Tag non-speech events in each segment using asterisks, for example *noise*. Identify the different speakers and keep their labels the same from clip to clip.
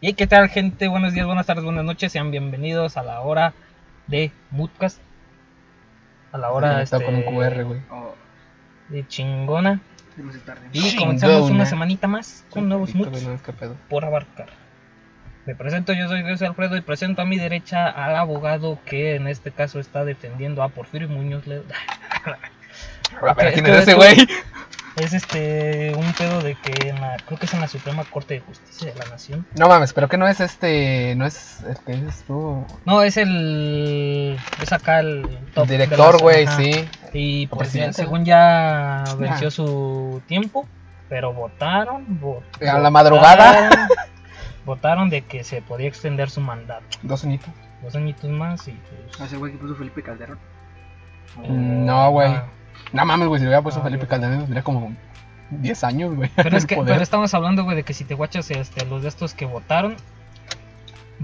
Speaker 1: Y qué tal gente, buenos días, buenas tardes, buenas noches, sean bienvenidos a la hora de Moodcast. A la hora
Speaker 2: Está
Speaker 1: este,
Speaker 2: con un QR, güey.
Speaker 3: Oh,
Speaker 1: de chingona.
Speaker 3: no se tarde.
Speaker 1: Y comenzamos una
Speaker 2: Chingona.
Speaker 1: semanita más con nuevos
Speaker 2: Víctor
Speaker 1: Moods
Speaker 2: Hernández, ¿qué pedo?
Speaker 1: por abarcar. Me presento, yo soy José Alfredo y presento a mi derecha al abogado que en este caso está defendiendo a Porfirio Muñoz Ledo.
Speaker 2: A ver,
Speaker 1: es
Speaker 2: ¿quién
Speaker 1: que
Speaker 2: es
Speaker 1: de
Speaker 2: ese,
Speaker 1: hecho-
Speaker 2: güey?
Speaker 1: *laughs* Es este un pedo de que en la- creo que es en la Suprema Corte de Justicia de la Nación.
Speaker 2: No mames, pero que no es este. No es el que dices tú.
Speaker 1: No, es el es acá el top
Speaker 2: El
Speaker 1: de
Speaker 2: director,
Speaker 1: las-
Speaker 2: güey,
Speaker 1: ajá.
Speaker 2: sí.
Speaker 1: Y pues ya,
Speaker 2: presidente,
Speaker 1: según ya venció
Speaker 2: Ajá.
Speaker 1: su tiempo, pero votaron, vo-
Speaker 2: A la madrugada.
Speaker 1: votaron, *laughs* votaron de que se podía extender su mandato.
Speaker 2: Dos añitos.
Speaker 1: Dos añitos más y pues,
Speaker 3: Hace güey que puso Felipe Calderón.
Speaker 2: Mm, no, güey.
Speaker 1: ah.
Speaker 2: No mames, güey, si le hubiera puesto
Speaker 1: Ah,
Speaker 2: Felipe
Speaker 1: mira.
Speaker 2: Calderón, tendría como 10 años, güey. en
Speaker 1: Pero es
Speaker 2: *laughs* el
Speaker 1: que
Speaker 2: poder.
Speaker 1: pero estamos hablando, güey, de que si te guachas este, los de estos que votaron.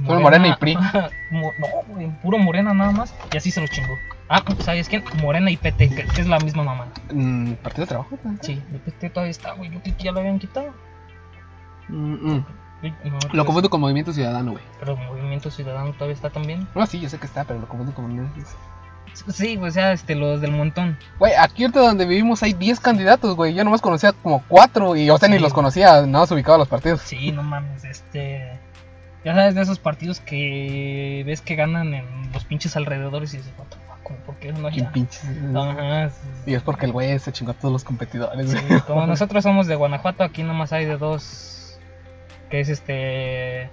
Speaker 2: Puro Morena y PRI.
Speaker 1: Mo- *laughs* no, güey, puro Morena nada más. Y así se los chingó. Ah, ¿sabes quién? Morena y PT, que que es la misma mamá.
Speaker 2: Mm, Partido de trabajo, ¿no?
Speaker 1: Sí, el PT todavía está, güey. Yo creo que ya lo habían quitado.
Speaker 2: Mm, mm.
Speaker 1: Sí, no,
Speaker 2: Lo
Speaker 1: pues,
Speaker 2: confundo con Movimiento Ciudadano, güey.
Speaker 1: Pero Movimiento Ciudadano todavía está también.
Speaker 2: No, sí, yo sé que está, pero lo confundo con Movimiento Ciudadano.
Speaker 1: Sí, o sea, este, los del montón.
Speaker 2: Güey, aquí ahorita donde vivimos hay 10 candidatos, güey. Yo nomás conocía como 4 y, o sea, ni
Speaker 1: Sí,
Speaker 2: los
Speaker 1: güey.
Speaker 2: conocía, nada más ubicaba los partidos.
Speaker 1: Sí, no mames, este. Ya sabes, de esos partidos que ves que ganan en los pinches alrededores y dices, what the fuck, güey, ¿por qué no
Speaker 2: Y
Speaker 1: allá?
Speaker 2: pinches.
Speaker 1: Ajá,
Speaker 2: Y es porque el güey se chingó a todos los competidores,
Speaker 1: sí,
Speaker 2: güey.
Speaker 1: como nosotros somos de Guanajuato, aquí nomás hay de dos. Que es este.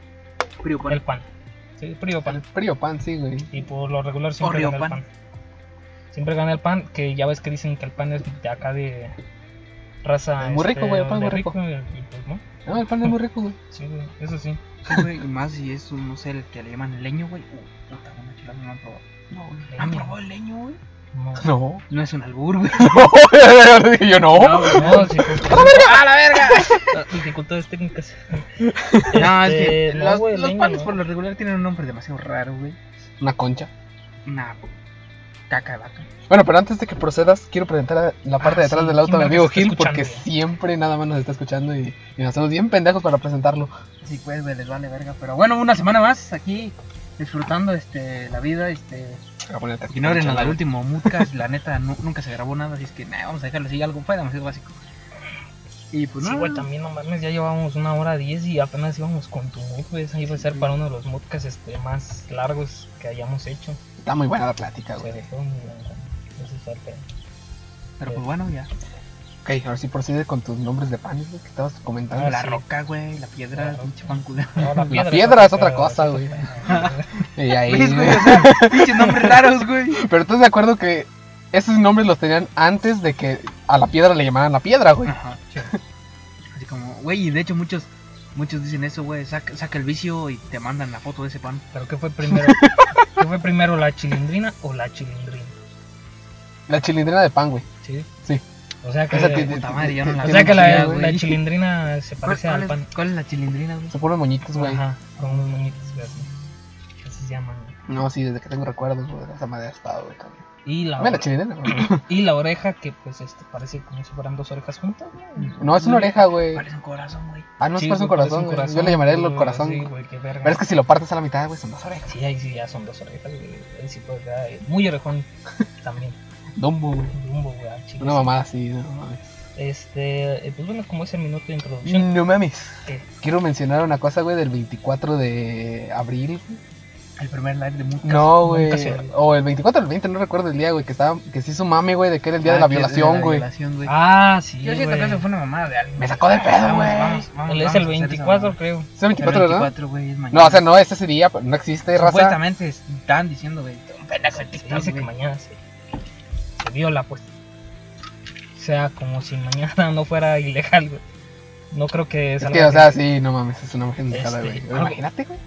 Speaker 3: Frío
Speaker 1: El
Speaker 3: pan.
Speaker 1: pan. Sí, Prio
Speaker 2: El
Speaker 1: pan.
Speaker 2: frío pan, sí, güey.
Speaker 1: Y por lo regular siempre
Speaker 3: Oreo
Speaker 1: gana el pan.
Speaker 3: pan.
Speaker 1: Siempre gana el pan, que ya ves que dicen que el pan es de acá de raza.
Speaker 2: Muy rico, güey, el pan
Speaker 1: de
Speaker 2: muy rico.
Speaker 1: Y pues, ¿no?
Speaker 2: No, el pan es muy rico, güey.
Speaker 1: Sí, güey, eso sí.
Speaker 3: Sí, güey, y más si es un, no sé, el que le llaman leño, güey. Uh, puta, una chulada, no lo han probado.
Speaker 2: No,
Speaker 3: ¿Han
Speaker 1: Leño.
Speaker 3: probado el leño, güey?
Speaker 1: No.
Speaker 2: No.
Speaker 3: No es un albur, güey.
Speaker 2: yo no. *laughs*
Speaker 3: No, güey, no.
Speaker 1: No, dificultades,
Speaker 2: ¡A la verga!
Speaker 1: dificultades técnicas.
Speaker 3: *laughs* No, es
Speaker 1: Este,
Speaker 3: que
Speaker 1: no,
Speaker 3: los,
Speaker 1: güey,
Speaker 3: los
Speaker 1: leño,
Speaker 3: panes
Speaker 1: no.
Speaker 3: por lo regular tienen un nombre demasiado raro, güey.
Speaker 2: Una concha.
Speaker 3: Una caca de vaca.
Speaker 2: Bueno, pero antes de que procedas, quiero presentar a la
Speaker 1: Ah,
Speaker 2: parte de atrás
Speaker 1: sí,
Speaker 2: del auto
Speaker 1: ¿quién
Speaker 2: a
Speaker 1: vergas
Speaker 2: mi amigo
Speaker 1: está
Speaker 2: Gil, porque
Speaker 1: escuchando,
Speaker 2: siempre nada más nos está escuchando y, y nos hacemos bien pendejos para presentarlo.
Speaker 3: Así pues, güey, les vale verga. Pero bueno, una semana más aquí disfrutando este, la vida, este...
Speaker 2: Voy a ponerte aquí
Speaker 3: Ignoren
Speaker 2: pinche
Speaker 3: al
Speaker 2: lado.
Speaker 3: último Moodcast, la neta nu- nunca se grabó nada, así es que nah, vamos a dejarlo así, algo fue demasiado básico. Y pues
Speaker 1: Sí,
Speaker 3: no,
Speaker 1: güey, también no mames, ya llevábamos una hora diez y apenas íbamos con tu mood, güey. Esa iba a ser para uno de los podcasts este, más largos que hayamos hecho.
Speaker 2: Está muy buena la plática,
Speaker 1: Se
Speaker 2: güey.
Speaker 1: dejó muy larga. Eso es suerte.
Speaker 3: pero pues bueno, ya.
Speaker 2: Ok, ahora sí procede con tus nombres de panes güey, que estabas comentando.
Speaker 3: la
Speaker 1: Ah, sí.
Speaker 3: roca, güey, la
Speaker 1: La
Speaker 3: piedra,
Speaker 1: roca.
Speaker 3: pinche pan culero.
Speaker 1: No,
Speaker 2: *laughs* La piedra es otra
Speaker 1: pero-
Speaker 2: cosa, güey. Y ahí,
Speaker 3: ¿Ves, güey?
Speaker 2: güey.
Speaker 3: O
Speaker 4: *laughs*
Speaker 3: sea, pinches nombres raros, güey.
Speaker 2: Pero estás de acuerdo que esos nombres los tenían antes de que a la piedra le llamaran la piedra, güey.
Speaker 3: Ajá, sí. Así como, güey, y de hecho muchos muchos dicen eso, güey, saca, saca el vicio y te mandan la foto de ese pan.
Speaker 1: Pero ¿qué fue primero?
Speaker 2: *laughs*
Speaker 1: ¿Qué fue primero, la chilindrina o la chilindrina?
Speaker 2: La chilindrina de pan, güey.
Speaker 1: Sí.
Speaker 2: Sí.
Speaker 1: O sea que,
Speaker 2: Esa tiene-
Speaker 3: puta madre, yo no la
Speaker 1: o sea que
Speaker 3: tiene
Speaker 1: la,
Speaker 3: chile, güey.
Speaker 1: la chilindrina se
Speaker 3: ¿Cuál,
Speaker 1: parece
Speaker 3: cuál
Speaker 1: al
Speaker 3: es,
Speaker 1: pan.
Speaker 3: cuál es la chilindrina, güey?
Speaker 2: Son puros moñitos, güey.
Speaker 1: Ajá, con unos moñitos güey, así. Así se llaman. güey.
Speaker 2: No, sí, desde que tengo recuerdos, güey, esa madre ha estado, güey, también.
Speaker 1: Y la,
Speaker 2: Dame la
Speaker 1: ore-
Speaker 2: chilindrina, güey.
Speaker 1: y la oreja que pues este parece como si fueran dos orejas juntas. güey.
Speaker 2: No, es una oreja, güey.
Speaker 3: Parece un corazón, güey.
Speaker 2: Ah, no,
Speaker 1: Sí,
Speaker 2: es por su
Speaker 1: güey, parece
Speaker 2: corazón,
Speaker 1: un
Speaker 2: güey. Yo le llamaré el
Speaker 1: güey,
Speaker 2: corazón.
Speaker 1: Sí,
Speaker 2: güey.
Speaker 1: güey, qué verga.
Speaker 2: Pero es que si lo partes a la mitad, güey, son dos orejas.
Speaker 1: Sí, ahí sí ya son dos orejas, güey. Ahí sí puede quedar eh, muy orejón también.
Speaker 2: Dumbo, güey.
Speaker 1: Dumbo, güey, al chile.
Speaker 2: Una mamada así, no mames.
Speaker 1: Este, eh, pues bueno, como es el minuto de introducción.
Speaker 2: No mames.
Speaker 1: ¿Qué?
Speaker 2: Quiero mencionar una cosa, güey, del 24 de abril.
Speaker 3: El primer live de Moodcast.
Speaker 2: No, güey.
Speaker 1: nunca se-
Speaker 2: O el 24 o el 20, no recuerdo el día, güey, que estaba, que se hizo mame, güey, de que era el día
Speaker 3: Ah,
Speaker 2: de la
Speaker 3: que-
Speaker 2: violación, güey.
Speaker 3: violación, güey.
Speaker 1: Ah, sí.
Speaker 3: Yo siento que
Speaker 1: güey.
Speaker 3: eso fue una mamada de alguien. Ah,
Speaker 2: Me sacó del pedo,
Speaker 3: Vamos,
Speaker 2: güey.
Speaker 3: vamos, vamos,
Speaker 1: Es
Speaker 3: vamos
Speaker 1: el
Speaker 3: a hacer esa
Speaker 1: 24,
Speaker 3: mamada.
Speaker 1: creo.
Speaker 2: Es el 24,
Speaker 3: El
Speaker 2: ¿verdad?
Speaker 3: 24, güey, es mañana.
Speaker 2: No, o sea, no, ese sería, pero no existe, raza.
Speaker 3: Supuestamente están diciendo, güey. un pendejo de
Speaker 1: Se
Speaker 3: TikTok,
Speaker 1: dice que
Speaker 3: güey.
Speaker 1: mañana se, se viola, pues. O sea, como si mañana *laughs* no fuera ilegal, güey. No creo que
Speaker 2: Es
Speaker 1: salga
Speaker 2: que, o sea,
Speaker 1: de-
Speaker 2: sí, no mames, es una imagen de
Speaker 1: Este,
Speaker 2: cara, güey. Pero
Speaker 1: algo-
Speaker 2: Imagínate, güey.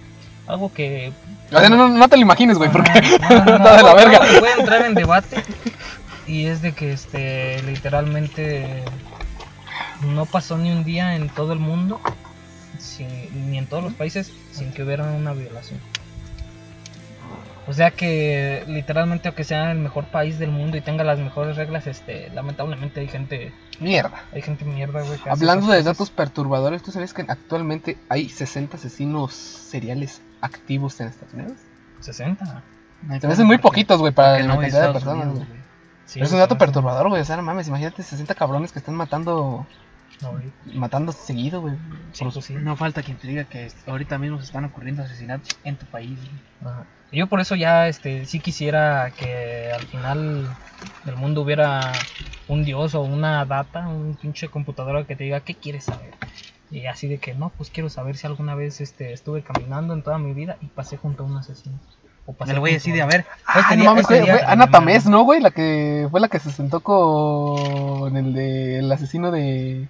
Speaker 1: algo que.
Speaker 2: O sea, no, no, no te lo imagines, güey, porque
Speaker 1: Ajá, Ah,
Speaker 2: *laughs*
Speaker 1: no, no, no,
Speaker 2: está de la
Speaker 1: no,
Speaker 2: verga.
Speaker 1: Voy a entrar en debate. Y es de que, este, literalmente. No pasó ni un día en todo el mundo, sin- ni en todos los países, sin que hubiera una violación. O sea que literalmente aunque sea el mejor país del mundo y tenga las mejores reglas, este, lamentablemente hay gente,
Speaker 2: Mierda.
Speaker 1: hay gente mierda, güey. que hace
Speaker 2: Hablando
Speaker 1: esas
Speaker 2: de
Speaker 1: cosas.
Speaker 2: datos perturbadores, ¿tú sabes que actualmente hay 60 asesinos seriales activos en Estados Unidos?
Speaker 1: 60.
Speaker 2: Se me hacen muy poquitos, güey, para
Speaker 4: que
Speaker 2: la
Speaker 4: no hay
Speaker 2: cantidad de
Speaker 4: Estados
Speaker 2: personas,
Speaker 4: Unidos,
Speaker 2: güey.
Speaker 4: güey.
Speaker 1: Sí,
Speaker 2: Pero es un
Speaker 1: güey,
Speaker 2: dato
Speaker 1: se me hace-
Speaker 2: perturbador, güey. O sea, no mames, imagínate 60 cabrones que están matando
Speaker 1: No, güey.
Speaker 2: matando seguido, güey.
Speaker 1: Sí,
Speaker 2: Por-
Speaker 1: pues sí.
Speaker 4: No falta quien te diga que ahorita mismo se están ocurriendo asesinatos en tu país. güey.
Speaker 1: Ajá. Yo por eso ya este sí quisiera que al final del mundo hubiera un dios o una data, un pinche computadora que te diga qué quieres saber. Y así de que no, pues quiero saber si alguna vez este estuve caminando en toda mi vida y pasé junto a un asesino. O pasé
Speaker 4: El güey
Speaker 1: junto
Speaker 4: así de, a ver,
Speaker 2: Ah,
Speaker 1: Este
Speaker 2: no
Speaker 1: día-
Speaker 2: mames,
Speaker 1: este
Speaker 2: güey,
Speaker 1: día
Speaker 2: güey,
Speaker 1: de
Speaker 2: Ana
Speaker 1: mañana.
Speaker 2: Tamés, ¿no, güey? La que fue la que se sentó con el de el asesino de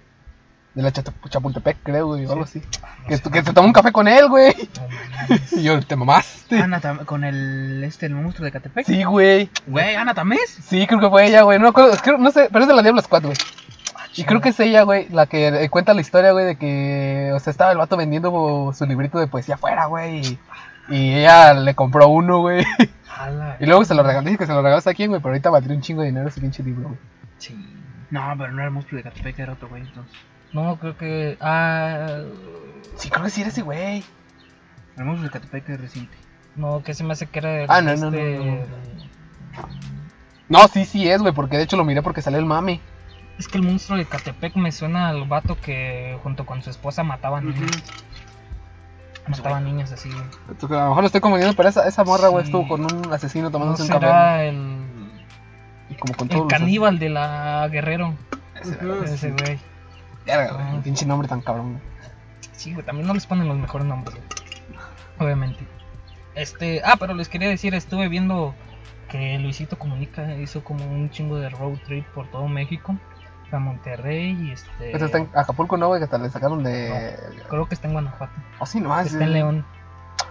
Speaker 2: de la Chata- Chapultepec, creo, güey, o algo así.
Speaker 1: no
Speaker 2: Que,
Speaker 1: sé, ah,
Speaker 2: que se tomó un café con él, güey.
Speaker 1: no mames.
Speaker 2: Y yo, te mamaste.
Speaker 4: Ana Tam- con el este el monstruo de Catepec.
Speaker 2: Sí, güey.
Speaker 4: Güey, Ana Tamés.
Speaker 2: Sí, creo que fue ella, güey. No me acuerdo, creo- no sé, pero es de la Diablo Squad, güey. *laughs*
Speaker 1: Ah,
Speaker 2: Y creo que es ella, güey, la que eh, cuenta la historia, güey, de que, o sea, estaba el vato vendiendo su librito de poesía afuera, güey. y- Y ella le compró uno, güey. *laughs*
Speaker 1: Jala,
Speaker 2: Y luego se lo regaló, dije que se lo regalaste a quién, güey, pero ahorita valdría un chingo de dinero ese pinche libro, güey.
Speaker 1: sí.
Speaker 4: No, pero no era el monstruo de Catepec, era otro güey entonces.
Speaker 1: No, creo que ah
Speaker 2: Sí, creo que sí era ese, güey.
Speaker 4: El monstruo de Catepec es reciente.
Speaker 1: no, que se me hace que era el
Speaker 2: Ah, no, no, no,
Speaker 1: este-
Speaker 2: no, No, sí, sí es, güey, porque de hecho lo miré porque salió el mame.
Speaker 1: Es que el monstruo de Catepec me suena al vato que junto con su esposa mataban niños. Mataban niños así, güey.
Speaker 2: Entonces, A lo mejor lo estoy confundiendo, pero esa, esa morra, güey,
Speaker 1: Sí.
Speaker 2: estuvo con un asesino
Speaker 1: ¿No
Speaker 2: tomándose un café.
Speaker 1: será el,
Speaker 2: Y como con todos
Speaker 1: el
Speaker 2: los- Ah,
Speaker 1: caníbal de la Guerrero?
Speaker 2: Ujú.
Speaker 1: Ese güey.
Speaker 2: Verga, güey, un pinche nombre tan cabrón, güey.
Speaker 1: Ah, Sí, güey, también no les ponen los mejores nombres, güey. Obviamente. Este, ah, pero les quería decir, estuve viendo que Luisito Comunica hizo como un chingo de road trip por todo México, a Monterrey y este...
Speaker 2: Este está en Acapulco, ¿no, güey? Que hasta le sacaron de...
Speaker 1: Creo que está en Guanajuato,
Speaker 2: Oh, sí, no,
Speaker 1: está en León.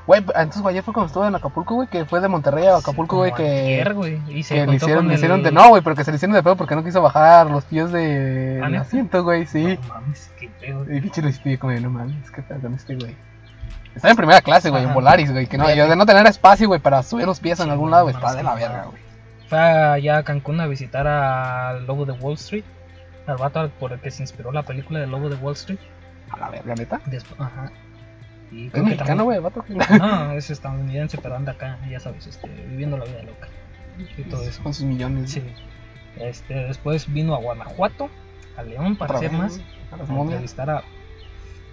Speaker 2: Güey, entonces, güey, ayer fue cuando estuve en Acapulco, güey, que fue de Monterrey a Acapulco, güey,
Speaker 1: Como
Speaker 2: que...
Speaker 1: ayer, güey, y se
Speaker 2: que le
Speaker 1: juntó
Speaker 2: hicieron,
Speaker 1: con
Speaker 2: le
Speaker 1: el-
Speaker 2: hicieron de no, güey, pero que se le hicieron de pedo porque no quiso bajar los pies del
Speaker 1: ¿Ah, neta?
Speaker 2: asiento, güey, sí.
Speaker 1: No mames, qué pedo.
Speaker 2: Y pinche Luis Pío, como, de, no mames, qué pedo con este, güey. Estaba en primera clase, güey, en
Speaker 1: Ajá.
Speaker 2: Volaris, güey, que no, yo de no tener espacio, güey, para subir los pies en
Speaker 1: Sí,
Speaker 2: algún
Speaker 1: no
Speaker 2: lado, güey,
Speaker 1: mames,
Speaker 2: está de
Speaker 1: qué
Speaker 2: la
Speaker 1: mamada,
Speaker 2: verga, güey.
Speaker 1: Fue allá a Cancún a visitar al Lobo de Wall Street, al vato al- por el que se inspiró la película del Lobo de Wall Street.
Speaker 2: A la verga, neta.
Speaker 1: Después, ajá. Y
Speaker 2: Es
Speaker 1: creo que también-
Speaker 2: mexicano, güey, el vato. que-
Speaker 1: No, es estadounidense, pero anda acá, ya sabes, este, viviendo la vida loca. Y todo eso.
Speaker 2: Con sus millones.
Speaker 1: Sí. Este, después vino a Guanajuato, a León, para
Speaker 2: Otra
Speaker 1: ser
Speaker 2: vez,
Speaker 1: más,
Speaker 2: A las
Speaker 1: a
Speaker 2: momias.
Speaker 1: entrevistar a,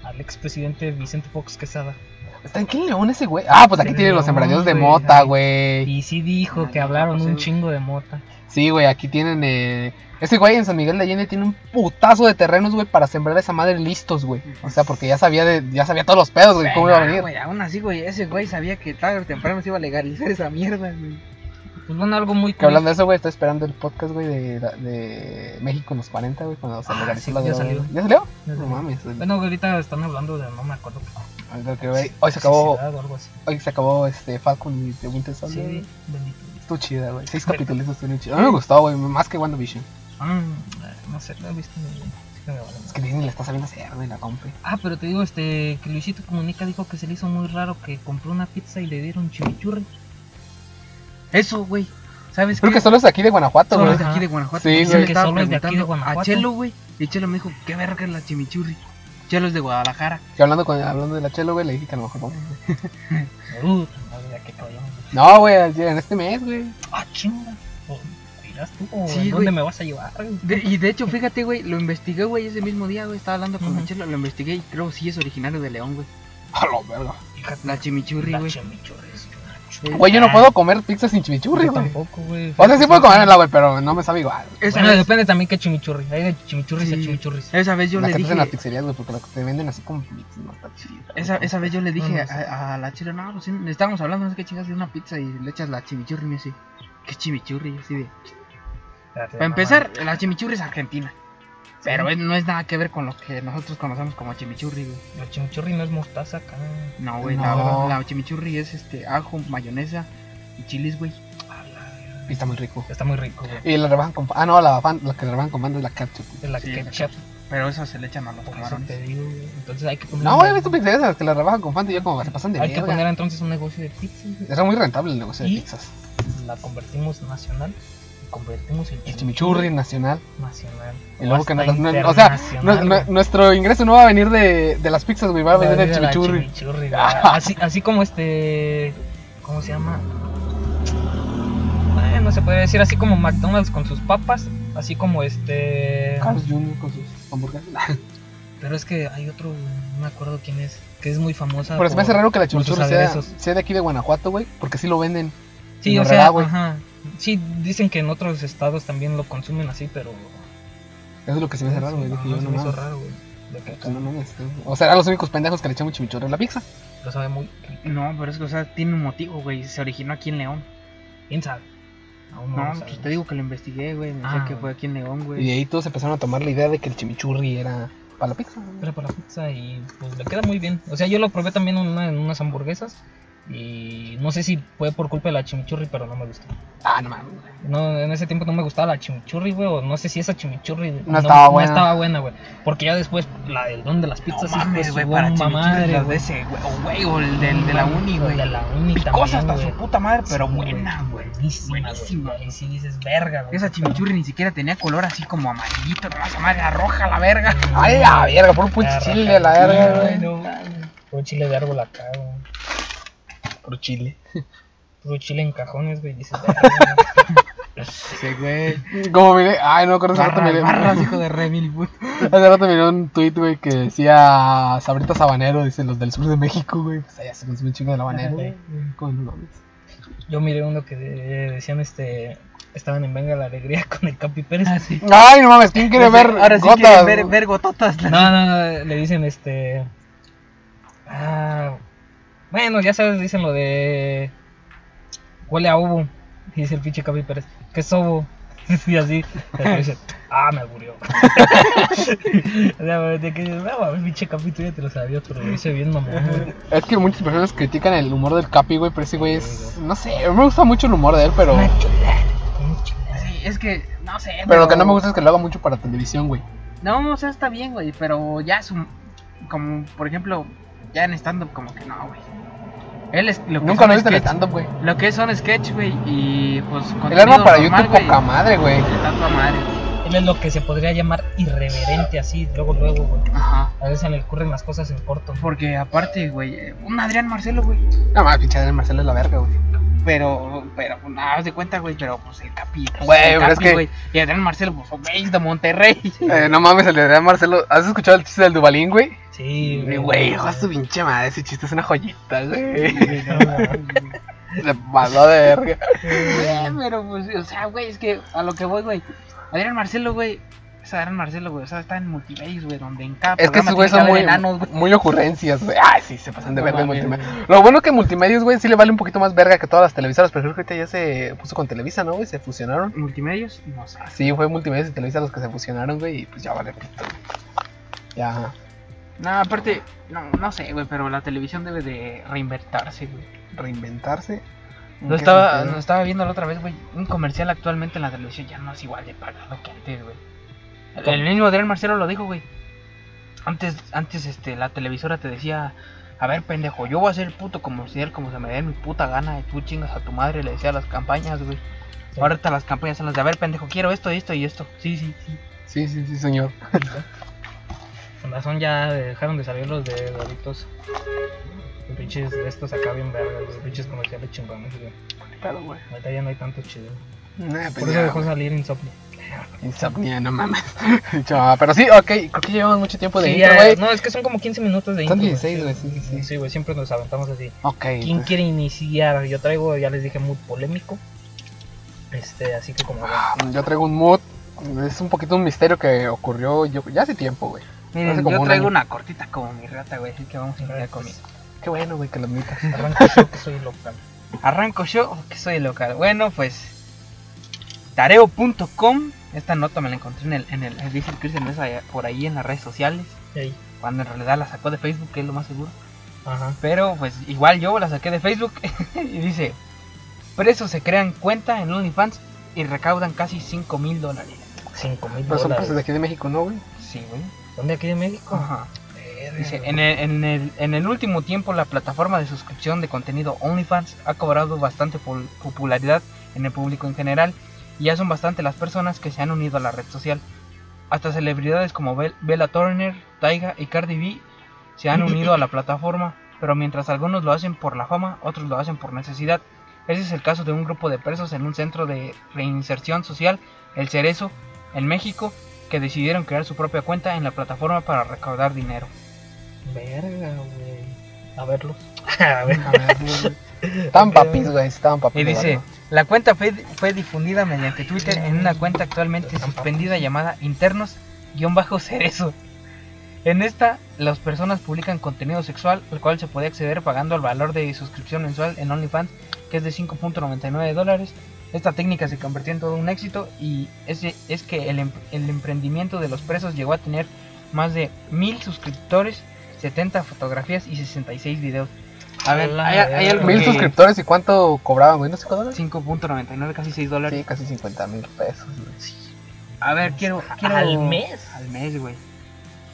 Speaker 1: al expresidente Vicente Fox Quesada.
Speaker 2: ¿Está en qué león ese, güey? Ah, pues aquí
Speaker 1: De
Speaker 2: tiene los
Speaker 1: León,
Speaker 2: sembradíos de
Speaker 1: güey,
Speaker 2: mota,
Speaker 1: ahí.
Speaker 2: güey.
Speaker 1: Y sí dijo
Speaker 4: Ay,
Speaker 1: que
Speaker 4: no,
Speaker 1: hablaron
Speaker 4: pues,
Speaker 1: un
Speaker 4: sí.
Speaker 1: chingo de mota.
Speaker 2: Sí, güey, aquí tienen. Eh... Ese güey en San Miguel de Allende tiene un putazo de terrenos, güey, para sembrar esa madre listos, güey. O sea, porque ya sabía de, ya sabía todos los pedos, güey, cómo iba a
Speaker 4: Nah,
Speaker 2: venir.
Speaker 4: güey, aún así, güey, ese güey sabía que tarde o temprano se iba a legalizar esa mierda, güey.
Speaker 1: Pues bueno, algo muy
Speaker 2: Que
Speaker 1: curioso.
Speaker 2: hablando de eso, güey, estoy esperando el podcast, güey, de, la- de México en los 40, güey, cuando se
Speaker 1: Ah,
Speaker 2: legalizó
Speaker 1: sí,
Speaker 2: la
Speaker 1: ya
Speaker 2: droga.
Speaker 1: salió.
Speaker 2: ¿Ya salió?
Speaker 1: Ya
Speaker 2: No
Speaker 1: salió.
Speaker 2: mames. güey.
Speaker 1: Bueno, ahorita están hablando de, no me acuerdo,
Speaker 2: Creo que, güey, hoy se acabó,
Speaker 1: Sociedad o algo así.
Speaker 2: hoy se acabó este Falcon y The Winter Soldier.
Speaker 1: Sí,
Speaker 2: güey.
Speaker 1: bendito.
Speaker 2: Estuvo chida, güey. Seis
Speaker 1: Ve-
Speaker 2: capítulos estuvo chido. A mí me gustó, güey, más que WandaVision.
Speaker 1: Ah, no sé, no he visto ninguno, así que me vale
Speaker 2: Es
Speaker 1: madre.
Speaker 2: que Disney la está sabiendo hacer, güey, la compre.
Speaker 1: Ah, pero te digo, este, que Luisito Comunica dijo que se le hizo muy raro que compró una pizza y le dieron chimichurri.
Speaker 4: Eso, güey. ¿Sabes
Speaker 2: Creo
Speaker 4: qué?
Speaker 2: que solo es aquí de Guanajuato,
Speaker 4: Solo
Speaker 2: güey.
Speaker 4: es de aquí de Guanajuato.
Speaker 2: Sí,
Speaker 4: Y
Speaker 2: güey.
Speaker 4: le
Speaker 1: Que
Speaker 4: estaba
Speaker 1: solo es de aquí de
Speaker 4: preguntando A
Speaker 1: Guanajuato.
Speaker 4: Chelo, güey. Y Chelo me dijo, ¿qué verga es la chimichurri? Chelo es de Guadalajara.
Speaker 2: Que hablando, con, hablando de la chelo, güey, le dije que a lo mejor no.
Speaker 1: Uh, madre, ya que cabrón.
Speaker 2: No, güey, en este mes, güey.
Speaker 1: Ah, chinga. O, ¿Irás tú o
Speaker 4: Sí,
Speaker 1: en
Speaker 4: güey.
Speaker 1: dónde me vas a llevar? güey?
Speaker 4: De- y de hecho, fíjate, güey, lo investigué, güey, ese mismo día, güey, estaba hablando con
Speaker 1: Ujú.
Speaker 4: Chelo, lo investigué y creo sí es originario de León, güey.
Speaker 2: *laughs* A lo verga.
Speaker 1: Fíjate,
Speaker 4: La chimichurri,
Speaker 1: la
Speaker 4: güey.
Speaker 1: chimichurri es una chula.
Speaker 4: Eh,
Speaker 2: Güey, yo no puedo comer pizza sin chimichurri,
Speaker 1: Yo
Speaker 2: güey.
Speaker 1: tampoco, güey.
Speaker 2: O sea, sí
Speaker 1: Fíjate,
Speaker 2: puedo comerla, güey, pero no me sabe igual.
Speaker 4: Esa
Speaker 1: Bueno,
Speaker 4: vez,
Speaker 1: depende también qué chimichurri. Hay de chimichurris a
Speaker 4: Sí.
Speaker 1: chimichurris.
Speaker 4: esa vez yo
Speaker 2: La
Speaker 4: le
Speaker 2: que te hacen las
Speaker 4: dije,
Speaker 2: pizzerías, güey, porque la que te venden así como pizza no está chida.
Speaker 4: esa, esa vez yo le dije
Speaker 1: No, no
Speaker 4: a-
Speaker 1: sé.
Speaker 4: a, la Chelo, no, pues sí, estábamos hablando, no sé qué chingas de una pizza y le echas la chimichurri y me dice, ¿qué chimichurri? Y Así de, Para empezar, la chimichurri es argentina. Pero es- no es nada que ver con lo que nosotros conocemos como chimichurri, güey.
Speaker 1: La chimichurri no es mostaza acá.
Speaker 4: No, güey,
Speaker 2: No.
Speaker 4: La, la chimichurri es este ajo, mayonesa y chiles, güey.
Speaker 1: A la verga.
Speaker 2: Y está muy rico.
Speaker 1: Está muy rico, güey.
Speaker 2: Y la rebajan con. Ah, no, la, fan- la que la rebajan con mando es la ketchup. güey.
Speaker 1: De la
Speaker 4: Sí,
Speaker 1: ketchup.
Speaker 4: Pero eso se le echan a los
Speaker 1: Por eso te
Speaker 4: camarones.
Speaker 1: digo, güey. Entonces hay que poner.
Speaker 2: No,
Speaker 1: un-
Speaker 2: he visto pizzerías a las que las rebajan con Fanta y yo como que se pasan de
Speaker 1: Hay que
Speaker 2: verga.
Speaker 1: poner entonces un negocio de pizza. güey.
Speaker 2: Era muy rentable el negocio
Speaker 1: ¿Y?
Speaker 2: de pizzas.
Speaker 1: La convertimos nacional. y Convertimos el
Speaker 2: El chimichurri nacional.
Speaker 1: nacional.
Speaker 2: Y luego que
Speaker 1: Hasta
Speaker 2: no, no- o sea, no-
Speaker 1: internacional,
Speaker 2: no-
Speaker 1: güey.
Speaker 2: nuestro ingreso no va a venir de, de las pizzas, güey, va a venir del
Speaker 1: de la
Speaker 2: chimichurri.
Speaker 1: chimichurri, güey. así, así como este. ¿Cómo se llama? Eh, no se puede decir así como McDonald's con sus papas. Así como este.
Speaker 2: Carlos Jr. con sus hamburguesas.
Speaker 1: Ah, Pero es que hay otro, güey, no me acuerdo quién es, que es muy famosa.
Speaker 2: Pero se me hace
Speaker 1: por-
Speaker 2: raro que la
Speaker 1: por sus
Speaker 2: chimichurri sea,
Speaker 1: aderezos.
Speaker 2: sea de aquí de Guanajuato, güey, porque sí lo venden.
Speaker 1: Sí,
Speaker 2: en
Speaker 1: o
Speaker 2: Herrera,
Speaker 1: sea,
Speaker 2: güey.
Speaker 1: ajá. Sí, dicen que en otros estados también lo consumen así, pero.
Speaker 2: Eso es lo que se me hace raro, güey.
Speaker 1: Sí,
Speaker 2: dije
Speaker 1: no,
Speaker 2: yo,
Speaker 1: se
Speaker 2: no
Speaker 1: me hizo
Speaker 2: mames.
Speaker 1: raro, güey. De que acá
Speaker 2: No mames, tú. O sea, eran los únicos pendejos que le echamos chimichurri a la pizza.
Speaker 1: Lo sabe muy. rico.
Speaker 4: No, pero es que, o sea, tiene un motivo, güey. Se originó aquí en León.
Speaker 1: ¿Quién sabe? Aún no,
Speaker 4: No,
Speaker 1: lo
Speaker 4: pues
Speaker 1: sabemos.
Speaker 4: te digo que lo investigué, güey. Me decía
Speaker 1: Ah,
Speaker 4: que
Speaker 1: güey.
Speaker 4: fue aquí en León,
Speaker 2: Y de
Speaker 4: güey.
Speaker 2: ahí todos empezaron a tomar la idea de que el chimichurri era para la pizza. güey.
Speaker 1: Era para la pizza y pues le queda muy bien. O sea, yo lo probé también en una- en unas hamburguesas. Y no sé si fue por culpa de la chimichurri, pero no me gustó.
Speaker 2: Ah, no mames. güey.
Speaker 1: No, en ese tiempo no me gustaba la chimichurri, güey, o no sé si esa chimichurri
Speaker 2: estaba buena.
Speaker 1: estaba buena, güey. Porque ya después la del don de las pizzas sí fue su bomba madre,
Speaker 4: chimichurri, las
Speaker 1: güey.
Speaker 4: de ese, güey. O, güey, o el del, de la uni, güey.
Speaker 1: De la uni
Speaker 4: Picosa
Speaker 1: también,
Speaker 4: hasta
Speaker 1: güey.
Speaker 4: su puta madre, pero
Speaker 1: Sí,
Speaker 4: buena, güey.
Speaker 1: Buenísima,
Speaker 4: Buenísima,
Speaker 1: güey. Y si dices, verga, güey.
Speaker 4: Esa chimichurri ni siquiera tenía color así como amarillito, nomás esa madre era roja la verga.
Speaker 2: Ay, la verga, por un pinche
Speaker 1: Garra,
Speaker 2: chile a la
Speaker 1: cabrón.
Speaker 2: verga, güey.
Speaker 1: Ah, No, mames. Puro chile de árbol acá, güey.
Speaker 2: Por chile.
Speaker 1: Puro chile en cajones, güey. Dices,
Speaker 4: *laughs*
Speaker 1: verga,
Speaker 4: Sí, güey.
Speaker 2: *laughs* Como miré, ay, no me acuerdo, hace rato miré. *laughs*
Speaker 4: Barras, barras, hijo de Remil, güey.
Speaker 2: Hace rato miré un tweet, güey, que decía Sabrita Sabanero, dicen los del sur de México, güey. Pues allá se consume un chingo de la habanero, güey. Como no mames.
Speaker 1: Yo miré uno que eh, decían, este, estaban en Venga la Alegría *laughs* con el Capi Pérez.
Speaker 4: Ah,
Speaker 2: Ay, no mames, ¿quién quiere ver
Speaker 4: Ahora sí
Speaker 2: gotas?
Speaker 4: quieren ver, ver gototas.
Speaker 1: No, no, no, le dicen este. Ah, bueno, ya sabes, dicen lo de. Huele a ovo. Y dice el pinche Capi Pérez. ¿Qué es ovo? *laughs* Y así. Y el
Speaker 2: *laughs*
Speaker 1: otro dice, ah, me aburrió. o sea, de que. No, mames, pinche Capi, tú ya te lo sabías, pero lo hice bien, mamón. güey".
Speaker 2: Es que muchas personas critican el humor del Capi, güey, pero ese güey es. No sé, me gusta mucho el humor de él, pero.
Speaker 1: Una chulada, una chulada.
Speaker 4: Sí, es que, no sé.
Speaker 2: Pero lo que no me gusta es que lo haga mucho para televisión, güey.
Speaker 4: No, o sea, está bien, güey, pero ya es un... Como, por ejemplo, ya en stand-up, como que no, güey. Él es... Lo que
Speaker 2: Nunca
Speaker 4: son
Speaker 2: lo he visto en
Speaker 4: sketch-
Speaker 2: stand-up, güey.
Speaker 4: Lo que son sketch, güey, y pues...
Speaker 2: El arma
Speaker 4: contenido
Speaker 2: para
Speaker 4: normal,
Speaker 2: YouTube,
Speaker 4: güey,
Speaker 2: poca madre, güey.
Speaker 4: Está toda madre.
Speaker 1: Él es lo que se podría llamar irreverente, así, luego, luego, güey.
Speaker 4: Ajá.
Speaker 1: A veces se le ocurren las cosas en corto.
Speaker 4: Porque aparte, güey, eh, un Adrián Marcelo, güey.
Speaker 2: No mames, pinche Adrián Marcelo es la verga, güey.
Speaker 4: Pero, pero, pues, nada, haz de cuenta, güey, pero pues el Capi. pues,
Speaker 2: Güey,
Speaker 4: el
Speaker 2: pero es
Speaker 4: Capi,
Speaker 2: que-
Speaker 4: güey. Y Adrián Marcelo, pues, güey, es
Speaker 2: *laughs*
Speaker 4: de Monterrey.
Speaker 2: Eh, no mames, el de Adrián Marcelo. ¿Has escuchado el chiste del Dubalín, güey?
Speaker 1: Sí,
Speaker 2: Güey, hijo de su pinche madre, ese chiste es una joyita, güey. *laughs* Se pasó de verga.
Speaker 4: Eh, *laughs* pero pues, o sea, güey, es que a lo que voy, güey. Adrián Marcelo, güey. Es Adrián Marcelo, güey. O sea, está en Multibase, güey, donde en cada
Speaker 2: Es que esos güeyes son
Speaker 4: programa tiene
Speaker 2: muy,
Speaker 4: haber enanos, güey.
Speaker 2: muy ocurrencias, güey. Ay, sí, se pasan de
Speaker 4: No
Speaker 2: verga en
Speaker 4: mames,
Speaker 2: multimedia. Lo bueno que multimedios, güey, sí le vale un poquito más verga que todas las televisoras, pero creo que ahorita ya se puso con Televisa, ¿no, güey? Se fusionaron.
Speaker 4: Multimedios, no sé.
Speaker 2: Sí, fue multimedios y Televisa los que se fusionaron, güey, y pues ya vale pito. Ya.
Speaker 4: No, aparte, no, no sé, güey, pero la televisión debe de reinventarse, güey.
Speaker 2: Reinventarse.
Speaker 4: No estaba, no estaba viendo la otra vez, güey. Un comercial actualmente en la televisión ya no es igual de pagado que antes, güey. El, el mismo Adrián Marcelo lo dijo, güey. Antes, antes este, la televisora te decía, a ver, pendejo, yo voy a hacer el puto comercial como se me dé mi puta gana. Y tú chingas a tu madre, le decía a las campañas, güey.
Speaker 1: Sí.
Speaker 4: Ahorita las campañas son las de, a ver, pendejo, quiero esto, esto y esto. Sí, sí, sí.
Speaker 2: Sí, sí, sí, señor.
Speaker 1: Con razón ya dejaron de salir los de Doritos. Los pinches de estos acá bien verdes, los pinches comerciales chingones, güey.
Speaker 2: Claro, güey.
Speaker 1: Ahorita ya no hay tanto chido.
Speaker 2: Nah, pues
Speaker 1: Por eso
Speaker 2: ya,
Speaker 1: dejó
Speaker 2: güey.
Speaker 1: salir Insomnio.
Speaker 2: Insomnia,
Speaker 1: *laughs*
Speaker 2: no mames. *laughs* Dicho, ah, pero sí, ok, creo que llevamos mucho tiempo de
Speaker 1: Sí,
Speaker 2: intro,
Speaker 1: ya-
Speaker 2: güey.
Speaker 1: no, es que son como 15 minutos de
Speaker 2: Son
Speaker 1: intro,
Speaker 2: 16, güey, sí, sí, sí.
Speaker 1: Sí, güey, siempre nos aventamos así.
Speaker 2: Ok.
Speaker 1: ¿Quién
Speaker 2: entonces-
Speaker 1: quiere iniciar? Yo traigo, ya les dije, muy polémico. Este, así que como...
Speaker 2: Ah, Yo traigo un mood. Es un poquito un misterio que ocurrió yo, ya hace tiempo, güey.
Speaker 4: Miren,
Speaker 2: Hace como
Speaker 4: yo
Speaker 2: un
Speaker 4: traigo
Speaker 2: año.
Speaker 4: una cortita como mi rata, güey. Así que vamos a iniciar con mi-
Speaker 2: Qué bueno, güey, que lo *laughs* admitas.
Speaker 1: Arranco yo que soy local.
Speaker 4: Arranco yo, oh, que soy local. Bueno, pues. Tareo.com. Esta nota me la encontré en el. En el dice el Cristian Mesa allá- por ahí en las redes sociales.
Speaker 1: Ey,
Speaker 4: Cuando en realidad la sacó de Facebook, que es lo más seguro.
Speaker 1: Ajá.
Speaker 4: Pero pues igual yo la saqué de Facebook. *laughs* y dice: Presos se crean cuenta en OnlyFans y recaudan casi 5 mil dólares.
Speaker 1: 5 mil
Speaker 2: Pero son
Speaker 1: dólares.
Speaker 2: *laughs* presos de aquí de México, ¿no, güey?
Speaker 4: Sí, güey.
Speaker 1: ¿Son de aquí de México?
Speaker 4: Ajá.
Speaker 1: Verga,
Speaker 4: Dice,
Speaker 1: güey.
Speaker 4: en el, en, el, en el último tiempo la plataforma de suscripción de contenido OnlyFans ha cobrado bastante pol- popularidad en el público en general y ya son bastante las personas que se han unido a la red social. Hasta celebridades como Bel- Bella Turner, Taiga y Cardi B se han unido a la plataforma, pero mientras algunos lo hacen por la fama, otros lo hacen por necesidad. Ese es el caso de un grupo de presos en un centro de reinserción social, El Cerezo, en México, que decidieron crear su propia cuenta en la plataforma para recaudar dinero.
Speaker 1: Verga, güey. A verlos. *laughs* A ver.
Speaker 2: Estaban papis, güey, estaban papis.
Speaker 4: Y
Speaker 2: de
Speaker 4: dice,
Speaker 2: verdad.
Speaker 4: la cuenta fue, fue difundida mediante Twitter en una cuenta actualmente suspendida llamada internos-cerezo. En esta, las personas publican contenido sexual, al cual se puede acceder pagando el valor de suscripción mensual en OnlyFans, que es de 5.99 dólares. Esta técnica se convirtió en todo un éxito y ese es que el, em- el emprendimiento de los presos llegó a tener más de 1000 suscriptores, 70 fotografías y 66 videos. A ver,
Speaker 1: Hola,
Speaker 4: hay, hay algo
Speaker 2: Mil
Speaker 4: que-
Speaker 2: suscriptores y cuánto cobraban, güey, no sé dólares.
Speaker 4: 5.99, casi 6 dólares.
Speaker 2: Sí, casi 50 mil pesos. güey.
Speaker 4: A ver, quiero, quiero.
Speaker 1: ¿Al mes?
Speaker 4: Al mes, güey.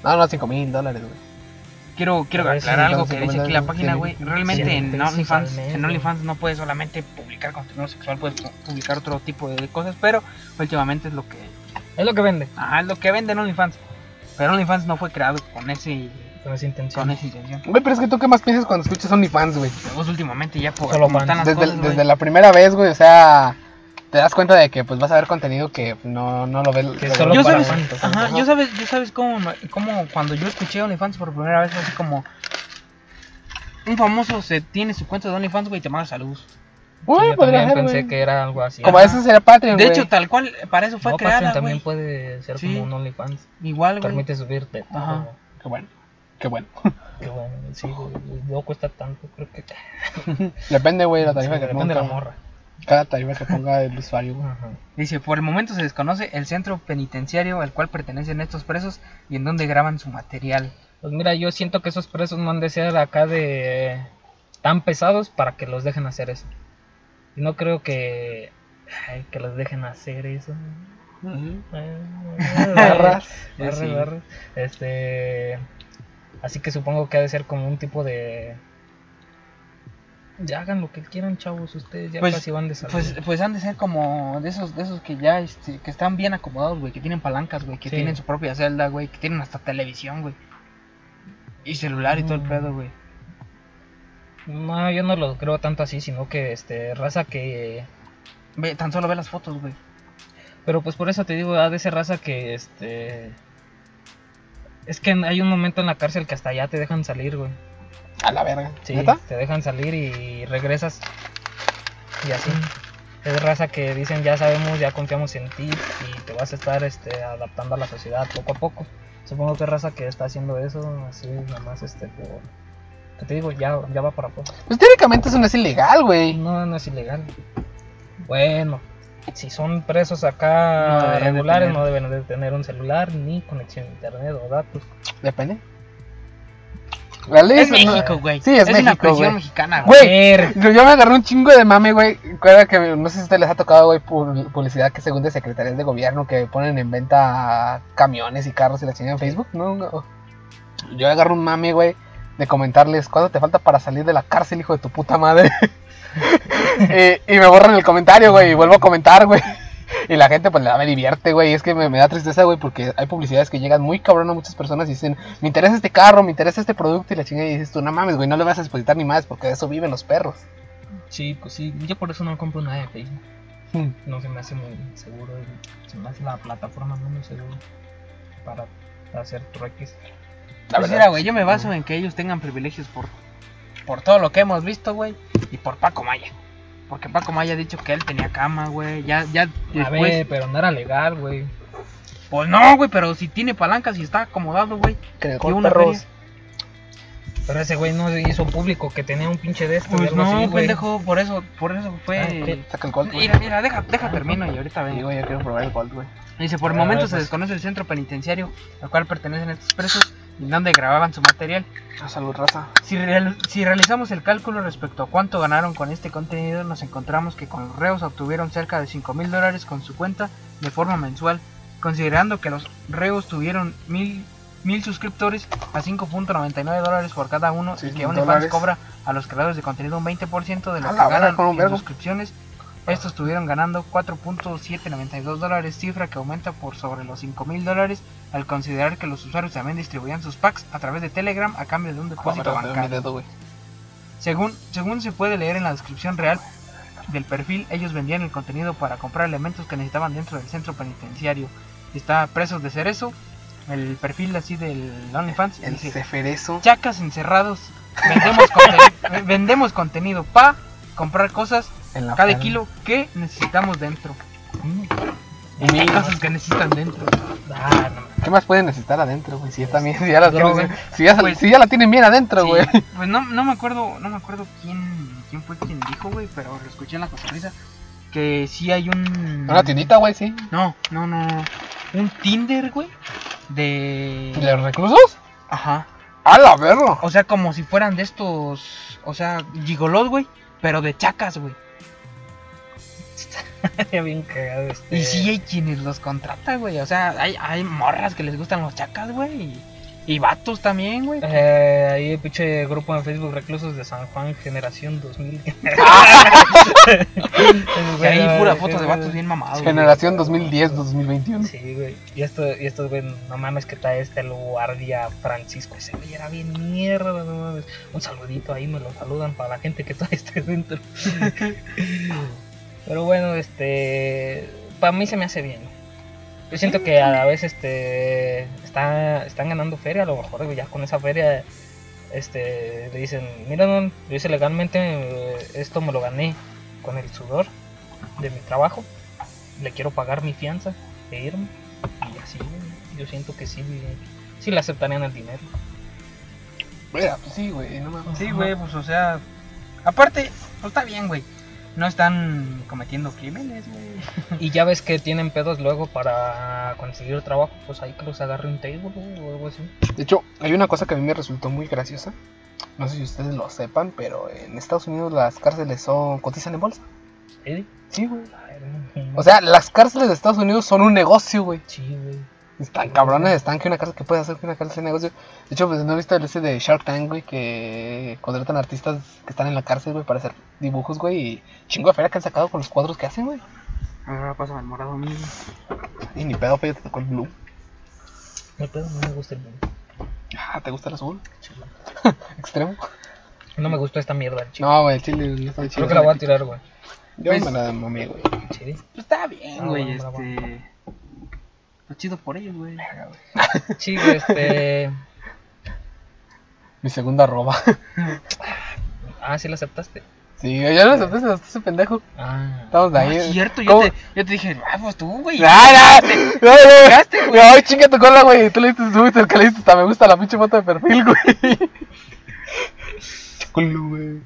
Speaker 2: No, no, 5 mil dólares, güey.
Speaker 4: Quiero, quiero
Speaker 1: A ver,
Speaker 4: aclarar
Speaker 2: sí,
Speaker 4: algo
Speaker 2: vamos a
Speaker 4: que dice aquí la
Speaker 2: recomendar
Speaker 4: página,
Speaker 2: un
Speaker 4: güey.
Speaker 2: cien-
Speaker 4: Realmente
Speaker 1: cien
Speaker 4: en
Speaker 1: pesos
Speaker 4: OnlyFans,
Speaker 1: al mes,
Speaker 4: en
Speaker 1: güey.
Speaker 4: OnlyFans no puedes solamente publicar contenido sexual, puedes pu- publicar otro tipo de cosas, pero últimamente es lo que,
Speaker 1: Es lo que vende.
Speaker 4: ajá, es lo que vende en OnlyFans. Pero OnlyFans no fue creado con ese,
Speaker 1: Con esa intención.
Speaker 4: con esa intención.
Speaker 2: Güey, pero es que tú qué más piensas cuando escuchas OnlyFans, güey.
Speaker 4: Luego últimamente ya por
Speaker 1: Solo
Speaker 4: como
Speaker 1: fans.
Speaker 4: están las
Speaker 2: Desde,
Speaker 4: cosas, güey.
Speaker 2: desde la primera vez, güey, o sea, te das cuenta de que pues vas a ver contenido que no, no lo ves.
Speaker 1: Que
Speaker 2: lo-
Speaker 1: solo
Speaker 4: yo
Speaker 1: para
Speaker 4: sabes,
Speaker 1: fans,
Speaker 4: ajá,
Speaker 2: ajá.
Speaker 4: yo sabes, yo sabes cómo, me- cómo cuando yo escuché OnlyFans por primera vez fue así como un famoso se tiene su cuenta de OnlyFans, güey, y te manda saludos.
Speaker 1: Sí,
Speaker 4: pues
Speaker 2: Güey,
Speaker 1: yo
Speaker 2: podría
Speaker 1: también
Speaker 2: ser,
Speaker 1: pensé
Speaker 2: güey.
Speaker 1: que era algo así.
Speaker 2: Como
Speaker 1: Ajá.
Speaker 2: eso sería Patreon,
Speaker 4: De
Speaker 2: güey.
Speaker 4: hecho, tal cual, para eso fue
Speaker 1: No, Patreon
Speaker 4: creada,
Speaker 1: también
Speaker 4: güey.
Speaker 1: puede ser
Speaker 4: Sí.
Speaker 1: como un OnlyFans.
Speaker 4: Igual, güey.
Speaker 1: Permite subirte. todo,
Speaker 4: Ajá.
Speaker 1: güey.
Speaker 2: Qué bueno, qué bueno.
Speaker 1: Qué bueno. Sí, güey, no cuesta tanto. Creo que.
Speaker 2: Depende, güey, la tarifa
Speaker 1: Sí,
Speaker 2: que
Speaker 1: depende de la
Speaker 2: ponga.
Speaker 1: morra.
Speaker 2: Cada tarifa que ponga el usuario, güey.
Speaker 1: Ajá.
Speaker 4: Dice, por el momento se desconoce el centro penitenciario al cual pertenecen estos presos y en donde graban su material.
Speaker 1: Pues mira, yo siento que esos presos no han de ser acá de tan pesados para que los dejen hacer eso. Y no creo que ay, que los dejen hacer eso. Barras,
Speaker 2: Barras.
Speaker 1: barras,
Speaker 4: Sí.
Speaker 1: barras. Este, así que supongo que ha de ser como un tipo de ya hagan lo que quieran, chavos, ustedes ya
Speaker 4: Pues-
Speaker 1: casi van de salida.
Speaker 4: Pues, pues han de ser como de esos, de esos que ya, este, que están bien acomodados, güey, que tienen palancas, güey, que
Speaker 1: Sí.
Speaker 4: tienen su propia celda, güey, que tienen hasta televisión, güey. Y celular y todo el
Speaker 1: Mm.
Speaker 4: pedo, güey.
Speaker 1: No, yo no lo creo tanto así, sino que este raza que
Speaker 4: Ve, tan solo ve las fotos, güey.
Speaker 1: Pero pues por eso te digo, ha de ser raza que este. Es que hay un momento en la cárcel que hasta allá te dejan salir, güey.
Speaker 2: A la verga.
Speaker 1: Sí,
Speaker 2: ¿Neta?
Speaker 1: te dejan salir y regresas. Y así. Es raza que dicen, ya sabemos, ya confiamos en ti y te vas a estar este, adaptando a la sociedad poco a poco. Supongo que es raza que está haciendo eso, así nada más, este, por... que te digo, ya, ya va para poco.
Speaker 2: Pues teóricamente eso no es ilegal, güey.
Speaker 1: No, no es ilegal. Bueno, si son presos acá
Speaker 4: No deben de
Speaker 1: regulares,
Speaker 4: tener.
Speaker 1: no deben de tener un celular ni conexión a internet o datos.
Speaker 2: Depende. La ley
Speaker 4: Es
Speaker 2: es- no-
Speaker 4: México, güey.
Speaker 2: Sí, es
Speaker 4: una
Speaker 2: México,
Speaker 4: prisión
Speaker 2: güey.
Speaker 4: mexicana, güey.
Speaker 2: Güey.
Speaker 1: Ver,
Speaker 2: Yo yo me agarré un chingo de mame, güey. Recuerda que no sé si a ustedes les ha tocado, güey, pu- publicidad que según de secretarías de gobierno que ponen en venta camiones y carros y la chingada en Facebook. No, no. Yo agarro un mame, güey, de comentarles cuánto te falta para salir de la cárcel, hijo de tu puta madre. *laughs* y, y me borran el comentario, güey, y vuelvo a comentar, güey. Y la gente, pues, la me divierte, güey. Y es que me, me da tristeza, güey, porque hay publicidades que llegan muy cabrón a muchas personas y dicen, me interesa este carro, me interesa este producto. Y la chingada, y dices tú, no mames, güey, no le vas a expositar ni más porque de eso viven los perros.
Speaker 1: sí, pues sí, yo por eso no compro nada de Facebook.
Speaker 2: Hmm.
Speaker 1: No se me hace muy seguro, y se me hace la plataforma menos segura para hacer trueques.
Speaker 2: La
Speaker 4: Pues
Speaker 2: verdad.
Speaker 4: mira, güey, yo me baso en que ellos tengan privilegios por, por todo lo que hemos visto, güey, y por Paco Maya. Porque Paco Maya ha dicho que él tenía cama, güey, ya, ya
Speaker 1: A
Speaker 4: después...
Speaker 1: ver, pero no era legal, güey.
Speaker 4: Pues no, güey, pero si tiene palancas y está acomodado, güey.
Speaker 2: Que
Speaker 4: y
Speaker 2: con
Speaker 4: una
Speaker 2: perros.
Speaker 4: feria.
Speaker 1: Pero ese güey no se hizo público que tenía un pinche de esto.
Speaker 4: Pues no, pendejo, por eso, por eso fue...
Speaker 1: Ah, ¿qué?
Speaker 2: eh, Saca el Gold, güey.
Speaker 4: Mira, mira, deja, deja, termino y ahorita
Speaker 2: Sí,
Speaker 4: vengo.
Speaker 2: güey, yo quiero probar el Gold, güey.
Speaker 4: Dice, por el
Speaker 1: Ah,
Speaker 4: momento
Speaker 1: pues.
Speaker 4: se desconoce el centro penitenciario al cual pertenecen estos presos y donde grababan su material.
Speaker 2: Ah, Salud, raza.
Speaker 4: Si, real- si realizamos el cálculo respecto a cuánto ganaron con este contenido, nos encontramos que con los reos obtuvieron cerca de 5 mil dólares con su cuenta de forma mensual. Considerando que los reos tuvieron mil, mil suscriptores a 5.99 dólares por cada uno
Speaker 2: Sí,
Speaker 4: y que
Speaker 2: mil
Speaker 4: OnlyFans
Speaker 2: dólares.
Speaker 4: cobra a los creadores de contenido un 20% de lo
Speaker 2: A
Speaker 4: que
Speaker 2: la verga,
Speaker 4: ganan
Speaker 2: con un
Speaker 4: en
Speaker 2: vergo.
Speaker 4: suscripciones, estos estuvieron ganando 4.792 dólares, cifra que aumenta por sobre los 5.000 dólares al considerar que los usuarios también distribuían sus packs a través de Telegram a cambio de un depósito
Speaker 2: Ahora, mi
Speaker 4: bancario.
Speaker 2: dedo, güey.
Speaker 4: Según, según se puede leer en la descripción real del perfil, ellos vendían el contenido para comprar elementos que necesitaban dentro del centro penitenciario. Está presos de cerezo, el perfil así del OnlyFans.
Speaker 2: El
Speaker 4: dice,
Speaker 2: ceferezo.
Speaker 4: Chacas encerrados, vendemos, conten- *laughs* eh, vendemos contenido pa comprar cosas
Speaker 2: en la
Speaker 4: cada
Speaker 2: cara.
Speaker 4: kilo que necesitamos dentro.
Speaker 1: Mm.
Speaker 2: Y
Speaker 4: Hay
Speaker 2: mil,
Speaker 4: cosas que necesitan dentro.
Speaker 1: Ah, no. *laughs*
Speaker 2: ¿Qué más pueden necesitar adentro, güey? Si ya también, si ya la
Speaker 4: Droga.
Speaker 2: tienen, si ya,
Speaker 4: Pues-
Speaker 2: si ya la tienen bien adentro,
Speaker 4: Sí,
Speaker 2: güey.
Speaker 4: Pues no, no me acuerdo, no me acuerdo quién, quién fue quien dijo, güey, pero lo escuché en la cotorriza que sí hay un
Speaker 2: Una tiendita, güey, sí.
Speaker 4: No, no, no. no. Un Tinder, güey. De.
Speaker 2: ¿Y los reclusos?
Speaker 4: Ajá.
Speaker 2: A la verga.
Speaker 4: O sea, como si fueran de estos. O sea, gigolos, güey. Pero de chacas, güey.
Speaker 1: Estaría bien cagado este.
Speaker 2: Eh.
Speaker 4: Y sí hay quienes los contrata, güey. O sea, hay, hay morras que les gustan los chacas, güey. Y, y vatos también, güey.
Speaker 1: Eh, ahí el pinche grupo en Facebook Reclusos de San Juan Generación 2000. *laughs*
Speaker 4: Y Ah. ahí
Speaker 2: eh,
Speaker 4: pura foto de vatos bien mamados. güey.
Speaker 2: Generación 2010-2021.
Speaker 1: Sí, güey. Y esto, y estos, güey, no mames que está este el guardia Francisco. Ese güey era bien mierda, no mames. Un saludito ahí, me lo saludan para la gente que todavía esté dentro. Pero bueno, este. Para mí se me hace bien. Yo siento que a la vez este, está, están ganando feria, a lo mejor güey, ya con esa feria este, le dicen, mira, don, lo hice legalmente, eh, esto me lo gané con el sudor de mi trabajo, le quiero pagar mi fianza e irme. Y así, güey, yo siento que sí, sí le aceptarían el dinero.
Speaker 2: Mira, pues sí, güey, no mames.
Speaker 4: Sí, güey, pues o sea. Aparte, pues está bien, güey. No están cometiendo crímenes, güey.
Speaker 1: Y ya ves que tienen pedos luego para conseguir trabajo, pues ahí que los agarre un table güey, o algo así.
Speaker 2: De hecho, hay una cosa que a mí me resultó muy graciosa. No sé si ustedes lo sepan, pero en Estados Unidos las cárceles son cotizan en bolsa.
Speaker 1: ¿Eh?
Speaker 2: Sí, güey.
Speaker 1: Ay, no, no.
Speaker 2: O sea, las cárceles de Estados Unidos son un negocio, güey.
Speaker 1: sí, güey.
Speaker 2: Están cabrones, están que una cárcel que puede hacer que una cárcel sea negocio. De hecho, pues no he visto el ese de Shark Tank, güey, que contratan artistas que están en la cárcel, güey, para hacer dibujos, güey, y chingo de feria que han sacado con los cuadros que hacen, güey.
Speaker 4: Ahora pasa el morado mismo.
Speaker 2: Y ni pedo, feo, te tocó el blue.
Speaker 1: No, hay pedo, no me gusta el mundo.
Speaker 2: Ah, ¿te gusta el azul? Extremo.
Speaker 1: No me gustó esta mierda, el chico.
Speaker 2: No, güey, el chile no está
Speaker 1: Creo
Speaker 2: chido.
Speaker 1: que la voy a tirar, güey.
Speaker 2: Yo
Speaker 4: Pues-
Speaker 2: me la mamé, güey.
Speaker 1: Sí.
Speaker 4: Pues está bien,
Speaker 1: Ah,
Speaker 4: güey,
Speaker 1: bueno, bravo.
Speaker 4: este. Está chido por ellos, güey.
Speaker 1: Sí, güey, este.
Speaker 2: Mi segunda roba.
Speaker 1: Ah, sí la aceptaste.
Speaker 2: sí, güey, ya lo acepté, aceptaste ese pendejo.
Speaker 1: Ah.
Speaker 2: Estamos
Speaker 4: No,
Speaker 2: ahí.
Speaker 4: es cierto, yo
Speaker 2: ¿Cómo?
Speaker 4: te, yo te dije, ah, pues tú, güey.
Speaker 2: *laughs* ¡Ah, no! *laughs* ¡No, no!
Speaker 4: Chingaste, güey.
Speaker 2: No, chinga tu cola, güey. Tú le diste subiste el que le diste hasta me gusta la pinche foto de perfil, *laughs* güey. Chacolo, güey.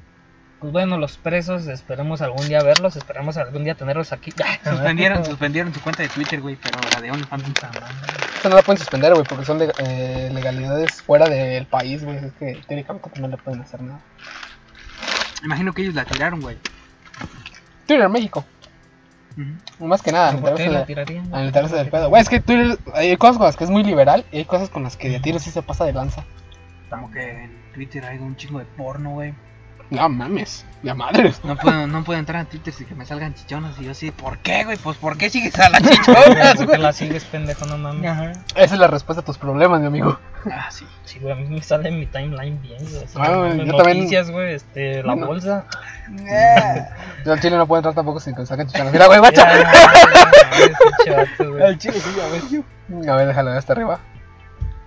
Speaker 1: Pues bueno, los presos, esperemos algún día verlos, esperemos algún día tenerlos aquí.
Speaker 4: Suspendieron, suspendieron su cuenta de Twitter, güey, pero la de OnlyFans.
Speaker 1: Puta madre.
Speaker 2: Esta no la pueden suspender, güey, porque son de- eh, legalidades fuera del país, güey. Es que técnicamente pues, no le pueden hacer nada.
Speaker 4: Imagino que ellos la tiraron, güey.
Speaker 2: Twitter México, más que nada,
Speaker 1: ¿Pero ¿Por qué la
Speaker 2: alimentarse, de-
Speaker 1: tirarían? güey?
Speaker 2: alimentarse del pedo. Güey, es que Twitter, hay cosas con las que es muy liberal y hay cosas con las que de tiro sí se pasa de lanza.
Speaker 4: Como que en Twitter hay un chingo de porno, güey.
Speaker 2: No mames, ya madres.
Speaker 4: No puedo, no puedo entrar a Twitter sin que me salgan chichonas. Y yo así, ¿por qué, güey? Pues ¿por qué sigues a las chichonas,
Speaker 1: ¿Por qué
Speaker 4: güey?
Speaker 1: la sigues, pendejo? No mames.
Speaker 4: Ajá.
Speaker 2: Esa es la respuesta a tus problemas, mi amigo.
Speaker 4: Ah, sí.
Speaker 1: Sí, güey, a mí me sale en mi timeline bien, güey. así,
Speaker 2: Ah,
Speaker 1: no
Speaker 2: güey,
Speaker 1: mames,
Speaker 2: yo también-
Speaker 1: noticias, güey, este, la
Speaker 2: No. *laughs*
Speaker 1: bolsa.
Speaker 2: Yo al chile no puedo entrar tampoco sin pensar que chichana. Mira, güey, guacha.
Speaker 1: Ya, ya, ya, pinche vato, güey.
Speaker 4: chile, sí, a ver, yo.
Speaker 2: A ver, déjalo hasta arriba.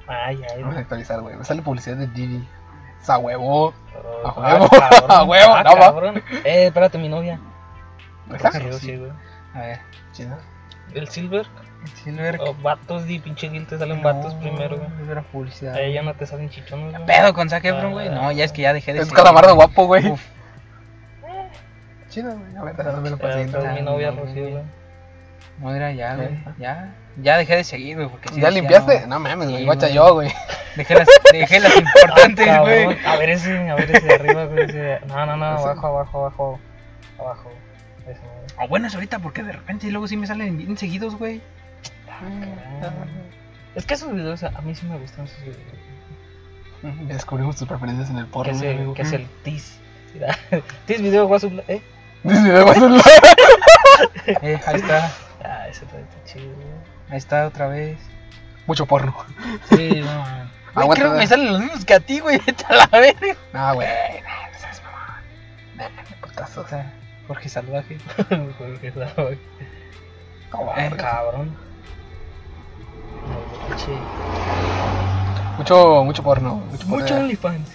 Speaker 1: Ay, ay,
Speaker 2: Vamos a
Speaker 1: güey.
Speaker 2: actualizar, güey. Me sale publicidad de Didi. Sa huevo.
Speaker 1: Pero-
Speaker 2: A
Speaker 1: ah,
Speaker 2: huevo,
Speaker 1: cabrón,
Speaker 2: a huevo,
Speaker 1: ah,
Speaker 2: no va.
Speaker 1: cabrón. Eh, espérate, mi novia.
Speaker 2: ¿Está?
Speaker 1: Sí, sí, güey.
Speaker 4: A ver,
Speaker 2: Chida.
Speaker 1: El Silver,
Speaker 4: Silver.
Speaker 1: o vatos, di pinche Gil, te salen
Speaker 4: No,
Speaker 1: vatos primero, güey.
Speaker 4: es Era publicidad.
Speaker 1: A ella no te salen chichones, güey.
Speaker 4: pedo con Zac Efron,
Speaker 1: Ah.
Speaker 4: güey? No, ya es que ya dejé de
Speaker 2: Es
Speaker 4: seguir.
Speaker 2: calamardo guapo, güey.
Speaker 4: Uf.
Speaker 2: Chida, güey. A ver, dámelo
Speaker 1: Pero
Speaker 2: para
Speaker 1: entonces mi
Speaker 2: siguiente.
Speaker 1: novia,
Speaker 4: Pues no,
Speaker 1: Rocío, güey.
Speaker 4: No era ya, güey.
Speaker 2: Ajá.
Speaker 4: Ya. Ya dejé de seguir, güey. Porque sí
Speaker 2: ¿Ya
Speaker 4: decía,
Speaker 2: limpiaste?
Speaker 4: no.
Speaker 2: No mames, güey.
Speaker 4: Sí,
Speaker 2: Guacha
Speaker 4: güey.
Speaker 2: yo, güey. *laughs*
Speaker 4: Dejé las, dejé las
Speaker 1: Ah,
Speaker 4: importantes,
Speaker 1: cabrón.
Speaker 4: güey.
Speaker 1: A ver ese, a ver ese de arriba, güey. ese de- No, no, no,
Speaker 2: Ese.
Speaker 1: abajo, abajo, abajo. Abajo. Ese, güey.
Speaker 4: Ah, O buenas ahorita, porque de repente luego sí me salen bien seguidos, güey.
Speaker 1: Mm. Es que esos videos a a mí sí me gustan esos videos.
Speaker 2: Descubrimos tus preferencias en el
Speaker 1: Que
Speaker 2: porno.
Speaker 1: es el,
Speaker 2: amigo.
Speaker 1: que es el *laughs* TIS. Mira, TIS video WhatsApp. ¿eh?
Speaker 2: Dice, me voy a hacer la-
Speaker 3: Eh, ahí está,
Speaker 1: Ah, ese está está chido. güey.
Speaker 3: ahí está otra vez.
Speaker 2: *laughs* Mucho porno. *laughs*
Speaker 1: Sí, no, *laughs* man.
Speaker 3: Güey,
Speaker 2: Aguanta,
Speaker 3: creo que me
Speaker 2: güey.
Speaker 3: salen los mismos que a ti,
Speaker 4: *laughs*
Speaker 3: güey. Vete a la verga.
Speaker 2: No, güey. nah, no seas mamón. Nah, qué putazo, o sea.
Speaker 1: Jorge Salvaje. Jorge Salvaje.
Speaker 2: ¿cómo?
Speaker 1: Ah, cabrón. Che.
Speaker 2: Mucho, mucho porno. Mucho, porno.
Speaker 1: Mucho OnlyFans.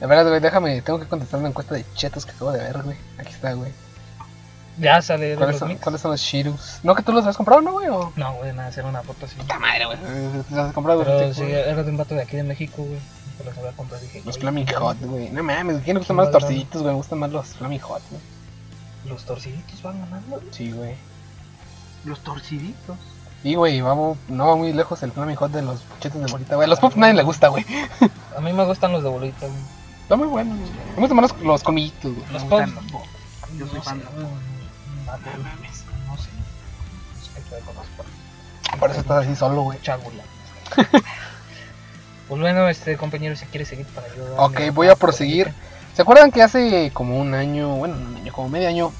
Speaker 2: De verdad, güey, déjame. Tengo que contestar una encuesta de chetos que acabo de ver, güey. Aquí está, güey.
Speaker 1: Ya sale de
Speaker 2: ¿Cuáles
Speaker 1: los
Speaker 2: son,
Speaker 1: mix.
Speaker 2: ¿Cuáles son los Shirus? ¿No que tú los has comprado, no, güey? ¿O?
Speaker 1: No, güey, nada, hacer una foto así.
Speaker 2: madre, güey. Los has comprado,
Speaker 1: Pero
Speaker 2: güey.
Speaker 1: sí, eh. era de un vato de aquí de México, güey. Pero los voy a comprar, dije.
Speaker 2: Los
Speaker 1: "Oye,
Speaker 2: Flaming Hot, güey. No mames, ¿quién le gustan
Speaker 1: No,
Speaker 2: más los
Speaker 1: no, no.
Speaker 2: torciditos, güey? Me gustan más los Flaming Hot, güey.
Speaker 1: Los torciditos van ganando.
Speaker 2: Sí, güey.
Speaker 3: Los torciditos.
Speaker 2: Y, güey, vamos, no va muy lejos el Flaming Hot de los puchetes de bolita, güey. A los pop nadie le gusta, güey.
Speaker 1: A mí me gustan los de bolita, güey.
Speaker 2: Está muy bueno, güey. Me gustan más los, los colmillitos, güey.
Speaker 1: Los
Speaker 3: Me
Speaker 1: Pops.
Speaker 3: gustan los Pops. Yo soy
Speaker 1: No sé,
Speaker 3: fan de los
Speaker 1: güey, No no mames, no sé. No sé qué pedo con los Pops.
Speaker 2: Por eso estás así solo, güey.
Speaker 1: Chágula. Pues bueno, este compañero, si quiere seguir para yo. darme
Speaker 2: Ok,
Speaker 1: otra
Speaker 2: voy a proseguir.
Speaker 1: probadita.
Speaker 2: ¿Se acuerdan que hace como un año, bueno, no un año, como medio año,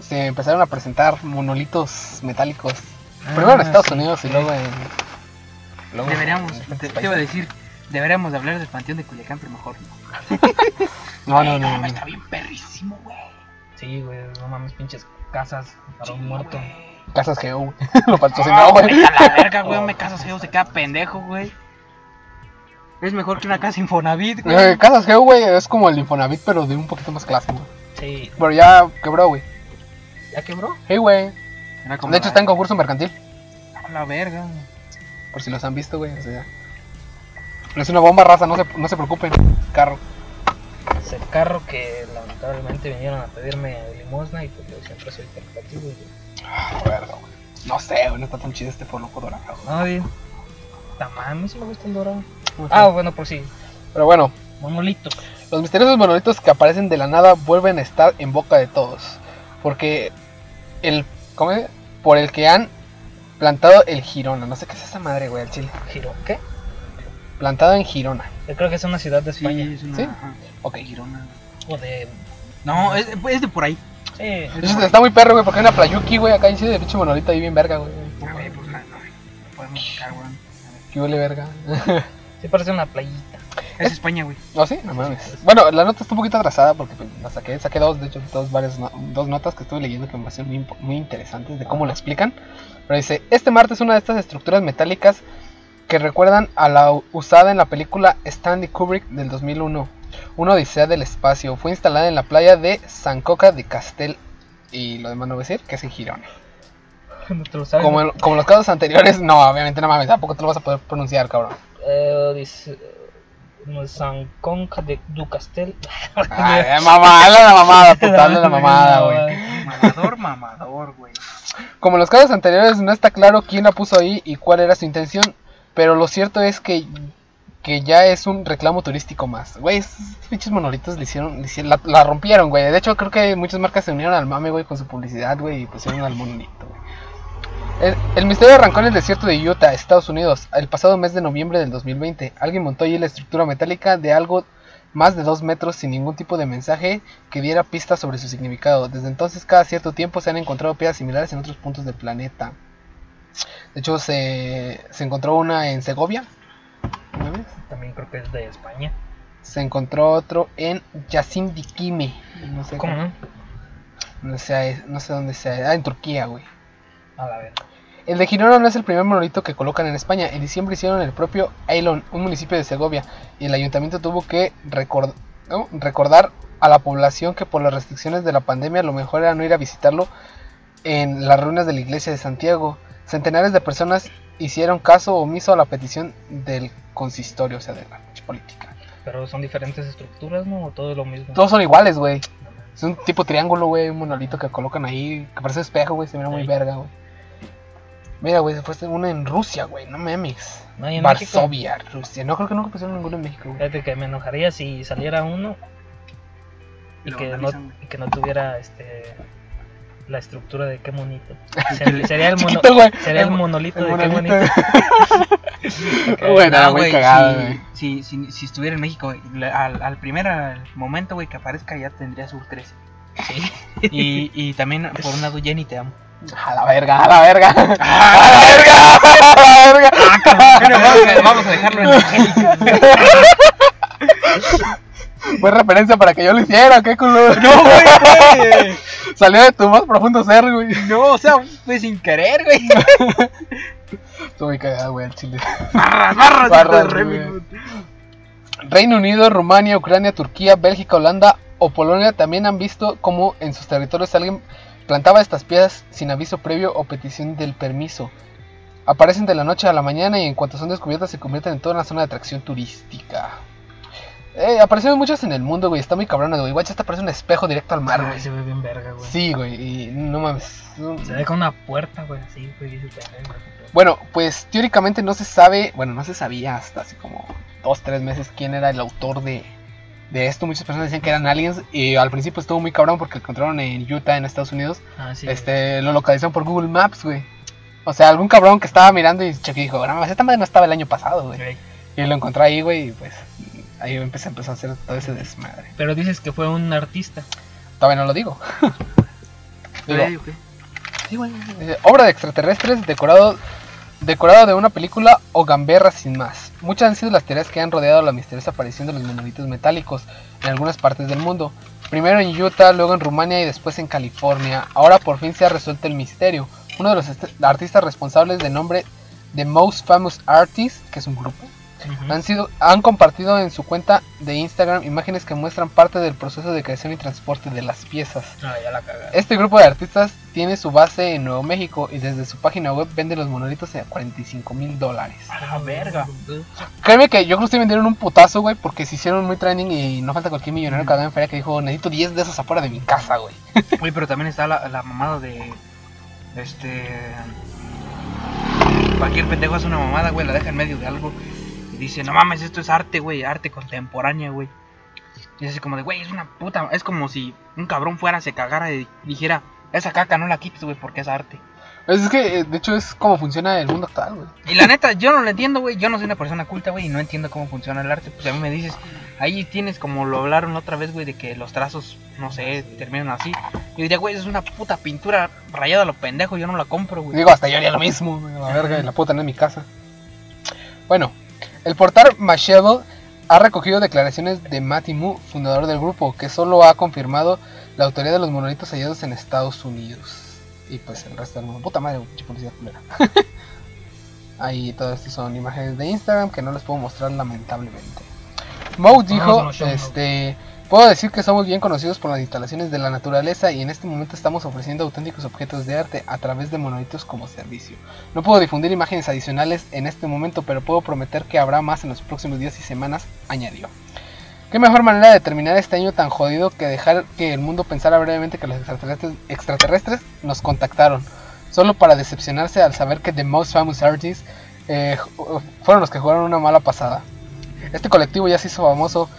Speaker 2: se empezaron a presentar monolitos metálicos? Primero en
Speaker 1: Ah,
Speaker 2: Estados
Speaker 1: sí.
Speaker 2: Unidos y luego en. luego en
Speaker 3: Deberíamos, te,
Speaker 2: diferentes
Speaker 3: te iba a
Speaker 2: países.
Speaker 3: decir, deberíamos de hablar del panteón de Culiacán, pero mejor no.
Speaker 2: No, no, no. no.
Speaker 3: Está bien perrísimo, güey.
Speaker 1: Sí, güey, no mames, pinches casas para un muerto.
Speaker 2: Casas Geo, güey. *laughs* Lo
Speaker 3: Ah,
Speaker 2: patrocinó,
Speaker 3: *laughs*
Speaker 2: güey.
Speaker 3: vete a la verga, güey. Me caso si se queda pendejo, güey. Es mejor que una casa Infonavit,
Speaker 2: Eh,
Speaker 3: güey.
Speaker 2: Casas Geo, güey, es como el Infonavit, pero de un poquito más clase, güey.
Speaker 1: Sí,
Speaker 2: Pero ya quebró, güey.
Speaker 1: ¿ya quebró?
Speaker 2: Hey, güey.
Speaker 3: Era como
Speaker 2: De hecho,
Speaker 3: la-
Speaker 2: está en concurso mercantil.
Speaker 3: A la verga.
Speaker 2: Por si los han visto, güey. O sea. Pero es una bomba raza, no se, no se preocupen. Carro.
Speaker 1: Es el carro que lamentablemente vinieron a pedirme limosna y pues yo siempre soy caritativo. güey.
Speaker 2: Ah, verga, güey. No sé, güey, no está tan chido este por loco dorado. güey.
Speaker 1: No, bien. Tamam, sí me gusta el dorado.
Speaker 2: Ujú.
Speaker 1: Ah, bueno, por sí.
Speaker 2: Pero bueno,
Speaker 1: Monolito.
Speaker 2: los misteriosos monolitos que aparecen de la nada vuelven a estar en boca de todos. Porque el. ¿Cómo es? Por el que han plantado el Girona. No sé qué es esa madre, güey, al chile.
Speaker 1: Giro, ¿qué?
Speaker 2: Plantado en Girona.
Speaker 1: Yo creo que es una ciudad de España.
Speaker 3: es una.
Speaker 2: ¿Sí?
Speaker 3: ajá.
Speaker 2: Ok.
Speaker 3: Girona.
Speaker 1: O de.
Speaker 3: No, es, es de por ahí.
Speaker 1: Sí.
Speaker 3: Es de
Speaker 2: Eso
Speaker 3: por ahí.
Speaker 2: está muy perro, güey, porque hay una playuki, güey, acá encima de pinche monolito ahí bien verga, güey.
Speaker 3: Ah, güey, pues la- no, no podemos buscar, güey.
Speaker 2: Qué huele verga. *laughs*
Speaker 1: Sí parece una playita. *laughs*
Speaker 3: Es España, güey.
Speaker 2: ¿No, sí? No mames. Bueno, la nota está un poquito atrasada porque pues, la saqué, saqué dos, de hecho, dos, varias no- dos notas que estuve leyendo que me parecieron muy, impo- muy interesantes de cómo lo explican. Pero dice, este martes una de estas estructuras metálicas que recuerdan a la u- usada en la película Stanley Kubrick del 2001, una odisea del espacio, fue instalada en la playa de San Coca de Castel y lo demás no voy a decir, que es en Girona.
Speaker 1: No te lo sabes.
Speaker 2: Como,
Speaker 1: ¿no?
Speaker 2: en- como en los casos anteriores, no, obviamente no mames, tampoco te lo vas a poder pronunciar, *laughs* cabrón.
Speaker 1: Eh, dice. eh, San Conca de Ducastel. *laughs*
Speaker 2: Ay, mamada, la mamada, puta, la mamada, güey.
Speaker 3: Mamador, mamador, güey.
Speaker 2: Como en los casos anteriores, no está claro quién la puso ahí y cuál era su intención, pero lo cierto es que, que ya es un reclamo turístico más. Güey, esos pinches monolitos le hicieron, le hicieron- la, la rompieron, güey. De hecho, creo que muchas marcas se unieron al mame, güey, con su publicidad, güey, y pusieron al monolito, güey. El, el misterio arrancó en el desierto de Utah, Estados Unidos, el pasado mes de noviembre del 2020. Alguien montó allí la estructura metálica de algo más de dos metros sin ningún tipo de mensaje que diera pistas sobre su significado. Desde entonces, cada cierto tiempo se han encontrado piedras similares en otros puntos del planeta. De hecho, se, se encontró una en Segovia. ¿no ves?
Speaker 1: También creo que es de España.
Speaker 2: Se encontró otro en Yasindikime. No sé,
Speaker 1: ¿Cómo no?
Speaker 2: no sé, no sé dónde sea. Ah, en Turquía, güey.
Speaker 1: A la verga.
Speaker 2: El de Girona no es el primer monolito que colocan en España. En diciembre hicieron el propio Ailon, un municipio de Segovia, y el ayuntamiento tuvo que record- ¿no? recordar a la población que por las restricciones de la pandemia lo mejor era no ir a visitarlo en las ruinas de la iglesia de Santiago. Centenares de personas hicieron caso omiso a la petición del consistorio, o sea, de la política.
Speaker 1: Pero son diferentes estructuras, ¿no? O todo es lo mismo.
Speaker 2: Todos son iguales, güey. Es un tipo triángulo, güey, un monolito que colocan ahí, que parece espejo, güey, se mira muy
Speaker 1: Ey.
Speaker 2: verga, güey. Mira, güey, se fue una en Rusia, güey, no memes.
Speaker 1: No, y en México.
Speaker 2: Varsovia, Rusia. No creo que nunca pusieron ninguno en México, *laughs*
Speaker 4: Eh,
Speaker 2: güey.
Speaker 1: Fíjate que me enojaría si saliera uno y
Speaker 3: Lo
Speaker 1: que, no,
Speaker 3: vandalizan, güey.
Speaker 1: y que no tuviera este la estructura de qué
Speaker 2: *laughs*
Speaker 1: monito.
Speaker 4: que-
Speaker 1: Sería el, mono-
Speaker 2: Chiquito, güey.
Speaker 1: sería el
Speaker 2: mo-
Speaker 1: monolito
Speaker 2: el
Speaker 1: de qué
Speaker 2: monolito.
Speaker 1: monito.
Speaker 2: *laughs* bueno,
Speaker 4: Nah,
Speaker 2: muy
Speaker 4: güey,
Speaker 2: cagado,
Speaker 4: si-
Speaker 2: güey.
Speaker 4: si, si, si estuviera en México, güey, le- al, al primer al momento, güey, que aparezca ya tendría sus 13. Y, y también por un lado Jenny *laughs* te amo.
Speaker 2: A la verga, a la verga. *laughs* A
Speaker 4: Ah,
Speaker 2: la
Speaker 4: *laughs*
Speaker 2: verga, a la verga.
Speaker 4: Pero vamos, a- vamos a dejarlo *laughs* en Angélica.
Speaker 2: Fue referencia para que yo lo hiciera, qué culo.
Speaker 4: No, güey.
Speaker 2: *laughs* Salió de tu más profundo ser, güey.
Speaker 4: No, o sea, fue sin querer, güey.
Speaker 2: Estuvo muy cagado, güey, al chile.
Speaker 4: Barras, barras,
Speaker 2: Barras,
Speaker 4: re-
Speaker 2: güey. Reino Unido, Rumania, Ucrania, Turquía, Bélgica, Holanda o Polonia también han visto cómo en sus territorios alguien plantaba estas piedras sin aviso previo o petición del permiso. Aparecen de la noche a la mañana y en cuanto son descubiertas se convierten en toda una zona de atracción turística. Eh, aparecen muchas en el mundo, güey. Está muy cabrona, güey. Guacha, esta parece un espejo directo al mar,
Speaker 1: Ay,
Speaker 2: güey.
Speaker 1: se ve bien verga, güey.
Speaker 2: Sí, güey. Y no mames. no-
Speaker 1: Se deja una puerta, güey, así, güey. y dices, "Verga, qué pedo".
Speaker 2: Bueno, pues teóricamente no se sabe, bueno, no se sabía hasta hace como dos, tres meses quién era el autor de, de esto. Muchas personas decían que eran aliens y al principio estuvo muy cabrón porque lo encontraron en Utah, en Estados Unidos.
Speaker 1: Ah, sí,
Speaker 2: este, lo localizaron por Google Maps, güey. O sea, algún cabrón que estaba mirando y chequeó y dijo, no, mames, esta madre no estaba el año pasado,
Speaker 1: güey.
Speaker 2: güey.
Speaker 1: Güey.
Speaker 2: Y lo encontré ahí, güey, y pues ahí empezó, empezó a hacer todo ese desmadre.
Speaker 1: Pero dices que fue un artista.
Speaker 2: Todavía no lo digo. *laughs* Digo,
Speaker 4: Güey, güey.
Speaker 2: Sí, güey. Eh, obra de extraterrestres decorado, decorado de una película o gamberra sin más. Muchas han sido las teorías que han rodeado la misteriosa aparición de los monolitos metálicos en algunas partes del mundo. Primero en Utah, luego en Rumania y después en California. Ahora por fin se ha resuelto el misterio. Uno de los est- artistas responsables del nombre The Most Famous Artist, que es un grupo,
Speaker 1: Ujú.
Speaker 2: han, sido, han compartido en su cuenta de Instagram imágenes que muestran parte del proceso de creación y transporte de las piezas.
Speaker 1: Ah, ya la cagaron.
Speaker 2: Este grupo de artistas tiene su base en Nuevo México y desde su página web vende los monolitos a 45 mil dólares.
Speaker 1: A la verga.
Speaker 2: Créeme que yo creo que sí vendieron un putazo, güey, porque se hicieron muy training y no falta cualquier millonario que haga en feria que dijo, necesito 10 de esos afuera de mi casa, güey.
Speaker 4: Güey, pero también está la, la mamada de. Este. Cualquier pendejo hace una mamada, güey, la deja en medio de algo. Y dice, no mames, esto es arte, güey, arte contemporánea, güey. Y es así como de, güey, es una puta. Es como si un cabrón fuera, se cagara y dijera, esa caca no la quites, güey, porque es arte.
Speaker 2: Pues es que, eh, de hecho, es como funciona el mundo actual, güey.
Speaker 4: Y la neta, yo no lo entiendo, güey. Yo no soy una persona culta, güey, y no entiendo cómo funciona el arte. Pues a mí me dices, ahí tienes como lo hablaron la otra vez, güey, de que los trazos, no sé, terminan así. Yo diría, güey, es una puta pintura rayada a lo pendejo, yo no la compro, güey.
Speaker 2: Digo, hasta yo haría lo mismo, güey, la verga, y la puedo tener en mi casa. Bueno, el portal Machado ha recogido declaraciones de Matty Mu, fundador del grupo, que solo ha confirmado la autoría de los monolitos hallados en Estados Unidos. Y pues el resto del mundo. Puta madre, pinche policía culera. *laughs* Ahí todo esto son imágenes de Instagram que no les puedo mostrar lamentablemente. Moe
Speaker 1: Vamos a
Speaker 2: dijo,
Speaker 1: los show notes.
Speaker 2: este, puedo decir que somos bien conocidos por las instalaciones de la naturaleza y en este momento estamos ofreciendo auténticos objetos de arte a través de monolitos como servicio. No puedo difundir imágenes adicionales en este momento, pero puedo prometer que habrá más en los próximos días y semanas, añadió. ¿Qué mejor manera de terminar este año tan jodido que dejar que el mundo pensara brevemente que los extraterrestres, extraterrestres nos contactaron? Solo para decepcionarse al saber que The Most Famous Artists eh, ju- fueron los que jugaron una mala pasada. Este colectivo ya se hizo famoso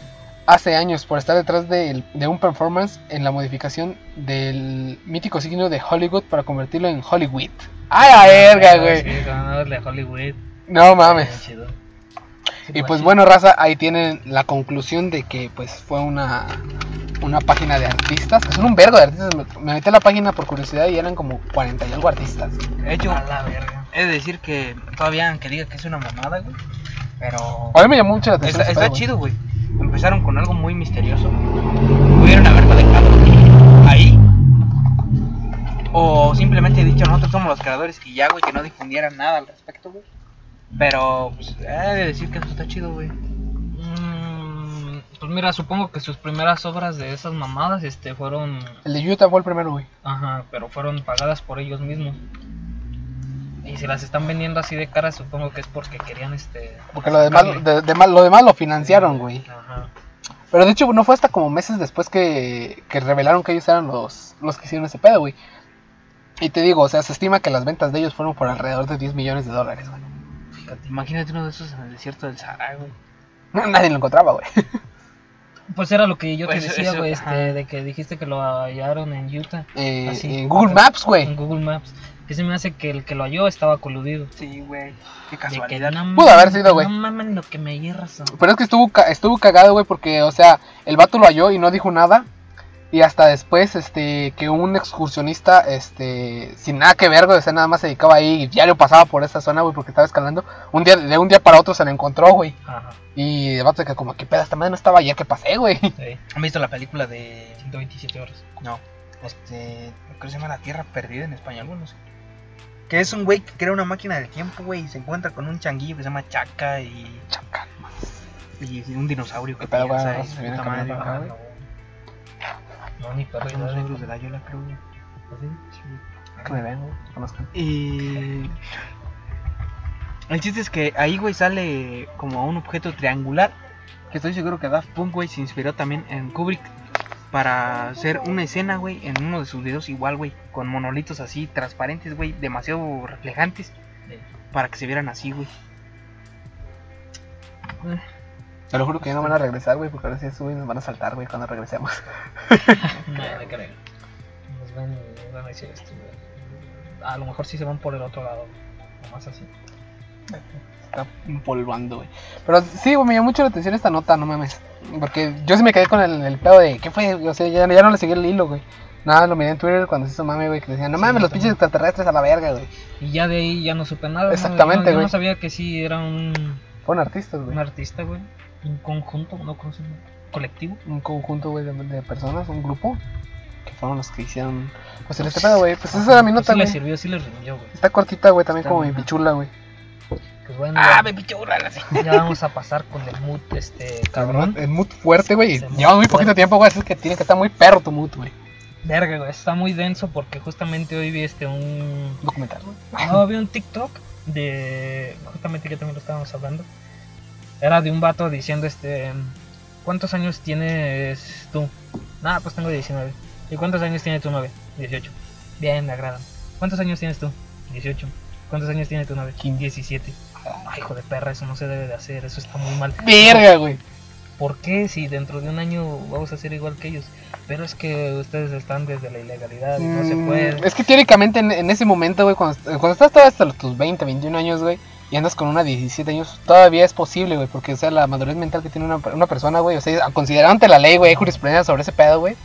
Speaker 2: hace años por estar detrás del- de, un performance en la modificación del mítico signo de Hollywood para convertirlo en Hollywood. ¡A la verga, güey!
Speaker 1: Ah, Sí, ganadores de Hollywood.
Speaker 2: No mames.
Speaker 1: Chido.
Speaker 2: Y pues bueno, raza, ahí tienen la conclusión de que pues fue una, una página de artistas, que son un vergo de artistas. Me- Me metí a la página por curiosidad y eran como 40 y algo artistas.
Speaker 4: De hecho,
Speaker 1: A la verga.
Speaker 4: he de decir que todavía, aunque diga que es una mamada, güey, pero.
Speaker 2: A mí me llamó mucho la atención.
Speaker 4: Está,
Speaker 2: ese
Speaker 4: está
Speaker 2: pedo, güey.
Speaker 4: chido, güey. Empezaron con algo muy misterioso. Pudieron haberlo dejado ahí. O simplemente dicho, nosotros somos los creadores y ya, güey, que no difundieran nada al respecto, güey. Pero, pues, he de decir que eso está chido, güey.
Speaker 1: Mm, pues mira, supongo que sus primeras obras de esas mamadas este, fueron.
Speaker 2: El de Utah fue el primero, güey.
Speaker 1: Ajá, pero fueron pagadas por ellos mismos. Y si las están vendiendo así de cara, supongo que es porque querían este.
Speaker 2: Porque lo demás,
Speaker 1: sacarle.
Speaker 2: de- demás- lo demás lo financiaron, güey.
Speaker 1: Ajá.
Speaker 2: Pero de hecho no fue hasta como meses después que, que revelaron que ellos eran los, los que hicieron ese pedo, güey. Y te digo, o sea, se estima que las ventas de ellos fueron por alrededor de 10 millones de dólares, güey. *laughs*
Speaker 4: Fíjate, imagínate uno de esos en el desierto del Sahara, güey.
Speaker 2: Nadie lo encontraba, güey.
Speaker 1: Pues era lo que yo
Speaker 4: Pues,
Speaker 1: te decía,
Speaker 4: eso-
Speaker 1: güey,
Speaker 4: ajá.
Speaker 1: este, de que dijiste que lo hallaron en Utah,
Speaker 2: Eh,
Speaker 1: Así.
Speaker 2: en Google Maps,
Speaker 1: en
Speaker 2: güey.
Speaker 1: Google Maps. Que se me hace que el que lo halló estaba coludido.
Speaker 4: Sí, güey. Qué
Speaker 1: De que
Speaker 4: casualidad.
Speaker 1: no
Speaker 2: Pudo haber
Speaker 1: mames,
Speaker 2: sido, güey.
Speaker 1: No mames lo que me hierras. ¿no?
Speaker 2: Pero es que estuvo, ca- estuvo cagado, güey, porque, o sea, el vato lo halló y no dijo nada. Y hasta después, este, que un excursionista, este, sin nada que ver, güey, o sea, nada más se dedicaba ahí y diario pasaba por esa zona, güey, porque estaba escalando. Un día, de un día para otro se lo encontró, güey.
Speaker 1: Ajá,
Speaker 2: Y el vato de que como, que pedo, esta madre no estaba ayer que pasé, güey. *laughs*
Speaker 1: sí,
Speaker 4: ¿Han visto la película de
Speaker 1: 127 horas.
Speaker 4: No, este, creo que se llama La Tierra Perdida en español, güey, no sé. Que es un güey que crea una máquina del tiempo, güey, y se encuentra con un changuillo que se llama Chaca y,
Speaker 2: Chaca.
Speaker 4: y un dinosaurio que
Speaker 2: ¿Qué pedo,
Speaker 4: piensa
Speaker 2: güey?
Speaker 4: y
Speaker 2: ¿Se
Speaker 4: su
Speaker 2: viene
Speaker 4: puta madre.
Speaker 2: caminando acá,
Speaker 4: Ah,
Speaker 2: güey?
Speaker 4: no,
Speaker 1: No, ni perro.
Speaker 4: Son los negros de la Yola, creo, güey.
Speaker 2: Que me ven, güey, conozco.
Speaker 4: Y... El chiste es que ahí, güey, sale como un objeto triangular. Que estoy seguro que Daft Punk, güey, se inspiró también en Kubrick para hacer una escena, güey, en uno de sus videos igual, güey. Con monolitos así, transparentes, güey, demasiado reflejantes.
Speaker 1: Sí.
Speaker 4: Para que se vieran así, güey.
Speaker 2: Te lo juro que ya no van a regresar, güey, porque ahora sí suben y nos van a saltar, güey, cuando regresemos.
Speaker 1: No, no creo. Nos van, nos van a decir esto, güey. A lo mejor sí se van por el otro lado, nomás así.
Speaker 2: Está empolvando, güey. Pero sí, güey, me llamó mucho la atención esta nota, no mames. Porque yo sí me quedé con el, el pedo de, ¿qué fue? O sea, ya, ya no le seguí el hilo, güey. Nada, lo miré en Twitter cuando se hizo mame, güey, que decían, no
Speaker 1: Sí, yo
Speaker 2: mames, los pinches extraterrestres a la verga, güey.
Speaker 1: Y ya de ahí ya no supe nada. ¿no?
Speaker 2: Exactamente,
Speaker 1: Yo- Yo
Speaker 2: güey.
Speaker 1: no sabía que sí era un,
Speaker 2: Fueron artistas,
Speaker 1: un
Speaker 2: güey.
Speaker 1: artista, güey. Un conjunto, no ¿Cómo se llama? colectivo.
Speaker 2: Un conjunto, güey, de, de personas, un grupo, que fueron los que hicieron, pues el este pedo, güey. Pues esa era mi nota,
Speaker 1: sí le
Speaker 2: güey.
Speaker 1: sirvió, sí le rindió, güey.
Speaker 2: Está cortita, güey, también
Speaker 4: Está
Speaker 2: como mi
Speaker 4: buena.
Speaker 2: pichula, güey.
Speaker 1: Pues bueno,
Speaker 4: ¡Ah,
Speaker 1: ya,
Speaker 4: me pichó una la señora!
Speaker 1: ya vamos a pasar con el mood,
Speaker 2: *laughs*
Speaker 1: este, cabrón.
Speaker 2: Es muy fuerte, güey.
Speaker 1: Se
Speaker 2: Lleva
Speaker 1: mood
Speaker 2: muy poquito
Speaker 1: fuerte.
Speaker 2: tiempo, güey, así que tiene que estar muy perro tu mood, güey.
Speaker 1: Verga, güey, está muy denso porque justamente hoy vi este un...
Speaker 2: Documental, güey.
Speaker 1: No, vi un TikTok de... Justamente que también lo estábamos hablando. Era de un vato diciendo, este... ¿Cuántos años tienes tú? Nah, pues tengo 19. ¿Y cuántos años tiene tu novia? 18. Bien, me agrada. ¿Cuántos años tienes tú? 18. ¿Cuántos años tiene tu novia? 17. Ay, hijo de perra, eso no se debe de hacer, eso está muy mal.
Speaker 2: Verga, güey.
Speaker 1: ¿Por qué si dentro de un año vamos a ser igual que ellos? Pero es que ustedes están desde la ilegalidad y no se
Speaker 2: Mm,
Speaker 1: puede.
Speaker 2: Es que teóricamente en, en ese momento, güey, cuando, cuando estás todavía hasta los- tus 20, 21 años, güey, y andas con una 17 años, todavía es posible, güey, porque, o sea, la madurez mental que tiene una, una persona, güey, o sea, considerante la ley, güey, hay jurisprudencia sobre ese pedo, güey,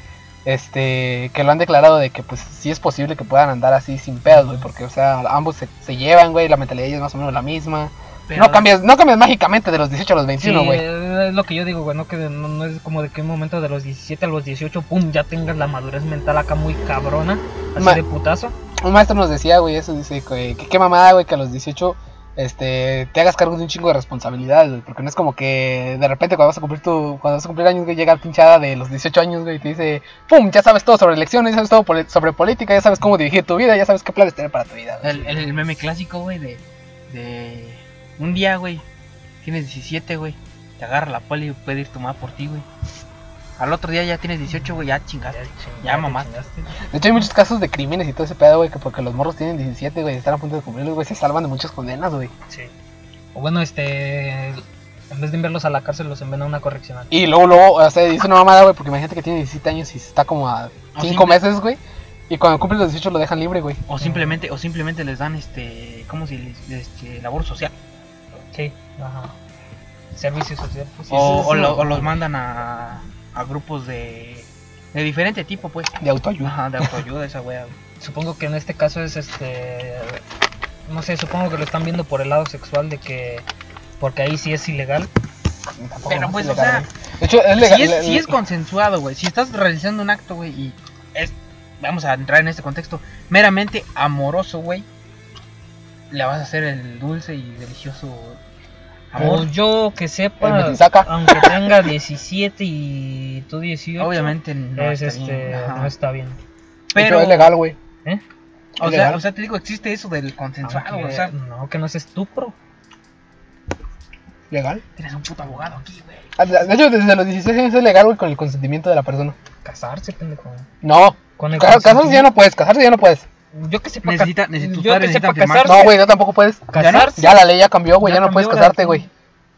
Speaker 2: este, que lo han declarado de que, pues, sí es posible que puedan andar así sin pedos, güey, porque, o sea, ambos se, se llevan, güey, la mentalidad es más o menos la misma.
Speaker 1: Pero-
Speaker 2: No cambias, no cambias mágicamente de los 18 a los
Speaker 1: Sí,
Speaker 2: 21, güey.
Speaker 1: eh, es lo que yo digo, güey, no, que no, no es como de que un momento de los 17 a los 18, pum, ya tengas la madurez mental acá muy cabrona, así
Speaker 2: Ma-
Speaker 1: de putazo.
Speaker 2: Un maestro nos decía, güey, eso dice, que que qué mamada, güey, que a los 18 este, te hagas cargo de un chingo de responsabilidades, güey, porque no es como que de repente cuando vas a cumplir tu, cuando vas a cumplir años, güey, llega la pinchada de los 18 años, güey, y te dice, pum, ya sabes todo sobre elecciones, ya sabes todo poli- sobre política, ya sabes cómo dirigir tu vida, ya sabes qué planes tener para tu vida, güey.
Speaker 4: El, el- el meme clásico, güey, de, de... Un día, güey, tienes 17, güey. Te agarra la poli y puede ir tu mamá por ti, güey. Al otro día ya tienes 18, güey, ya chingaste.
Speaker 1: ching-
Speaker 4: Ya,
Speaker 1: te
Speaker 4: mamá.
Speaker 1: chingaste.
Speaker 2: De hecho, hay muchos casos de crímenes y todo ese pedo, güey, que porque los morros tienen 17, güey, y están a punto de cumplirlos, güey, se salvan de muchas condenas, güey.
Speaker 1: Sí. O bueno, este, en vez de enviarlos a la cárcel, los envían a una correccional.
Speaker 2: Y luego, luego, o sea, dice una mamada, güey, porque imagínate que tiene 17 años y está como a
Speaker 4: O
Speaker 2: 5
Speaker 4: simple-
Speaker 2: meses, güey, y cuando cumple los 18 lo dejan libre, güey.
Speaker 4: O simplemente, o simplemente les dan, este... ¿Cómo si les... Este, labor social.
Speaker 1: Sí, ajá. Servicio social. pues, sí,
Speaker 4: o,
Speaker 1: sí,
Speaker 4: o
Speaker 1: sí.
Speaker 4: lo- o los mandan a, a grupos de... De diferente tipo, pues.
Speaker 2: De autoayuda.
Speaker 4: Ajá, de autoayuda, esa wea. güey.
Speaker 1: Supongo que en este caso es este. No sé, supongo que lo están viendo por el lado sexual de que. Porque ahí sí es ilegal.
Speaker 2: Tampoco
Speaker 4: Pero,
Speaker 2: es
Speaker 4: pues,
Speaker 2: ilegal,
Speaker 4: o sea,
Speaker 2: güey. De hecho, es legal.
Speaker 4: Si
Speaker 2: le-
Speaker 4: es, si es
Speaker 2: le-
Speaker 4: consensuado, güey. Si estás realizando un acto, güey, y es, vamos a entrar en este contexto, meramente amoroso, güey, le vas a hacer el dulce y delicioso amor.
Speaker 1: Pues yo que
Speaker 2: El
Speaker 1: sepa,
Speaker 2: Metisaca.
Speaker 1: aunque tenga 17 y tú 18,
Speaker 4: Obviamente no
Speaker 1: es,
Speaker 4: está bien,
Speaker 1: este,
Speaker 4: ajá.
Speaker 1: no está bien.
Speaker 2: de hecho,
Speaker 4: Pero,
Speaker 2: es legal, güey.
Speaker 1: ¿Eh?
Speaker 4: o,
Speaker 2: es
Speaker 4: sea,
Speaker 2: legal.
Speaker 4: o sea, te digo, existe eso del consensuado,
Speaker 1: Aunque-
Speaker 4: o sea,
Speaker 1: no, que no es estupro.
Speaker 2: Legal.
Speaker 4: tienes un puto abogado aquí, güey.
Speaker 2: Ah, De de hecho, desde los 16 años es legal, güey, con el consentimiento de la persona.
Speaker 1: Casarse, pendejo.
Speaker 2: No.
Speaker 1: Con el
Speaker 2: ca- Casarse ya
Speaker 1: consentimiento-
Speaker 2: no puedes, casarse ya no puedes.
Speaker 1: Yo que sepa,
Speaker 4: Necesita-
Speaker 1: ca-
Speaker 4: necesita- tus
Speaker 1: yo
Speaker 4: padres
Speaker 1: que sepa
Speaker 4: necesitan firmar.
Speaker 1: casarse.
Speaker 2: No, güey, no tampoco puedes.
Speaker 1: ¿Casarse?
Speaker 2: Ya la ley ya cambió, güey,
Speaker 1: Ya
Speaker 2: ya no puedes
Speaker 1: cambió la-
Speaker 2: casarte, güey.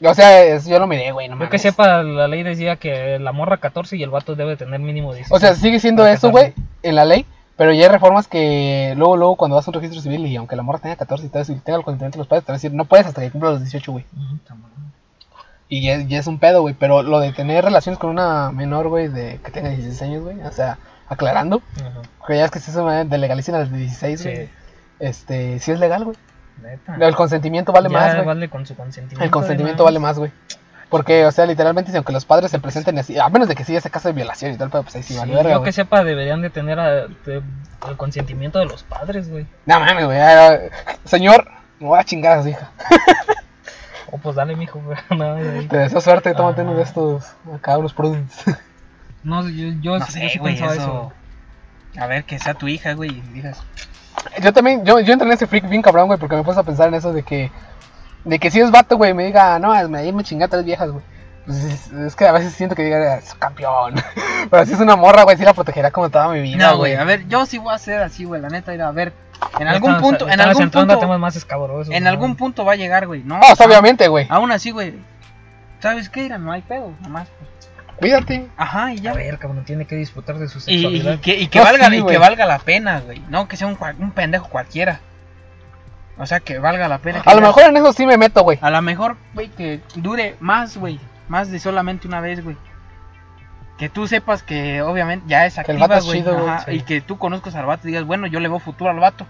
Speaker 2: O sea, es- yo lo miré, güey, no
Speaker 1: Yo
Speaker 2: mames.
Speaker 1: que sepa, la ley decía que la morra 14 y el vato debe tener mínimo 16.
Speaker 2: O sea, sigue siendo
Speaker 1: Para
Speaker 2: eso, güey,
Speaker 1: casarse.
Speaker 2: en la ley. Pero ya hay reformas que luego, luego, cuando vas a un registro civil y aunque la morra tenga 14 y todo eso, y tenga el consentimiento de los padres, te van a decir, no puedes hasta que cumpla los 18, güey.
Speaker 1: Ujú, está mal.
Speaker 2: Y ya, ya es un pedo, güey. Pero lo de tener relaciones con una menor, güey, de que tenga 16 años, güey. O sea, aclarando.
Speaker 1: Ajá.
Speaker 2: Que ya es que si eso de legalicen a los 16, güey.
Speaker 1: Sí,
Speaker 2: Este, sí es legal, güey.
Speaker 1: neta.
Speaker 2: El consentimiento vale
Speaker 1: Ya
Speaker 2: más, güey.
Speaker 1: vale con su consentimiento.
Speaker 2: El consentimiento vale
Speaker 1: además.
Speaker 2: más, güey. Porque, o sea, literalmente, si aunque los padres se presenten así, a menos de que sí ese caso de violación y tal, pero pues ahí sí,
Speaker 1: Sí,
Speaker 2: vale verga,
Speaker 1: yo
Speaker 2: güey.
Speaker 1: que sepa, deberían de tener a- de- el consentimiento de los padres, güey.
Speaker 2: No mames, güey. ah, Señor, me voy a chingar a su hija.
Speaker 1: O pues dale, mijo, *laughs* güey. nada de ahí.
Speaker 2: Te deseo suerte, tómate uno de
Speaker 1: Ah.
Speaker 2: estos, acá unos prudents.
Speaker 1: No, yo, yo,
Speaker 4: No
Speaker 1: yo
Speaker 4: sé,
Speaker 1: sí
Speaker 4: güey,
Speaker 1: pensaba
Speaker 4: eso. A ver, que sea tu hija, güey, y digas.
Speaker 2: yo también, yo, yo entré en ese freak bien cabrón, güey, porque me puse a pensar en eso de que, de que si es vato, güey, me diga, no, me, ahí me chingué a tres viejas, güey. Pues es, es que a veces siento que diga, es un campeón. *laughs* Pero si es una morra, güey, sí la protegerá como toda mi vida.
Speaker 4: No, güey, a
Speaker 2: güey.
Speaker 4: ver, yo sí voy a ser así, güey, la neta, ir a ver. En
Speaker 1: Ya
Speaker 4: algún
Speaker 1: estamos-
Speaker 4: punto, en
Speaker 1: estamos
Speaker 4: algún
Speaker 1: entrando a temas
Speaker 4: punto,
Speaker 1: más escabrosos.
Speaker 4: en
Speaker 1: ¿no?
Speaker 4: algún punto va a llegar, güey, ¿no?
Speaker 2: No, o sea, obviamente, güey.
Speaker 4: Aún así, güey. ¿Sabes qué? Ira, no hay pedo, nomás. pues,
Speaker 2: Cuídate.
Speaker 4: Ajá, y ya.
Speaker 1: A ver, cabrón, tiene que disfrutar de su
Speaker 4: Y, y-
Speaker 1: sexualidad.
Speaker 4: y que, y que
Speaker 2: No,
Speaker 4: valga,
Speaker 2: sí,
Speaker 4: y
Speaker 2: güey.
Speaker 4: que valga la pena, güey. No que sea un, cual- un pendejo cualquiera. O sea, que valga la pena. que Ah,
Speaker 2: A lo
Speaker 4: digas,
Speaker 2: mejor en eso sí me meto, güey.
Speaker 4: A lo mejor, güey, que dure más, güey. Más de solamente una vez, güey. Que tú sepas que obviamente ya es
Speaker 2: Que el
Speaker 4: activa,
Speaker 2: vato es
Speaker 4: güey.
Speaker 2: chido, güey,
Speaker 4: ajá,
Speaker 1: sí.
Speaker 4: Y que tú conozcas al vato y digas, bueno, yo le veo futuro al vato.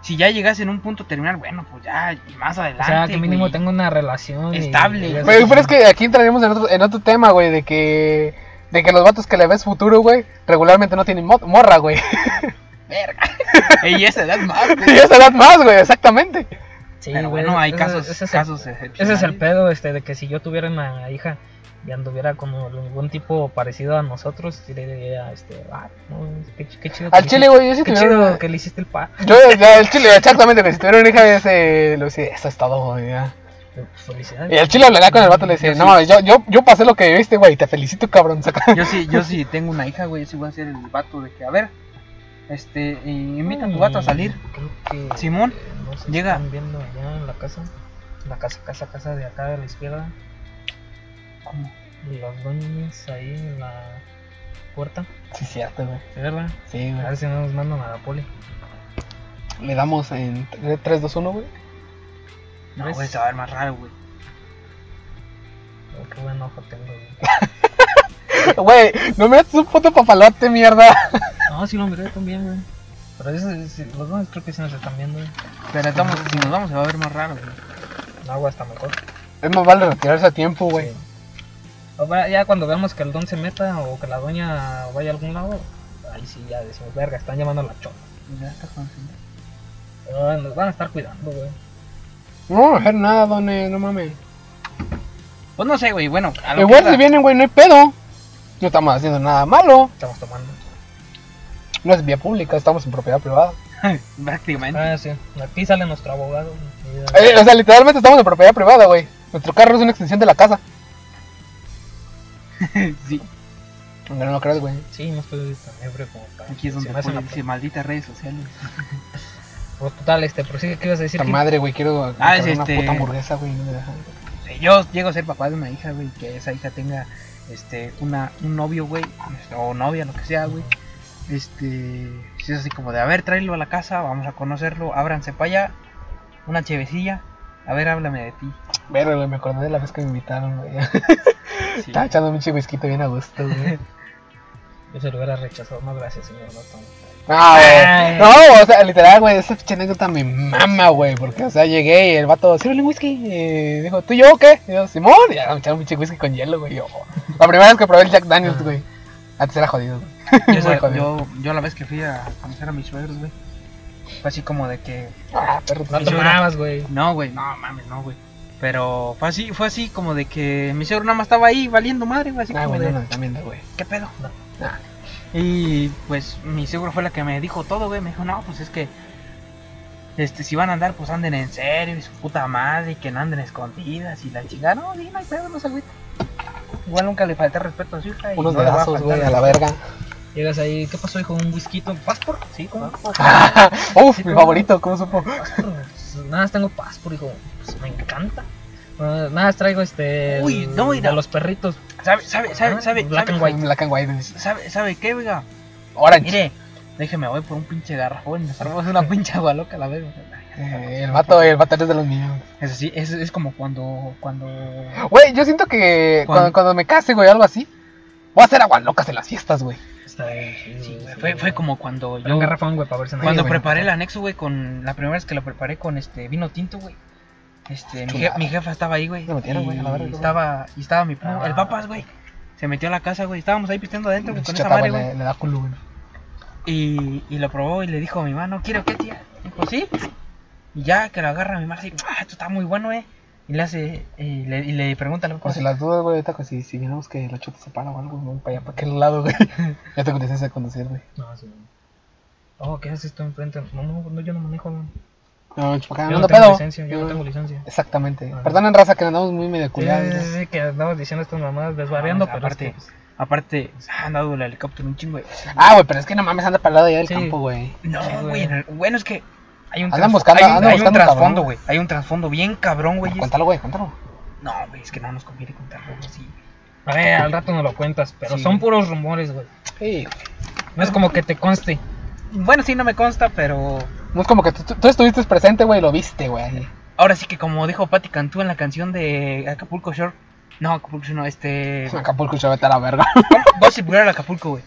Speaker 4: Si ya llegas en un punto terminal, bueno, pues ya, y más adelante.
Speaker 1: o sea, que mínimo
Speaker 4: güey.
Speaker 1: tenga una relación y-
Speaker 4: Estable,
Speaker 1: y-
Speaker 4: güey.
Speaker 2: Pero, pero es que aquí entraremos en otro, en otro tema, güey, de que, de que los vatos que le ves futuro, güey, regularmente no tienen mo- morra, güey. *laughs*
Speaker 4: Verga. *laughs* Ey, esa edad más, güey.
Speaker 2: y esa edad más, güey, exactamente.
Speaker 1: Sí,
Speaker 4: Pero
Speaker 1: güey,
Speaker 4: bueno, hay
Speaker 1: ese-
Speaker 4: casos,
Speaker 1: ese es el-
Speaker 4: casos
Speaker 1: Ese es el
Speaker 4: excepcionales.
Speaker 1: pedo, este, de que si yo tuviera una hija y anduviera como algún tipo parecido a nosotros, sí le diría, este, ah, no, qué, ch- qué chido. que
Speaker 2: Al
Speaker 1: le
Speaker 2: chile,
Speaker 1: hiciste-
Speaker 2: güey, yo sí
Speaker 1: Qué
Speaker 2: tuviera
Speaker 1: chido
Speaker 2: una-
Speaker 1: que le hiciste el pa.
Speaker 2: Yo, ya, el chile, exactamente, que si tuviera una hija, ese, lo decía, eso es todo, güey, ya.
Speaker 1: Felicidades.
Speaker 2: Y el chile hablaría con el vato y le decía,
Speaker 4: Yo
Speaker 2: no, mames, yo, yo, yo pasé lo que viste, güey, te felicito, cabrón, *laughs* saca.
Speaker 4: Yo sí, yo sí tengo una hija, güey. Yo sí voy a ser el vato de que, a ver, este, eh, invita a tu vato a salir.
Speaker 1: Creo que
Speaker 4: Simón,
Speaker 1: eh, nos están
Speaker 4: llega.
Speaker 1: viendo allá en la casa. La casa, casa, casa de acá de la izquierda.
Speaker 4: ¿Cómo?
Speaker 1: Los dueños ahí en la puerta.
Speaker 2: Sí, cierto, güey.
Speaker 1: ¿Es verdad?
Speaker 2: Sí,
Speaker 1: A ver
Speaker 2: güey.
Speaker 1: si no nos mandan a la poli.
Speaker 2: Le damos en 3, 2, 1, güey. *laughs*
Speaker 4: No,
Speaker 1: Mm, ¿Ves?
Speaker 4: güey, se va a ver más raro, güey.
Speaker 1: Oh, qué buen ojo tengo. güey.
Speaker 2: Güey, no me haces un puto papalote, mierda. *laughs*
Speaker 1: No, sí lo miré también, güey. Pero eso, sí, los dos creo que sí nos están viendo, güey.
Speaker 4: Pero estamos, si nos vamos, se va a ver más raro, güey.
Speaker 1: No, agua está mejor.
Speaker 2: Es más vale retirarse a tiempo, güey.
Speaker 1: Sí. O va- Ya cuando veamos que el don se meta o que la doña vaya a algún lado, ahí sí ya decimos, verga, están llamando a la chota.
Speaker 4: Ya está consciente.
Speaker 1: Ah, nos van a estar cuidando, güey.
Speaker 2: No vamos a hacer nada, dones, no mames.
Speaker 4: Pues no sé, güey, bueno. a lo
Speaker 2: Igual si
Speaker 4: que iba.
Speaker 2: vienen, güey, no hay pedo. No estamos haciendo nada malo.
Speaker 1: Estamos tomando.
Speaker 2: No es vía pública, estamos en propiedad privada.
Speaker 4: *laughs* Prácticamente.
Speaker 1: Ah, sí. Aquí sale nuestro abogado. güey.
Speaker 2: Eh, o sea, literalmente estamos en propiedad privada, güey. Nuestro carro es una extensión de la casa.
Speaker 4: Ah, sí.
Speaker 2: No, no lo creas, güey.
Speaker 1: Sí, no estoy tan ebrio como para.
Speaker 4: Aquí es
Speaker 1: se
Speaker 4: donde
Speaker 1: me hace
Speaker 4: ponen
Speaker 1: la-
Speaker 4: sí, malditas redes sociales.
Speaker 1: Pues, total, este, prosigue, ¿qué ibas a decir?
Speaker 2: Esta
Speaker 1: Kit?
Speaker 2: madre, güey, quiero
Speaker 4: Ah, es
Speaker 2: encargar una
Speaker 4: este-
Speaker 2: puta hamburguesa, güey. no me dejan.
Speaker 4: Si Eh, yo llego a ser papá de una hija, güey, que esa hija tenga este una un novio, güey, este, o novia, lo que sea, güey. Este, si es así como de, a ver, tráelo a la casa, vamos a conocerlo, ábranse para allá, una chevecilla, a ver, háblame de ti.
Speaker 2: Verga, güey, me acordé de la vez que me invitaron, güey.
Speaker 4: Sí.
Speaker 2: *laughs* Estaba echando un chihuisquito bien a gusto,
Speaker 4: *laughs*
Speaker 2: güey.
Speaker 1: Yo se lo hubiera rechazado. No, gracias, señor. No, tomo.
Speaker 2: Ah,
Speaker 1: Ay.
Speaker 2: güey. No, o sea, literal, güey, esa pinche anécdota me mama, güey. Porque, o sea, llegué y el vato, sirve un whisky. Eh, dijo, ¿tú y yo qué? Y yo, Simón. Y ya me echaron un pinche whisky con hielo, güey. yo. La primera vez que probé el Jack Daniels,
Speaker 1: Ah.
Speaker 2: güey. Antes era jodido, güey.
Speaker 4: Yo, esa-
Speaker 2: Híjole.
Speaker 4: yo, yo la vez que fui a conocer a mis suegros, güey, fue así como de que,
Speaker 2: Ah, perro.
Speaker 1: No tomabas, güey.
Speaker 4: no, güey, no mames, no, güey. Pero fue así, fue así como de que mi suegro nada más estaba ahí valiendo madre, güey, así
Speaker 2: Ah,
Speaker 4: como
Speaker 2: güey,
Speaker 4: de,
Speaker 2: no, no, también, no, güey.
Speaker 4: ¿qué pedo?
Speaker 2: Nah.
Speaker 1: Ah.
Speaker 4: Y pues mi seguro fue la que me dijo todo, güey. Me dijo, no, pues es que este, si van a andar, pues anden en serio y su puta madre y que no anden escondidas y la chingada. No, sí, no hay pedo, no se agüite. Igual nunca le falté respeto a su hija. y
Speaker 2: Unos
Speaker 4: no le va a
Speaker 2: dedazos, güey, a
Speaker 4: faltar
Speaker 2: la verga. *laughs*
Speaker 1: Llegas ahí, ¿qué pasó, hijo? ¿Un whisky? ¿Vas por?
Speaker 4: Sí, ¿cómo?
Speaker 2: Uf, mi favorito, ¿cómo supo?
Speaker 1: Passport, pues, Nada más tengo Passport, hijo. Pues me encanta. Ah, nada, traigo este.
Speaker 4: Uy,
Speaker 1: el-
Speaker 4: no, mira.
Speaker 1: De los perritos.
Speaker 4: ¿Sabe, sabe, sabe,
Speaker 1: Ah,
Speaker 4: sabe?
Speaker 1: Black
Speaker 4: sabe,
Speaker 1: and White.
Speaker 2: Black and White.
Speaker 4: sabe, sabe qué, oiga?
Speaker 2: Orange.
Speaker 4: Mire, déjeme, voy por un pinche garrafón. Nos armamos una pinche agua loca a la vez.
Speaker 2: Eh, el vato, el vato es de los míos.
Speaker 4: Eso sí, es, es como cuando. cuando...
Speaker 2: Güey, yo siento que
Speaker 4: ¿Cuál?
Speaker 2: cuando, cuando me case, güey, algo así, voy a hacer aguas locas en las fiestas, güey.
Speaker 1: Está bien, sí, sí, sí,
Speaker 4: Fue, fue como cuando
Speaker 1: Pero
Speaker 4: yo.
Speaker 1: un garrafón, güey, para ver si nadie-
Speaker 4: Cuando
Speaker 2: güey.
Speaker 4: preparé el anexo, güey, con. La primera vez que lo preparé con este vino tinto, güey. Este, mi,
Speaker 2: Chulada.
Speaker 4: je- mi jefa estaba ahí, güey.
Speaker 2: Me metieron, güey, a la verga,
Speaker 4: Y
Speaker 2: güey.
Speaker 4: estaba, y estaba mi primo,
Speaker 1: Ah.
Speaker 4: el papas, güey. Se metió a la casa, güey. Estábamos ahí pisteando adentro, güey, con esa
Speaker 2: Chata,
Speaker 4: madre,
Speaker 2: güey,
Speaker 4: güey.
Speaker 2: le, le da culo, güey.
Speaker 4: Y, y lo probó y le dijo a mi mano, quiero que tía. Dijo, sí. Y ya que lo agarra mi mano así, "Ah, esto está muy bueno, eh. Y le hace, eh, y le, y le pregunta al
Speaker 2: Por
Speaker 4: papá,
Speaker 2: si las dudas, güey, ahorita, pues, si, si miramos que la chota se para o algo, güey, para allá, para aquel lado, güey. ya tengo licencia de conducir, güey.
Speaker 1: No, sí. Oh, ¿qué haces tú enfrente? No, no, no, yo no manejo. No,
Speaker 2: No, chupa acá,
Speaker 1: yo no,
Speaker 2: no, no Eh,
Speaker 1: tengo
Speaker 2: pedo.
Speaker 1: licencia, yo no tengo licencia.
Speaker 2: Exactamente.
Speaker 1: Ajá.
Speaker 2: Perdonen, raza, que le andamos muy medio
Speaker 1: Sí,
Speaker 2: culiados.
Speaker 1: sí, sí, que andamos diciendo estas mamadas desvariando,
Speaker 4: Ah,
Speaker 1: pero
Speaker 4: aparte,
Speaker 1: es que- pues,
Speaker 4: aparte, ha andado el helicóptero un chingo de veces".
Speaker 2: Ah, güey, pero es que no mames, anda para el lado allá del
Speaker 1: Sí.
Speaker 2: campo, güey.
Speaker 4: No,
Speaker 1: Sí, güey.
Speaker 4: güey, en el- bueno, es que hay un,
Speaker 2: Andan
Speaker 4: trasfo-
Speaker 2: buscando-
Speaker 4: hay un,
Speaker 2: andan
Speaker 4: hay un
Speaker 2: buscando
Speaker 4: trasfondo,
Speaker 2: cabrón.
Speaker 4: güey. Hay un trasfondo bien cabrón, güey. y es-
Speaker 2: Cuéntalo, güey, cuéntalo.
Speaker 4: No, güey, es que no nos conviene contarlo así.
Speaker 1: a ver, al rato no lo cuentas, pero
Speaker 4: Sí.
Speaker 1: son puros rumores, güey.
Speaker 2: Sí,
Speaker 1: No es como que te conste.
Speaker 4: Bueno, sí, no me consta, pero
Speaker 2: No es como que tú, tú- tú estuviste presente, güey, lo viste, güey. ahí.
Speaker 4: ahora sí que como dijo Patti Cantú en la canción de Acapulco Shore, no, Acapulco Shore
Speaker 2: *laughs*
Speaker 4: no, este...
Speaker 2: Acapulco, ya vete a la verga.
Speaker 4: Gossip Girl Acapulco, güey.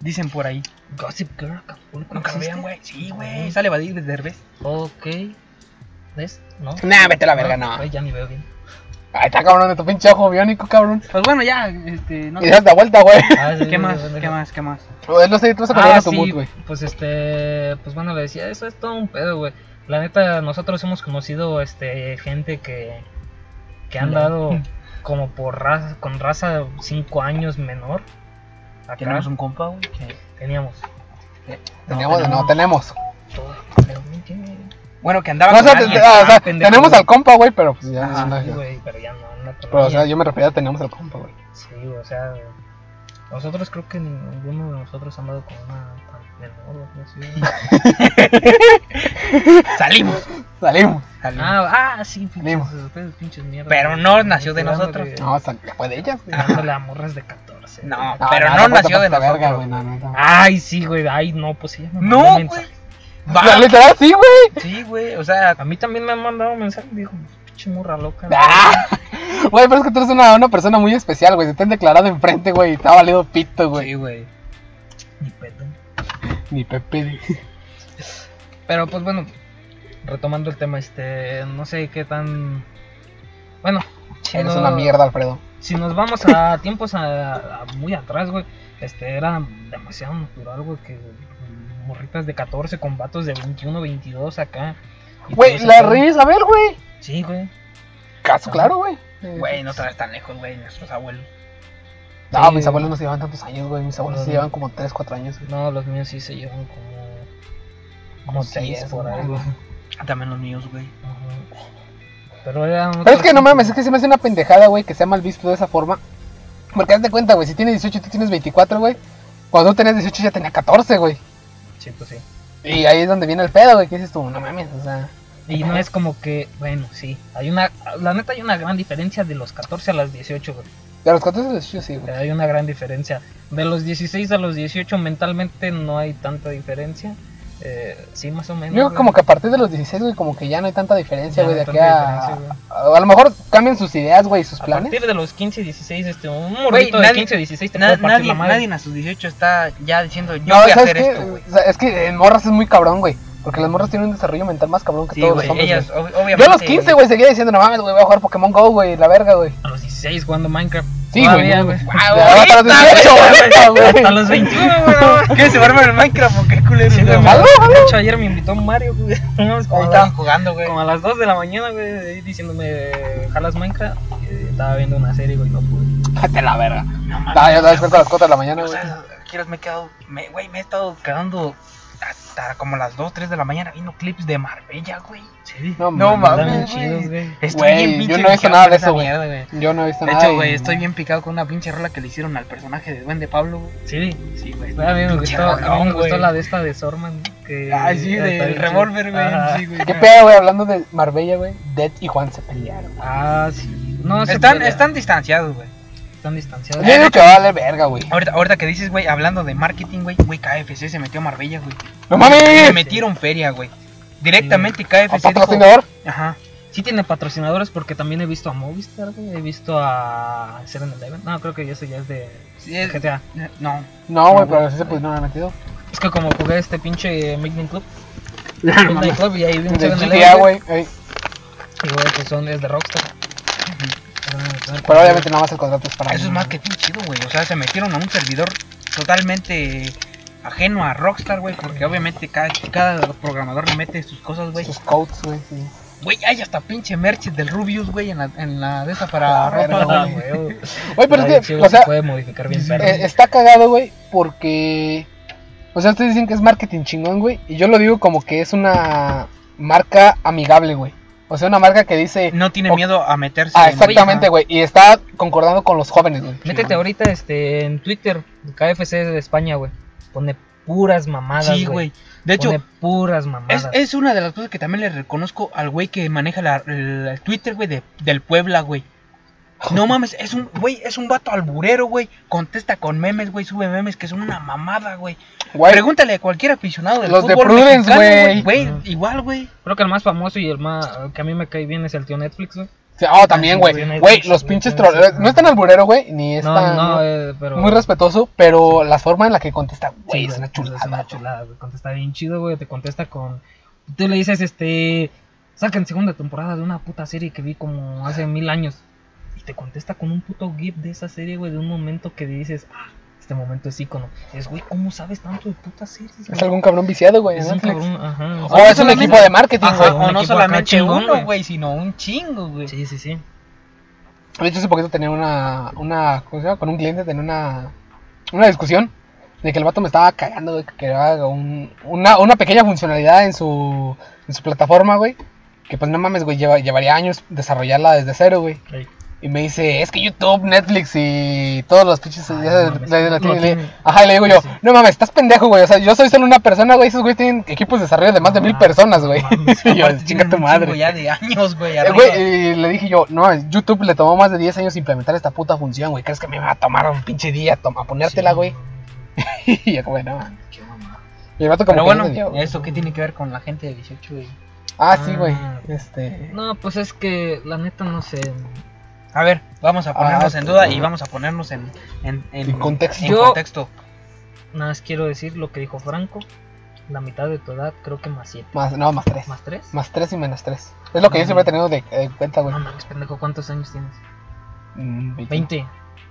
Speaker 4: Dicen por ahí.
Speaker 1: Gossip Girl, Acapulco.
Speaker 4: Nunca lo
Speaker 1: ¿existe?
Speaker 4: vean, güey. Sí, güey. Sale Badir de Derbez.
Speaker 1: Ok. ¿Ves? No.
Speaker 2: nah, vete a la verga, no.
Speaker 1: Ay, ya ni veo bien.
Speaker 2: Ahí está, cabrón, de tu pinche ojo biónico, cabrón.
Speaker 4: Pues bueno, ya, este,
Speaker 2: Y
Speaker 4: no
Speaker 2: *laughs*
Speaker 4: sé.
Speaker 2: das la vuelta, güey.
Speaker 1: Ah, sí,
Speaker 4: ¿Qué más?
Speaker 1: bueno, *laughs*
Speaker 4: ¿Qué más? ¿Qué más?
Speaker 2: Güey, No sé, tú vas a poner
Speaker 1: Ah,
Speaker 2: a tu
Speaker 1: sí,
Speaker 2: mood, güey.
Speaker 1: pues este, pues bueno, le decía, eso es todo un pedo, güey. La neta, nosotros hemos conocido este gente que, que han
Speaker 2: *laughs*
Speaker 1: dado como por raza, con raza 5 años menor. Acá
Speaker 4: Tenemos un compa, güey. que-
Speaker 1: teníamos.
Speaker 2: Tenemos, no, tenemos.
Speaker 1: todo.
Speaker 4: Bueno, que andaba
Speaker 2: No, o sea,
Speaker 4: con
Speaker 2: te-
Speaker 4: alguien.
Speaker 2: ah, o sea,
Speaker 1: pendejo,
Speaker 2: tenemos
Speaker 1: güey.
Speaker 2: al compa, güey, pero pues ya.
Speaker 4: Ajá,
Speaker 2: no,
Speaker 1: Sí,
Speaker 2: ya.
Speaker 1: güey, pero ya no, no con
Speaker 2: pero, o sea,
Speaker 1: ella.
Speaker 2: yo me refería a tenemos al compa, güey.
Speaker 1: Sí, güey, o sea, nosotros creo que ninguno de nosotros ha andado con una tan menor, ¿no? Sí, güey.
Speaker 2: *laughs*
Speaker 4: Salimos.
Speaker 2: Salimos.
Speaker 4: Salimos.
Speaker 1: Ah, ah, sí, pinches,
Speaker 2: Venimos.
Speaker 1: ustedes pinches mierdas.
Speaker 4: Pero no nació de nosotros.
Speaker 2: No, o sea, que fue de ellas, güey.
Speaker 1: Dándole a morras de 14.
Speaker 4: No,
Speaker 1: güey.
Speaker 4: pero no
Speaker 2: pues,
Speaker 4: nació de
Speaker 2: tampoco
Speaker 4: nosotros.
Speaker 2: verga, güey, no, no, no.
Speaker 1: Ay, sí, güey. Ay, no, pues sí.
Speaker 4: No, güey.
Speaker 2: O sea,
Speaker 4: Va.
Speaker 2: literal, sí, güey.
Speaker 4: Sí, güey. O sea,
Speaker 1: A mí también me han mandado mensajes. Dijo, "Pues, pinche morra loca. ¿no?"
Speaker 2: Ah, *laughs* Güey, pero es que tú eres una, una persona muy especial, güey. Se te han declarado enfrente, güey. y Te ha valido pito, güey.
Speaker 4: sí, güey.
Speaker 1: Ni pedo.
Speaker 2: Ni Pepe. *laughs*
Speaker 1: Pero pues bueno, retomando el tema, este. No sé qué tan. Bueno, si,
Speaker 2: Eres
Speaker 1: no-
Speaker 2: una mierda, Alfredo.
Speaker 1: si nos vamos
Speaker 2: *laughs*
Speaker 1: a tiempos a- a muy atrás, güey. Este era demasiado natural, güey. Que mm, morritas de 14 con vatos de 21, 22 acá. y
Speaker 2: Güey,
Speaker 1: todos
Speaker 2: la
Speaker 1: acá-
Speaker 2: reina Isabel, güey.
Speaker 1: Sí, güey.
Speaker 2: Caso,
Speaker 1: Ajá.
Speaker 2: claro, güey.
Speaker 4: Güey, no te vas tan lejos, güey. Nuestros abuelos.
Speaker 2: No,
Speaker 1: Sí.
Speaker 2: mis abuelos no se llevan tantos años, güey. Mis abuelos
Speaker 1: No,
Speaker 2: se
Speaker 1: no.
Speaker 2: llevan como 3, 4 años, güey.
Speaker 1: No, los míos sí se llevan como.
Speaker 2: Como
Speaker 1: seis
Speaker 2: 10
Speaker 1: por ahí, güey.
Speaker 4: También los míos, güey.
Speaker 1: Ajá. Pero era.
Speaker 2: Pero es que no mames, es que se me hace una pendejada, güey, que sea mal visto de esa forma. Porque haz de cuenta, güey, si tienes 18 y tú tienes 24, güey. Cuando tú tenías 18 ya tenía 14, güey.
Speaker 1: Sí, pues sí.
Speaker 2: Y ahí es donde viene el pedo, güey, que dices tú, no mames, o sea.
Speaker 1: Y no es como que. Bueno, sí. Hay una. La neta, hay una gran diferencia de los 14 a los 18, güey.
Speaker 2: De los 14 a los 18 sí, güey.
Speaker 1: Hay una gran diferencia. De los 16 a los 18, mentalmente no hay tanta diferencia. Eh, sí, más o
Speaker 2: Yo
Speaker 1: menos.
Speaker 2: creo que
Speaker 1: güey.
Speaker 2: como que a partir de los 16, güey, como que ya no hay tanta diferencia,
Speaker 1: Ya
Speaker 2: güey, de
Speaker 1: no
Speaker 2: aquí
Speaker 1: hay tanta
Speaker 2: a...
Speaker 1: diferencia,
Speaker 2: A lo mejor cambian sus ideas, güey, y sus
Speaker 1: A
Speaker 2: planes.
Speaker 1: partir de los 15 y 16, este, un morrito de
Speaker 4: nadie-
Speaker 1: 15 o 16 te
Speaker 4: Na-
Speaker 1: puede partir
Speaker 4: nadie,
Speaker 1: la madre.
Speaker 4: nadie a sus 18 está ya diciendo, yo
Speaker 2: No,
Speaker 4: voy a
Speaker 2: ¿sabes
Speaker 4: hacer
Speaker 2: qué?
Speaker 4: esto, güey.
Speaker 2: O sea, es que en morras es muy cabrón, güey. Porque las morras tienen un desarrollo mental más cabrón que
Speaker 4: Sí,
Speaker 2: todos
Speaker 4: güey.
Speaker 2: los hombres,
Speaker 4: Ellas,
Speaker 2: güey.
Speaker 4: ob- obviamente.
Speaker 2: Yo a los 15, güey, seguía diciendo, no mames, güey, voy a jugar Pokémon GO, güey, la verga, güey.
Speaker 1: A los 16 jugando Minecraft.
Speaker 2: Sí, güey.
Speaker 1: Todavía,
Speaker 2: güey.
Speaker 1: güey.
Speaker 2: Ya
Speaker 4: Ah,
Speaker 2: va hasta los 18, güey.
Speaker 1: Hasta los 21, güey. *laughs* no.
Speaker 4: ¿Qué se va a armar el Minecraft o qué culero?
Speaker 1: Sí, güey,
Speaker 4: No,
Speaker 1: me-
Speaker 2: ¿Aló?
Speaker 1: De hecho, ayer me invitó Mario, güey. *laughs* Vamos,
Speaker 4: Ahí
Speaker 1: como, a
Speaker 4: estaban
Speaker 1: las,
Speaker 4: jugando, güey.
Speaker 1: como a las 2 de la mañana, güey, ahí diciéndome, ¿jalas Minecraft? Y estaba viendo una serie, güey, no pude.
Speaker 2: Vete a la verga. No, yo estaba despierto a las 4 de la mañana,
Speaker 4: O
Speaker 2: güey.
Speaker 4: sea, quiero- me he quedado, me- güey, me, he estado quedando hasta como las 2, 3 de la mañana viendo clips de Marbella, güey.
Speaker 1: Sí.
Speaker 2: No,
Speaker 4: No
Speaker 2: mames.
Speaker 1: Andaban
Speaker 4: mames,
Speaker 1: chidos,
Speaker 4: güey.
Speaker 1: güey.
Speaker 4: Estoy
Speaker 2: Güey,
Speaker 4: bien
Speaker 2: yo
Speaker 4: pinche
Speaker 2: no he visto
Speaker 4: viciado
Speaker 2: nada
Speaker 4: con
Speaker 2: de
Speaker 4: esa
Speaker 2: eso, güey.
Speaker 4: mierda, güey.
Speaker 2: Yo no he visto
Speaker 4: De
Speaker 2: nada.
Speaker 4: hecho,
Speaker 2: y-
Speaker 4: güey, estoy bien picado con una pinche rola que le hicieron al personaje de Duende Pablo, güey.
Speaker 1: Sí.
Speaker 4: Sí, güey.
Speaker 1: A mí me
Speaker 4: Pinche
Speaker 1: gustó, a mí
Speaker 4: rolón,
Speaker 1: me gustó
Speaker 4: güey.
Speaker 1: la de esta de Sorman. Que
Speaker 4: Ah, sí,
Speaker 1: está bien
Speaker 4: del
Speaker 1: chida.
Speaker 4: revólver, güey.
Speaker 1: Ajá.
Speaker 4: Sí, güey.
Speaker 2: ¿Qué pedo, güey? Hablando de Marbella, güey. Dead y Juan se pelearon.
Speaker 1: Ah, sí. No, se
Speaker 4: Están,
Speaker 1: pelean,
Speaker 4: están distanciados, güey.
Speaker 1: están distanciados.
Speaker 2: Yo digo que va a valer verga, güey.
Speaker 4: Ahorita, ahorita que dices, güey, hablando de marketing, güey, güey, KFC se metió a Marbella, güey.
Speaker 2: ¡No
Speaker 4: Le
Speaker 2: mames!
Speaker 4: metieron feria, güey. Directamente
Speaker 2: ¿A
Speaker 4: KFC dijo,
Speaker 2: patrocinador?
Speaker 4: Ajá.
Speaker 1: Sí tiene patrocinadores porque también he visto a Movistar, güey, he visto a 7-Eleven. No, creo que eso ya es de
Speaker 4: Sí,
Speaker 1: de
Speaker 4: es-
Speaker 1: GTA.
Speaker 4: No.
Speaker 2: No, güey,
Speaker 4: No,
Speaker 2: pero sí se pudieron haber metido.
Speaker 1: Es que como jugué este pinche Midnight Club,
Speaker 2: Ya,
Speaker 1: Midnight Club y ahí vi un
Speaker 2: De
Speaker 1: 7-Eleven.
Speaker 2: GTA, güey. ey,
Speaker 1: Y güey, pues son es de Rockstar. Entonces,
Speaker 2: Pero obviamente nada más el contrato es para.
Speaker 4: Eso es marketing chido, güey. O sea, se metieron a un servidor totalmente ajeno a Rockstar, güey. Porque obviamente cada, cada programador le mete sus cosas, güey.
Speaker 2: Sus coats, güey. sí.
Speaker 4: Güey, hay hasta pinche merch del Rubius, güey, en la, en la de esa
Speaker 2: Ah,
Speaker 4: para
Speaker 2: verga,
Speaker 4: ropa,
Speaker 1: Ah,
Speaker 4: güey.
Speaker 1: güey.
Speaker 2: Güey, pero
Speaker 1: Ay,
Speaker 2: es que,
Speaker 1: chido,
Speaker 2: o
Speaker 1: se
Speaker 2: sea,
Speaker 1: puede modificar bien, pero.
Speaker 2: eh, está cagado, güey, porque. O sea, ustedes dicen que es marketing chingón, güey. Y yo lo digo como que es una marca amigable, güey. O sea, una marca que dice.
Speaker 4: No tiene
Speaker 2: O-
Speaker 4: miedo a meterse.
Speaker 2: Ah,
Speaker 4: en-
Speaker 2: exactamente, güey. Y está concordando con los jóvenes, güey.
Speaker 1: Métete ahorita este en Twitter, KFC de España, güey. Pone puras mamadas,
Speaker 4: Sí, güey. De hecho,
Speaker 1: Pone puras
Speaker 4: Es,
Speaker 1: mamadas.
Speaker 4: es una de las cosas que también le reconozco al güey que maneja la, el el Twitter, güey, de- del Puebla, güey.
Speaker 2: *laughs*
Speaker 4: No mames, es un, güey, es un vato alburero, güey. Contesta con memes, güey, sube memes que son una mamada, güey.
Speaker 2: Güey,
Speaker 4: Pregúntale a cualquier aficionado del
Speaker 2: Los de
Speaker 4: fútbol
Speaker 2: Prudence,
Speaker 4: mexicano,
Speaker 2: güey.
Speaker 4: güey.
Speaker 1: Ajá.
Speaker 4: Güey, igual, güey.
Speaker 1: Creo que el más famoso y el más que a mí me cae bien es el tío Netflix, güey.
Speaker 2: sí, ah, también, güey.
Speaker 1: güey,
Speaker 2: Güey,
Speaker 1: sí,
Speaker 2: los
Speaker 1: sí,
Speaker 2: pinches
Speaker 1: sí,
Speaker 2: troleros.
Speaker 1: sí.
Speaker 2: No es tan alburero, güey, ni es
Speaker 1: No,
Speaker 2: tan.
Speaker 1: no, eh, pero
Speaker 2: Muy respetuoso, pero la forma en la que contesta, güey,
Speaker 1: Sí,
Speaker 2: es una chulada.
Speaker 1: Es una chulada, güey. Contesta bien chido, güey. Te contesta con. Tú le dices, este. Sacan segunda temporada de una puta serie que vi como hace mil años. Y te contesta con un puto gif de esa serie, güey. De un momento que dices, ah, este momento es ícono. Es, güey, ¿cómo sabes tanto de putas series,
Speaker 2: Es
Speaker 1: güey?
Speaker 2: algún cabrón viciado, güey.
Speaker 1: Es
Speaker 2: en
Speaker 1: un
Speaker 2: Netflix.
Speaker 1: cabrón, ajá.
Speaker 2: O es un
Speaker 4: solamente-
Speaker 2: equipo de marketing,
Speaker 4: Ajá,
Speaker 2: güey.
Speaker 1: un
Speaker 4: o no
Speaker 1: equipo acá
Speaker 4: solamente
Speaker 1: chingón,
Speaker 4: uno,
Speaker 1: güey.
Speaker 4: güey, sino un chingo, güey.
Speaker 1: Sí, sí, sí.
Speaker 2: De hecho, hace poquito tenía una, una ¿cómo se llama? Con un cliente tenía una, una discusión de que el vato me estaba cagando, güey, que era un, una, una pequeña funcionalidad en su, en su plataforma, güey. Que pues no mames, güey, lleva- llevaría años desarrollarla desde cero, güey.
Speaker 1: Ahí.
Speaker 2: Y me dice, es que YouTube, Netflix y todos los pinches
Speaker 1: Ay,
Speaker 2: ya
Speaker 1: no
Speaker 2: se-
Speaker 1: mames,
Speaker 2: la- la-
Speaker 1: lo
Speaker 2: tienen-
Speaker 1: tienen.
Speaker 2: Ajá, y le digo yo,
Speaker 1: Sí.
Speaker 2: no mames, estás pendejo, güey. O sea, yo soy solo una persona, güey. Esos güey tienen equipos de desarrollo de más de
Speaker 1: No
Speaker 2: mil
Speaker 1: mames,
Speaker 2: personas, güey.
Speaker 1: no mames.
Speaker 2: *laughs* Y yo,
Speaker 4: Aparte
Speaker 2: chinga
Speaker 4: tienen
Speaker 2: tu
Speaker 4: un chingo
Speaker 2: madre.
Speaker 4: ya de años, güey,
Speaker 2: Eh,
Speaker 4: arriba.
Speaker 2: güey, y le dije yo, no, YouTube le tomó más de 10 años implementar esta puta función, güey. ¿Crees que me va a tomar un pinche día toma, a ponértela,
Speaker 1: Sí,
Speaker 2: güey? *laughs* y yo, como, no.
Speaker 1: qué mamada.
Speaker 2: Y el vato como
Speaker 4: Pero
Speaker 2: que
Speaker 4: bueno,
Speaker 2: no entendió, güey.
Speaker 4: ¿esto qué tiene que ver con la gente de 18, güey?
Speaker 2: Ah, sí, güey.
Speaker 1: Ah.
Speaker 2: Este.
Speaker 1: No, pues es que la neta no sé.
Speaker 4: A ver, vamos a
Speaker 2: Ah,
Speaker 4: ponernos en
Speaker 2: ok.
Speaker 4: duda y vamos a ponernos en, en, en,
Speaker 2: En contexto.
Speaker 4: en
Speaker 1: Yo-
Speaker 4: contexto.
Speaker 1: Nada más quiero decir lo que dijo Franco. La mitad de tu edad, creo que más siete.
Speaker 2: Más, no, más 3.
Speaker 1: ¿Más tres?
Speaker 2: Más 3 y menos 3. Es lo que yo
Speaker 1: Mm.
Speaker 2: siempre he tenido de, en cuenta, güey.
Speaker 1: No mames, pendejo, ¿cuántos años tienes?
Speaker 2: Mm,
Speaker 1: 20.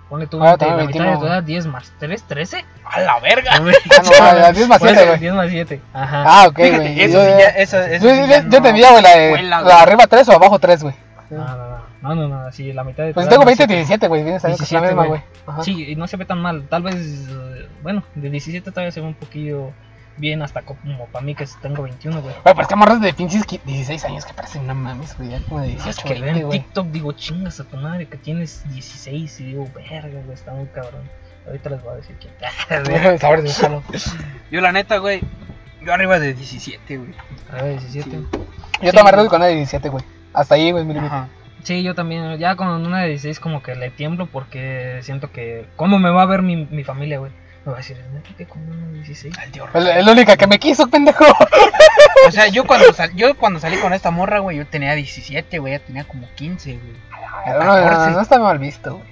Speaker 1: Ponle tú
Speaker 2: Ah,
Speaker 1: 20,
Speaker 2: también
Speaker 1: la mitad de
Speaker 2: 21,
Speaker 1: tu edad, 10 más 3, 13.
Speaker 4: ¡A la verga!
Speaker 2: *laughs* Ah, no, ah, 10 más 7, güey.
Speaker 1: 10 más 7. Ajá.
Speaker 4: *laughs*
Speaker 2: Ah, ok, güey.
Speaker 4: Fíjate, eso
Speaker 2: Yo-
Speaker 4: sí ya, eso, eso
Speaker 2: Yo,
Speaker 4: sí
Speaker 2: yo-
Speaker 4: ya
Speaker 2: yo
Speaker 4: no.
Speaker 2: tenía, güey, la, de-
Speaker 4: Vuela,
Speaker 2: la
Speaker 4: güey. Ah,
Speaker 2: arriba 3 o abajo 3, güey.
Speaker 1: No, no, no, no, no, no, sí, la mitad de tu
Speaker 2: Pues yo
Speaker 1: edad
Speaker 2: tengo
Speaker 1: más
Speaker 2: 20 y
Speaker 1: siete.
Speaker 2: 17, güey. Vienes a ver que es la
Speaker 1: 17,
Speaker 2: misma,
Speaker 1: güey.
Speaker 2: güey. Ajá.
Speaker 1: Sí, y no se ve tan mal. Tal vez, eh, bueno, de 17 todavía se ve un poquillo bien, hasta como para mí que tengo 21, güey.
Speaker 2: Güey, pero es que morras de pinches qui- 16 años que parecen no mames, güey. Ya como de
Speaker 1: Es
Speaker 2: 18,
Speaker 1: que veo
Speaker 2: 20,
Speaker 1: en
Speaker 2: güey.
Speaker 1: TikTok, digo, chingas a tu madre que tienes 16 y digo, verga, güey, está muy cabrón. Ahorita les voy a decir quién. *laughs*
Speaker 2: *laughs* Saber de usarlo.
Speaker 4: Yo la neta, güey, yo arriba de 17, güey.
Speaker 1: A ver, 17.
Speaker 2: Yo
Speaker 1: Sí.
Speaker 2: estaba más con una de 17, güey. Hasta ahí, güey, mi límite.
Speaker 4: Ajá.
Speaker 1: Sí, yo también. Ya con una de 16 como que le tiemblo porque siento que... ¿Cómo me va a ver mi, mi familia, güey? Me va a decir, ¿neta que con una de 16?
Speaker 4: Al diablo.
Speaker 2: Es la- es la única que me quiso, pendejo.
Speaker 4: O sea, yo cuando, sal- yo cuando salí con esta morra, güey, yo tenía 17, güey, ya tenía como 15, güey.
Speaker 2: No, no, no, no está mal visto, güey.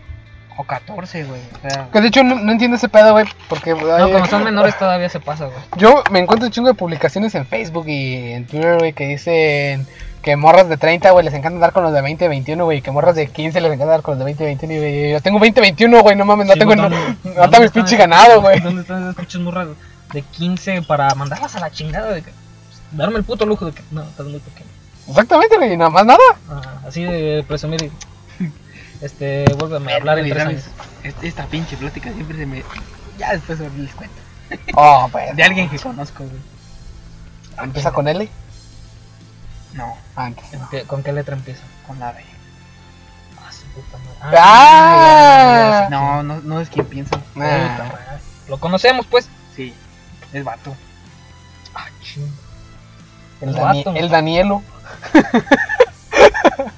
Speaker 4: O 14, güey. O sea,
Speaker 2: Que de hecho no, no entiendo ese pedo, güey. Porque.
Speaker 1: No,
Speaker 2: ay,
Speaker 1: como son menores todavía se pasa, güey.
Speaker 2: Yo me encuentro un chingo de publicaciones en Facebook y en Twitter, güey, que dicen que morras de 30, güey, les encanta andar con los de 20, 21, güey, que morras de 15 les encanta andar con los de 20, 21, y güey, yo tengo 20, 21, güey, no mames, no
Speaker 1: Sí,
Speaker 2: tengo,
Speaker 1: güey,
Speaker 2: no,
Speaker 1: ¿dónde-
Speaker 2: *laughs* no
Speaker 1: dónde
Speaker 2: está mi
Speaker 1: están
Speaker 2: pinche
Speaker 1: esas-
Speaker 2: ganado, güey.
Speaker 1: ¿Dónde están esas pinches morras de 15 para mandarlas a la chingada? De que, darme el puto lujo de que... No, estás muy pequeño.
Speaker 2: Exactamente, güey, nada más nada.
Speaker 1: Ajá, así de presumir y... Este, vuélveme a hablar en
Speaker 4: güey,
Speaker 1: tres años.
Speaker 4: ¿sabes? Es- Esta pinche plática siempre se me... Ya después les cuento.
Speaker 2: Oh, pues.
Speaker 4: De alguien que conozco, güey.
Speaker 2: ¿Empieza con L?
Speaker 4: No,
Speaker 2: Ah, entonces no.
Speaker 1: Empie- ¿Con qué letra empieza?
Speaker 4: con la B.
Speaker 1: Ah, su puta madre.
Speaker 2: ¡Ah!
Speaker 4: No, no, no es quien piensa.
Speaker 1: Ah, puta
Speaker 2: Ah.
Speaker 1: madre. Lo conocemos, pues.
Speaker 4: Sí, es vato.
Speaker 1: Ah, ching.
Speaker 2: El, Dani-
Speaker 1: Vato.
Speaker 2: el Danielo.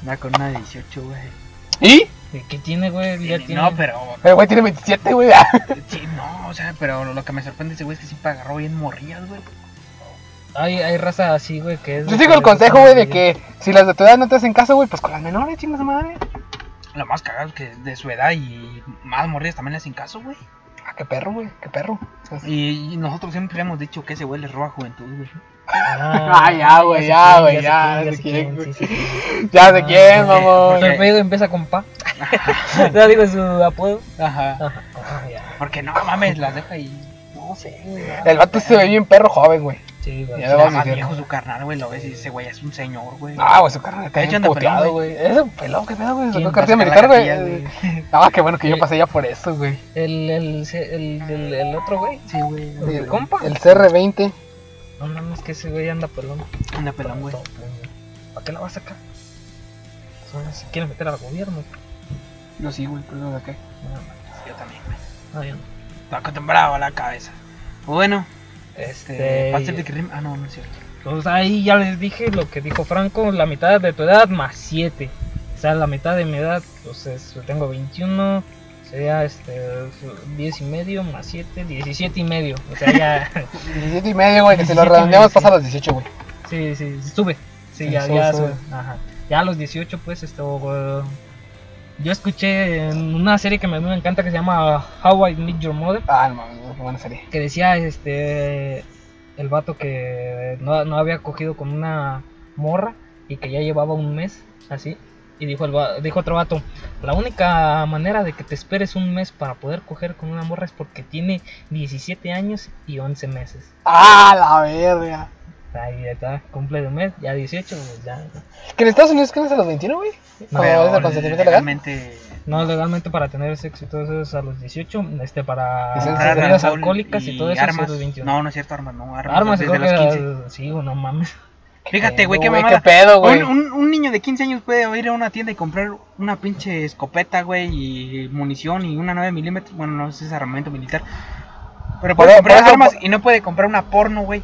Speaker 4: Va con una de 18, güey.
Speaker 2: ¿Y?
Speaker 1: ¿De ¿Qué tiene, güey? Ya
Speaker 4: Tiene-
Speaker 1: tiene-
Speaker 4: No, pero.
Speaker 2: El güey tiene 27, güey. *laughs*
Speaker 4: Sí, no, o sea, pero lo que me sorprende ese güey es que siempre agarró bien morrillas, güey.
Speaker 1: Hay, hay raza así, güey, que es...
Speaker 2: Yo sigo el consejo, güey, de que si las de tu edad no te hacen caso, güey, pues con las menores, chingas madre.
Speaker 4: Lo más cagado es que de su edad y más morrillas también le hacen caso, güey.
Speaker 2: Ah, qué perro, güey, qué perro. Entonces-
Speaker 4: Y, y nosotros siempre hemos dicho que ese güey les roba juventud, güey.
Speaker 1: Ah,
Speaker 2: Ah, ya, güey,
Speaker 1: sé
Speaker 2: ya,
Speaker 1: quién,
Speaker 2: güey,
Speaker 1: sé
Speaker 2: ya,
Speaker 1: quién,
Speaker 2: ya sé
Speaker 1: quién,
Speaker 2: quién,
Speaker 1: sí, sí, sí.
Speaker 2: ya sé
Speaker 1: Ah,
Speaker 2: quién,
Speaker 1: ok.
Speaker 2: mamón.
Speaker 1: Su apellido empieza con pa. ya digo su apodo.
Speaker 4: Ajá.
Speaker 1: Ajá. Ah, ya.
Speaker 4: Porque no mames, las deja y. No sé, güey. ya.
Speaker 2: El vato se ve bien perro joven, güey.
Speaker 1: Sí, güey.
Speaker 2: Ya
Speaker 4: Ya
Speaker 2: vamos
Speaker 4: más
Speaker 2: a decir.
Speaker 4: viejo su carnal, güey, lo ves y ese güey es un señor, güey.
Speaker 2: Ah, güey, su carnal está
Speaker 4: De hecho,
Speaker 2: bien
Speaker 4: anda
Speaker 2: puteado,
Speaker 4: pelón,
Speaker 2: güey. Es un pelón, qué pedo, güey.
Speaker 1: ¿Quién
Speaker 2: Sacó
Speaker 1: va a
Speaker 2: cartilla
Speaker 4: sacar
Speaker 2: militar,
Speaker 4: la
Speaker 2: güey.
Speaker 4: cartilla, güey?
Speaker 2: Ah, qué bueno que yo pasé ya por eso, güey.
Speaker 1: El, el, se- el, el, el otro güey.
Speaker 4: Sí, güey.
Speaker 1: ¿El
Speaker 2: El-
Speaker 1: compa?
Speaker 2: El CR20.
Speaker 1: No mames, que ese güey anda pelón.
Speaker 4: Anda pelón, güey.
Speaker 1: Todo pelón, güey. ¿Para qué la vas a sacar? Pues, Son- Se quieren meter al gobierno.
Speaker 2: Yo sí, güey, pero de qué.
Speaker 1: No, no,
Speaker 4: Yo también, güey.
Speaker 1: no, yo no.
Speaker 4: Está acostumbrado a la cabeza. Bueno, este.
Speaker 1: Este,
Speaker 4: Pastel de crema. Ah, no, no es cierto.
Speaker 1: Pues ahí ya les dije lo que dijo Franco, la mitad de tu edad más 7. O sea, la mitad de mi edad, pues es- yo tengo 21, sería este 10 y medio más 7, 17 y medio. O sea, ya,
Speaker 2: 17 y medio, güey, que si lo
Speaker 1: 17 y
Speaker 2: redondeamos
Speaker 1: medio,
Speaker 2: pasa
Speaker 1: sí.
Speaker 2: a los 18, güey.
Speaker 1: sí, sí, sube. Sí,
Speaker 2: Sí,
Speaker 1: ya,
Speaker 2: sube,
Speaker 1: ya
Speaker 2: sube.
Speaker 1: sube. Ajá. Ya a los 18, pues, esto. eh, yo escuché en una serie que me, me encanta que se llama How I Meet Your Mother.
Speaker 2: Ah, no mames, qué buena serie.
Speaker 1: que decía este el vato que no, no había cogido con una morra y que ya llevaba un mes así y dijo el va- dijo otro vato la única manera de que te esperes un mes para poder coger con una morra es porque tiene 17 años y 11 meses
Speaker 2: Ah, la verga.
Speaker 1: ahí está cumple de mes ya 18 pues ya
Speaker 2: ¿Que en Estados Unidos creen a los 21, güey?
Speaker 1: No,
Speaker 2: ¿O es el consentimiento legal?
Speaker 4: realmente.
Speaker 1: no legalmente para tener sexo y todo eso es a los 18 este para
Speaker 2: Licencias
Speaker 4: comprar
Speaker 2: bebidas
Speaker 1: bebidas
Speaker 4: alcohol
Speaker 1: alcohólicas y todo eso es a los
Speaker 4: armas.
Speaker 1: 21.
Speaker 4: No, no es cierto, armas, no. Armas,
Speaker 1: armas
Speaker 4: desde
Speaker 1: creo
Speaker 4: los
Speaker 1: que
Speaker 4: 15.
Speaker 1: era- sí o no mames
Speaker 4: Fíjate, güey, qué
Speaker 2: Qué
Speaker 4: mamada.
Speaker 2: pedo, güey.
Speaker 4: Un, un- un niño de 15 años puede ir a una tienda y comprar una pinche escopeta, güey, y munición y una 9 milímetros. Bueno, no sé, es armamento militar. Pero puede
Speaker 2: Pero-
Speaker 4: comprar
Speaker 2: pero eso-
Speaker 4: armas y no puede comprar una porno, güey.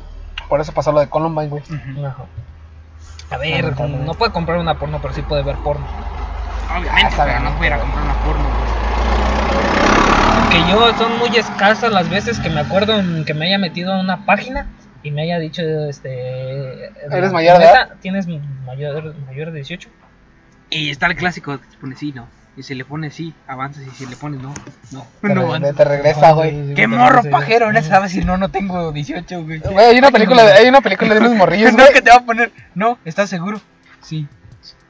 Speaker 2: Por eso pasó lo de Columbine, güey.
Speaker 4: Ujú.
Speaker 1: Ajá. A ver,
Speaker 2: Ajá,
Speaker 1: no
Speaker 2: ajá.
Speaker 1: puede comprar una porno, pero sí puede ver porno.
Speaker 4: Obviamente,
Speaker 2: Ah,
Speaker 4: pero
Speaker 2: sabe.
Speaker 4: no pudiera comprar una porno, güey.
Speaker 1: Que yo son muy escasas las veces que me acuerdo en que me haya metido a una página y me haya dicho, este...
Speaker 2: ¿Eres mayor de
Speaker 1: "Neta, ¿Tienes mayor, mayor de 18?
Speaker 4: Y está el clásico que te pone sí, no. Y si le pone sí, avanzas. Y si le pone no, *laughs* no. Ah,
Speaker 2: Te,
Speaker 4: no
Speaker 2: re-
Speaker 4: avanzas.
Speaker 2: te regresa, güey.
Speaker 4: Qué morro pajero, no sabes si no, no tengo 18, güey.
Speaker 2: Güey, hay una película, de- hay una película
Speaker 4: *laughs*
Speaker 2: de unos morrillos,
Speaker 4: No,
Speaker 2: güey.
Speaker 4: que te va a poner. No, ¿estás seguro? Sí.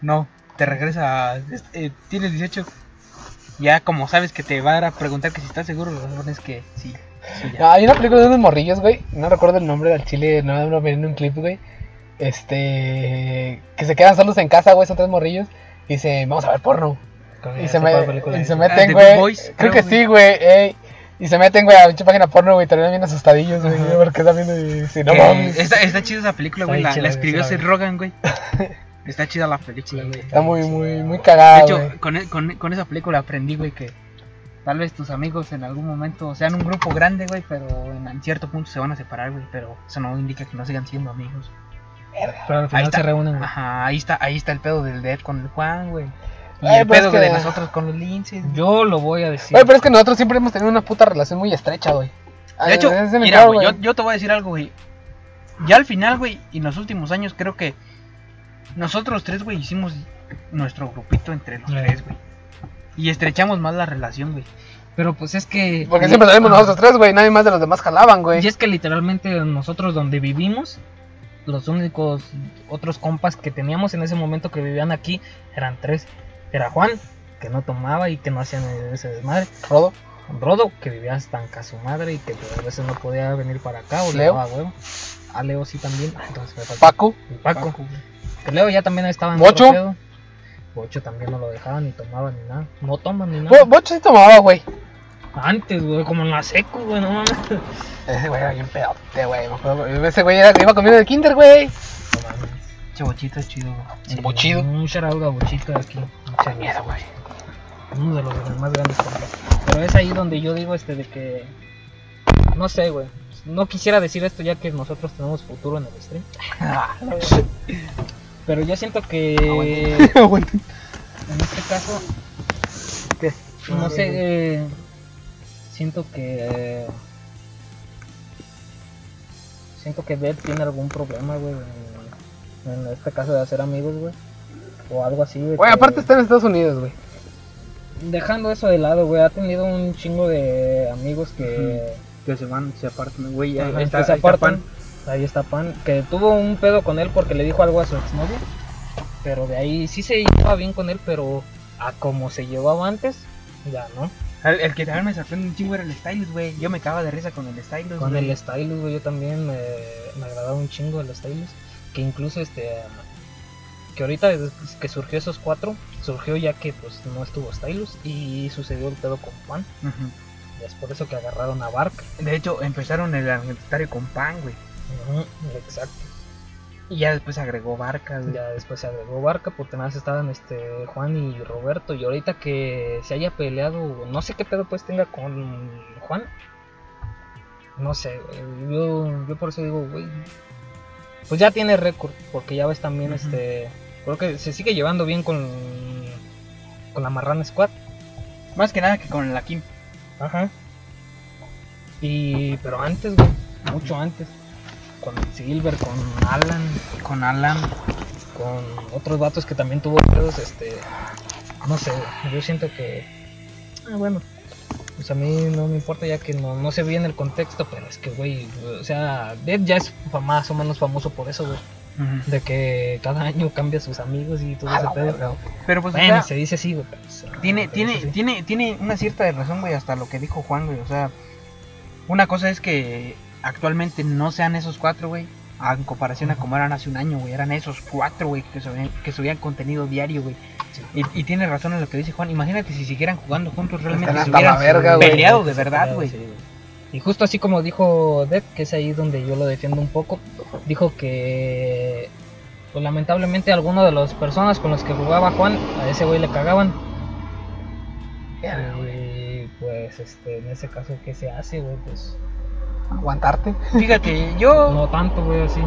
Speaker 4: No, te regresa. es- eh, Tienes 18. Ya como sabes que te van a preguntar que si estás seguro, lo pones que sí. sí, ya.
Speaker 2: No, Ah, hay una película de unos morrillos, güey. No recuerdo el nombre del chile, no no me viene un clip, güey. Este. Que se quedan solos en casa, güey, son tres morrillos. Y dicen, vamos a ver porno. Y se, me- y se
Speaker 4: Ah,
Speaker 2: meten,
Speaker 4: The
Speaker 2: güey.
Speaker 4: Good Boys,
Speaker 2: creo
Speaker 4: creo,
Speaker 2: que
Speaker 4: güey.
Speaker 2: sí, güey. ey. Y se meten, güey, a pinche página porno, güey. Terminan bien asustadillos, güey. Porque están viendo. Y, si no
Speaker 4: Que
Speaker 2: mames.
Speaker 4: Eh, está, está chida esa película,
Speaker 1: Está
Speaker 4: güey.
Speaker 1: bien
Speaker 4: La,
Speaker 1: chida,
Speaker 4: la
Speaker 1: güey, se
Speaker 4: escribió
Speaker 1: la
Speaker 4: Seth
Speaker 1: vi.
Speaker 4: Rogen, güey. Está chida la película, güey.
Speaker 2: Está muy, muy, muy cagada,
Speaker 4: De
Speaker 2: Ah, güey.
Speaker 4: hecho, con, e- con, e- con esa película aprendí, güey, que tal vez tus amigos en algún momento sean un grupo grande, güey, pero en, en cierto punto se van a separar, güey. Pero eso no indica que no sigan siendo amigos.
Speaker 1: Pero al final
Speaker 4: está.
Speaker 1: se reúnen, güey.
Speaker 4: Ajá, ahí está, ahí está el pedo del Dead con el Juan, güey. Y
Speaker 2: Ay,
Speaker 4: el
Speaker 2: pero
Speaker 4: pedo
Speaker 2: es que-
Speaker 4: de nosotros con los linces. güey.
Speaker 1: Yo lo voy a decir.
Speaker 2: Güey, pero es que nosotros siempre hemos tenido una puta relación muy estrecha, güey.
Speaker 4: De hecho,
Speaker 2: Ah, es
Speaker 4: mira,
Speaker 2: el pedo,
Speaker 4: güey, yo, yo te voy a decir algo, güey. Ya al final, güey, y en los últimos años creo que nosotros tres, güey, hicimos nuestro grupito entre los
Speaker 1: Sí.
Speaker 4: tres, güey. Y estrechamos más la relación, güey.
Speaker 1: Pero pues es que...
Speaker 2: Porque siempre salimos
Speaker 1: Ajá.
Speaker 2: nosotros tres, güey. Nadie más de los demás jalaban, güey.
Speaker 1: Y es que literalmente nosotros donde vivimos, los únicos otros compas que teníamos en ese momento que vivían aquí eran tres. Era Juan, que no tomaba y que no hacía ni ese desmadre.
Speaker 2: Rodo.
Speaker 1: Rodo, que vivía hasta en casa de su madre y que a veces no podía venir para acá o le
Speaker 2: Leo.
Speaker 1: daba huevo. A Leo sí también. Ah, Entonces me falta
Speaker 2: Paco.
Speaker 1: el Paco. Que Leo ya también estaba en
Speaker 2: Bocho.
Speaker 1: otro pedo. Bocho también no lo dejaban ni tomaba ni nada. No toma ni nada.
Speaker 2: Bo- Bocho sí tomaba, güey.
Speaker 1: Antes, güey, como en la secu, güey, no mames. No
Speaker 2: Ese güey era bien pedote, güey. me acuerdo, güey. Ese güey era, iba conmigo de kinder, güey.
Speaker 1: mames.
Speaker 4: Chebochito es chido, güey.
Speaker 1: Sí,
Speaker 2: Bochido.
Speaker 1: Un shoutout a Bochito de aquí.
Speaker 2: Mucha miedo, güey.
Speaker 1: Uno de los más grandes compas. Pero es ahí donde yo digo este de que. No sé, güey. No quisiera decir esto ya que nosotros tenemos futuro en el stream.
Speaker 2: Ah. *laughs*
Speaker 1: Pero yo siento que.
Speaker 4: Ah,
Speaker 1: *laughs* En este caso. No sé. eh, siento que. Siento que Beth tiene algún problema, güey. En, en este caso de hacer amigos, güey. O algo así, de
Speaker 2: Güey,
Speaker 1: que-
Speaker 2: aparte está en Estados Unidos, güey.
Speaker 1: dejando eso de lado, güey, ha tenido un chingo de amigos que,
Speaker 4: Que se van, se apartan, güey.
Speaker 1: que este,
Speaker 4: ahí está-
Speaker 1: se
Speaker 4: ahí está
Speaker 1: apartan.
Speaker 4: Pan.
Speaker 1: Ahí está Pan, que tuvo un pedo con él porque le dijo algo a su exnovia, pero de ahí sí se llevaba bien con él, pero a como se llevaba antes, ya no.
Speaker 4: El, el que también me sorprende un chingo era el Stylus, güey. Yo me cagaba de risa con el Stylus.
Speaker 1: Con
Speaker 4: güey.
Speaker 1: el Stylus, güey, yo también me, me agradaba un chingo el Stylus, que incluso este que ahorita desde que surgió esos cuatro, surgió ya que pues no estuvo Stylus y sucedió el pedo con Pan,
Speaker 4: Ujú.
Speaker 1: y es por eso que agarraron a Barca.
Speaker 4: De hecho, empezaron el argumentario con pan, güey.
Speaker 1: Ujú, exacto.
Speaker 4: Y ya después agregó barcas, güey.
Speaker 1: Ya después se agregó Barca porque nada más estaban este Juan y Roberto y ahorita que se haya peleado, no sé qué pedo pues tenga con Juan. No sé, güey, yo, yo por eso digo, güey. Pues ya tiene récord, porque ya ves también
Speaker 4: Ujú.
Speaker 1: este creo que se sigue llevando bien con con la Marrana Squad.
Speaker 4: Más que nada que con la Kim.
Speaker 1: Ajá. Y pero antes, güey, mucho antes con Silver, con Alan,
Speaker 4: Con Alan.
Speaker 1: con otros vatos que también tuvo pedos, este, no sé, yo siento que, ah, bueno, pues a mí no me importa ya que no, no sé bien el contexto, pero es que, güey, o sea, Dead ya es fa- más o menos famoso por eso, güey,
Speaker 4: Ujú.
Speaker 1: de que cada año cambia sus amigos y todo ese pedo.
Speaker 4: Pero pues, Ah, o
Speaker 1: Bueno,
Speaker 4: sea,
Speaker 1: se dice así, güey, pero, o sea,
Speaker 4: tiene,
Speaker 1: se
Speaker 4: tiene,
Speaker 1: dice así.
Speaker 4: tiene, tiene una cierta de razón, güey, hasta lo que dijo Juan, güey. O sea, una cosa es que actualmente no sean esos cuatro, güey. a- En comparación a como eran hace un año, güey. Eran esos cuatro, güey, que subían, que subían contenido diario, güey.
Speaker 1: Sí.
Speaker 4: Y, y tiene razón en lo que dice Juan. Imagínate si siguieran jugando juntos, realmente
Speaker 2: Están
Speaker 4: se
Speaker 2: hasta la
Speaker 4: hubieran
Speaker 2: verga, güey.
Speaker 4: peleado de
Speaker 1: Sí,
Speaker 4: verdad,
Speaker 1: sí,
Speaker 4: güey.
Speaker 1: sí. Y justo así como dijo Dead, que es ahí donde yo lo defiendo un poco, dijo que pues, lamentablemente alguno de las personas con las que jugaba Juan, a ese güey le cagaban. Y pues este, en ese caso, ¿qué se hace, güey? Pues
Speaker 2: Aguantarte.
Speaker 4: Fíjate,
Speaker 2: *laughs*
Speaker 4: yo.
Speaker 1: no tanto, güey, así.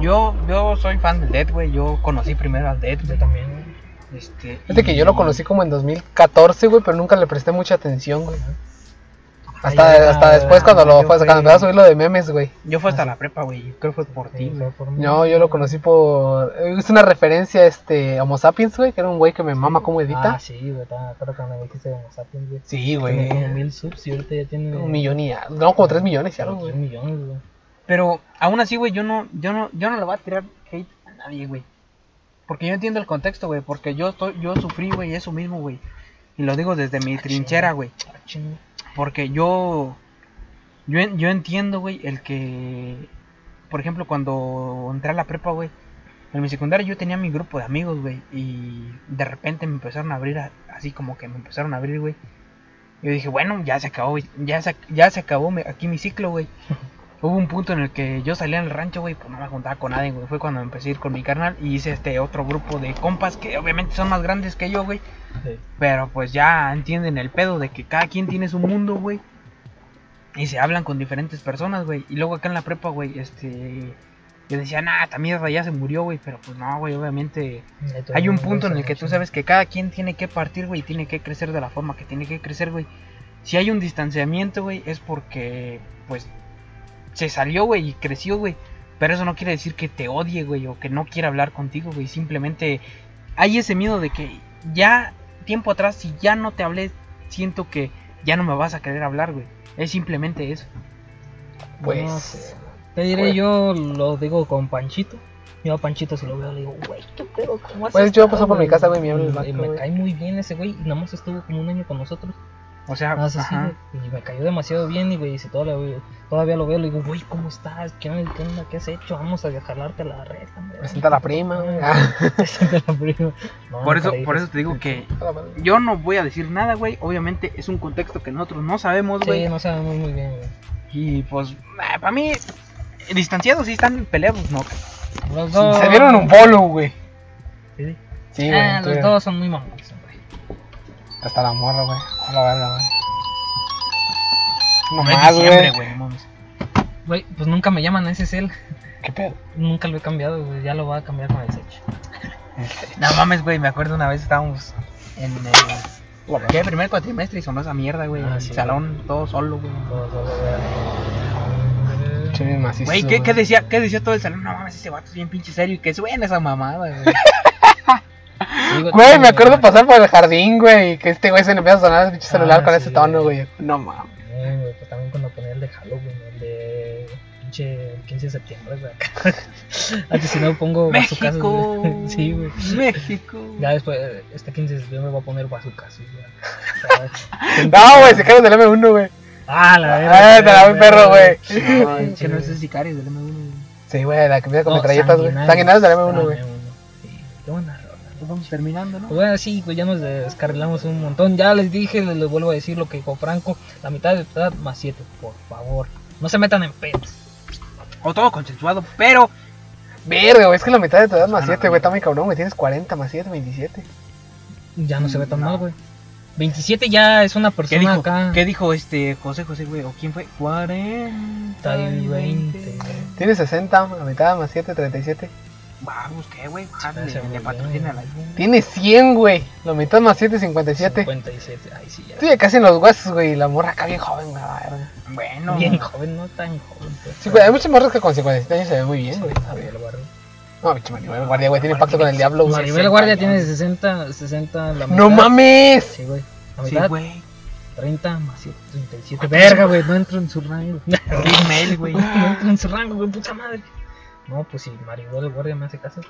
Speaker 4: Yo, yo soy fan del Dead, güey. Yo conocí primero al Dead,
Speaker 1: Yo
Speaker 4: güey.
Speaker 1: también. güey.
Speaker 4: Este,
Speaker 2: Fíjate que yo lo conocí como en 2014, güey, pero nunca le presté mucha atención, güey.
Speaker 1: Ahí
Speaker 2: Hasta,
Speaker 1: era-
Speaker 2: hasta después cuando lo
Speaker 1: yo
Speaker 2: fue,
Speaker 1: fui-
Speaker 2: cuando empezó a subir lo de memes, güey.
Speaker 4: Yo fue hasta la prepa, güey. Yo Creo que fue por ti,
Speaker 1: Sí,
Speaker 4: güey.
Speaker 1: fue pues, por mí.
Speaker 2: No, yo lo conocí por. Es una referencia este Homo Sapiens, güey, que era un güey que me mama como edita.
Speaker 1: Ah, sí, güey, te acuerdo cuando me dijiste de Homo Sapiens, güey.
Speaker 2: sí,
Speaker 1: Tenía como mil subs y ahorita ya tiene
Speaker 2: Un millón y algo. No, como tres millones y algo,
Speaker 1: tres
Speaker 2: güey.
Speaker 1: millones, güey.
Speaker 4: Pero aún así, güey, yo no, yo no, yo no le voy a tirar hate a nadie, güey. Porque yo entiendo el contexto, güey. Porque yo estoy, yo sufrí, güey, eso mismo, güey. Y lo digo desde mi trinchera, güey.
Speaker 1: Ah, chinga.
Speaker 4: Porque yo. Yo, en- yo entiendo, güey, el que. Por ejemplo, cuando entré a la prepa, güey. En mi secundaria yo tenía mi grupo de amigos, güey. Y de repente me empezaron a abrir, a- así como que me empezaron a abrir, güey. Yo dije, bueno, ya se acabó, güey, Ya se, ac- ya se acabó mi- aquí mi ciclo, güey. Hubo un punto en el que yo salía al rancho, güey, pues no me juntaba con nadie, güey. Fue cuando empecé a ir con mi carnal y hice este otro grupo de compas que obviamente son más grandes que yo, güey.
Speaker 1: Sí.
Speaker 4: Pero pues ya entienden el pedo de que cada quien tiene su mundo, güey. Y se hablan con diferentes personas, güey. Y luego acá en la prepa, güey, este. Yo decía, nah, esta mierda ya se murió, güey. Pero pues no, güey, obviamente. Hay un punto
Speaker 1: pues,
Speaker 4: en el que tú sabes que cada quien tiene que partir, güey, y tiene que crecer de la forma que tiene que crecer, güey. Si hay un distanciamiento, güey, es porque, pues, se salió, güey, y creció, güey. Pero eso no quiere decir que te odie, güey, o que no quiera hablar contigo, güey. Simplemente hay ese miedo de que ya, tiempo atrás, si ya no te hablé, siento que ya no me vas a querer hablar, güey. Es simplemente eso.
Speaker 2: Pues.
Speaker 1: No sé. Te diré,
Speaker 2: Pues-
Speaker 1: yo lo digo con Panchito. Yo a Panchito se lo veo, le digo, güey, qué pedo, cómo has
Speaker 2: Pues yo
Speaker 1: estado,
Speaker 2: paso por mi casa, güey, Ah, me habla el
Speaker 1: Y
Speaker 2: vato,
Speaker 1: me
Speaker 2: güey.
Speaker 1: cae muy bien ese güey, y nada más estuvo como un año con nosotros.
Speaker 4: O sea,
Speaker 1: No, es así,
Speaker 4: ajá.
Speaker 1: Ah, güey, y me cayó demasiado bien y güey, si todavía, güey, todavía lo veo, le digo, güey, ¿cómo estás? ¿Qué onda? ¿Qué onda? ¿Qué has hecho? Vamos a jalarte la red, hombre.
Speaker 2: Presenta a la prima, güey.
Speaker 1: *laughs* Presenta a la prima. No,
Speaker 4: Por
Speaker 1: nunca
Speaker 4: eso,
Speaker 1: le dije
Speaker 4: por eso te digo que
Speaker 2: A la madre.
Speaker 4: yo no voy a decir nada, güey. Obviamente es un contexto que nosotros no sabemos,
Speaker 1: Sí,
Speaker 4: güey.
Speaker 1: no sabemos muy bien, güey.
Speaker 4: Y pues, para mí, distanciados sí están peleados, no.
Speaker 1: Los dos.
Speaker 2: Se dieron un bolo, güey.
Speaker 1: Sí.
Speaker 2: Sí, güey.
Speaker 1: Ah, los
Speaker 2: tuvieron-
Speaker 1: dos son muy mamones, güey.
Speaker 2: Hasta la morra, güey. A la verga, güey. No
Speaker 4: No es
Speaker 2: más,
Speaker 4: diciembre,
Speaker 2: güey.
Speaker 4: güey, no mames.
Speaker 1: Güey, pues nunca me llaman, ese es él.
Speaker 2: ¿Qué pedo?
Speaker 1: Nunca lo he cambiado, güey. Ya lo voy a cambiar con el Sech.
Speaker 4: No mames, güey, me acuerdo una vez estábamos en el ¿qué? primer cuatrimestre y sonó esa mierda, güey.
Speaker 1: Ah,
Speaker 4: en el
Speaker 1: sí.
Speaker 4: salón, todo solo, güey.
Speaker 1: Todos, todos, güey.
Speaker 2: Che, bien macizo,
Speaker 4: Güey, ¿qué, qué decía, ¿qué decía todo el salón? No mames, ese vato es bien pinche serio y que suena esa
Speaker 1: *laughs*
Speaker 4: mamada, güey.
Speaker 1: Digo,
Speaker 2: Güey, me
Speaker 1: también,
Speaker 2: acuerdo pasar por el jardín, güey, y que este güey se le empieza a sonar el pinche celular
Speaker 1: Ah, Ah,
Speaker 2: con
Speaker 1: sí,
Speaker 2: ese tono,
Speaker 1: güey.
Speaker 2: güey. No mames.
Speaker 1: Eh, güey, pues también cuando ponía el de Halloween, el de pinche 15 de septiembre, güey. *laughs* Antes si no pongo bazucas.
Speaker 4: México.
Speaker 1: güey. *laughs* Sí, güey.
Speaker 4: México.
Speaker 1: Ya después, eh, este 15 de septiembre voy a poner bazucas, güey. *laughs*
Speaker 2: No, güey, se quedaron del M1, güey.
Speaker 1: Ah, la
Speaker 2: Ah, te
Speaker 1: verga,
Speaker 2: la vi, perro, güey.
Speaker 4: Ay,
Speaker 1: Sí,
Speaker 4: que no
Speaker 1: güey.
Speaker 4: es sicario del M1.
Speaker 2: Sí, güey, la que empieza con
Speaker 1: No,
Speaker 2: metralletas, güey.
Speaker 1: Sanguinarios.
Speaker 2: Sanguinarios del M1, güey.
Speaker 1: Ah, Sí, qué buena rola.
Speaker 4: Pues vamos terminando, ¿no?
Speaker 1: Pues Bueno, sí, pues ya nos descarrilamos un montón. Ya les dije, les, les vuelvo a decir lo que dijo Franco. La mitad de verdad más 7, por favor. No se metan en pedos.
Speaker 4: O todo consensuado, pero
Speaker 2: Verga, güey, es que la mitad de tu edad más
Speaker 4: Ah,
Speaker 2: 7,
Speaker 4: no,
Speaker 2: güey,
Speaker 4: no.
Speaker 2: está muy cabrón, güey. Tienes 40 más 7, 27.
Speaker 1: Ya no se ve tan
Speaker 4: No.
Speaker 1: mal, güey. 27 ya es Pues una
Speaker 4: ¿qué
Speaker 1: persona
Speaker 4: dijo?
Speaker 1: acá.
Speaker 4: ¿Qué dijo este José José, güey? ¿O quién fue? 40
Speaker 1: y 20.
Speaker 2: Tienes 60, la mitad más 7, 37.
Speaker 4: Vamos, ¿qué, güey?
Speaker 1: Ah, Se me hace muy
Speaker 4: Bájale, Le
Speaker 1: bien.
Speaker 4: patrocina a la iPhone.
Speaker 2: Tienes 100, güey. La mitad más 7, 57.
Speaker 1: 57. Ay, sí, ya.
Speaker 2: Estoy ya casi en los huesos, güey, y la morra acá bien joven, güey. la verga.
Speaker 4: Bueno,
Speaker 1: Bien joven, no tan joven. Pues.
Speaker 2: Sí, güey, hay muchas morras que con 57 años se ven muy bien, güey.
Speaker 1: Maribel Guardia.
Speaker 2: No, pinche Maribel Guardia, güey, tiene pacto con el diablo, güey.
Speaker 1: Maribel Guardia tiene 60, 60 la mitad.
Speaker 2: ¡No mames!
Speaker 1: Sí, güey. La
Speaker 4: Sí,
Speaker 1: mitad,
Speaker 4: güey.
Speaker 1: 30 más 7, 37. Verga, güey, no entro en su rango.
Speaker 4: Big
Speaker 1: *laughs*
Speaker 4: Mail, güey.
Speaker 1: No
Speaker 4: *laughs*
Speaker 1: entro en su rango, güey, puta madre. Ah. No, pues si Maribel Guardia me hace caso.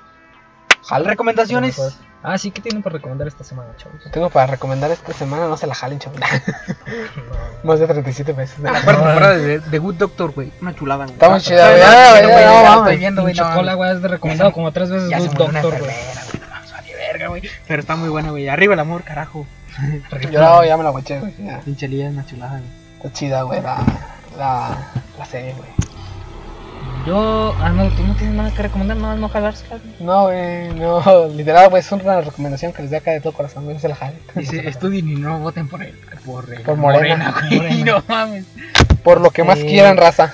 Speaker 4: Recomendaciones.
Speaker 1: Ah, sí, ¿qué tienen para recomendar esta semana, chavos?
Speaker 4: *laughs*
Speaker 2: Tengo para recomendar esta semana, no se la jalen, chaval. *laughs*
Speaker 1: No.
Speaker 2: Más de 37 veces.
Speaker 4: La cuarta temporada de The Good Doctor, güey. Una chulada, güey.
Speaker 2: Está muy chida,
Speaker 4: Está
Speaker 2: güey. Ah, güey,
Speaker 4: bien, güey, güey,
Speaker 2: no,
Speaker 4: ya
Speaker 2: mames.
Speaker 4: estoy viendo, güey.
Speaker 1: Pinche
Speaker 4: no,
Speaker 1: cola, güey, has de recomendado como tres veces
Speaker 4: Ya se
Speaker 1: Good
Speaker 4: murió una
Speaker 1: Doctor, güey.
Speaker 4: enfermera, güey. no mames, vale verga, güey. Pero está muy buena, güey. Arriba el amor, carajo.
Speaker 2: Yo la- ya me la guaché, güey. ya.
Speaker 4: Pinche Lía es una chulada, güey.
Speaker 2: Está chida, güey, la, la, la serie, güey.
Speaker 1: Yo, ah, no, tú no tienes nada que recomendar, nada, no jalársela. güey.
Speaker 2: No, güey, no. Literal, güey, es una recomendación que les doy acá de todo corazón, güey. No se la jalen. *laughs*
Speaker 4: Dice, estudien y no voten por él. Por, eh,
Speaker 2: Por Morena.
Speaker 4: güey. No mames.
Speaker 2: Por lo que más
Speaker 1: Sí.
Speaker 2: quieran, raza.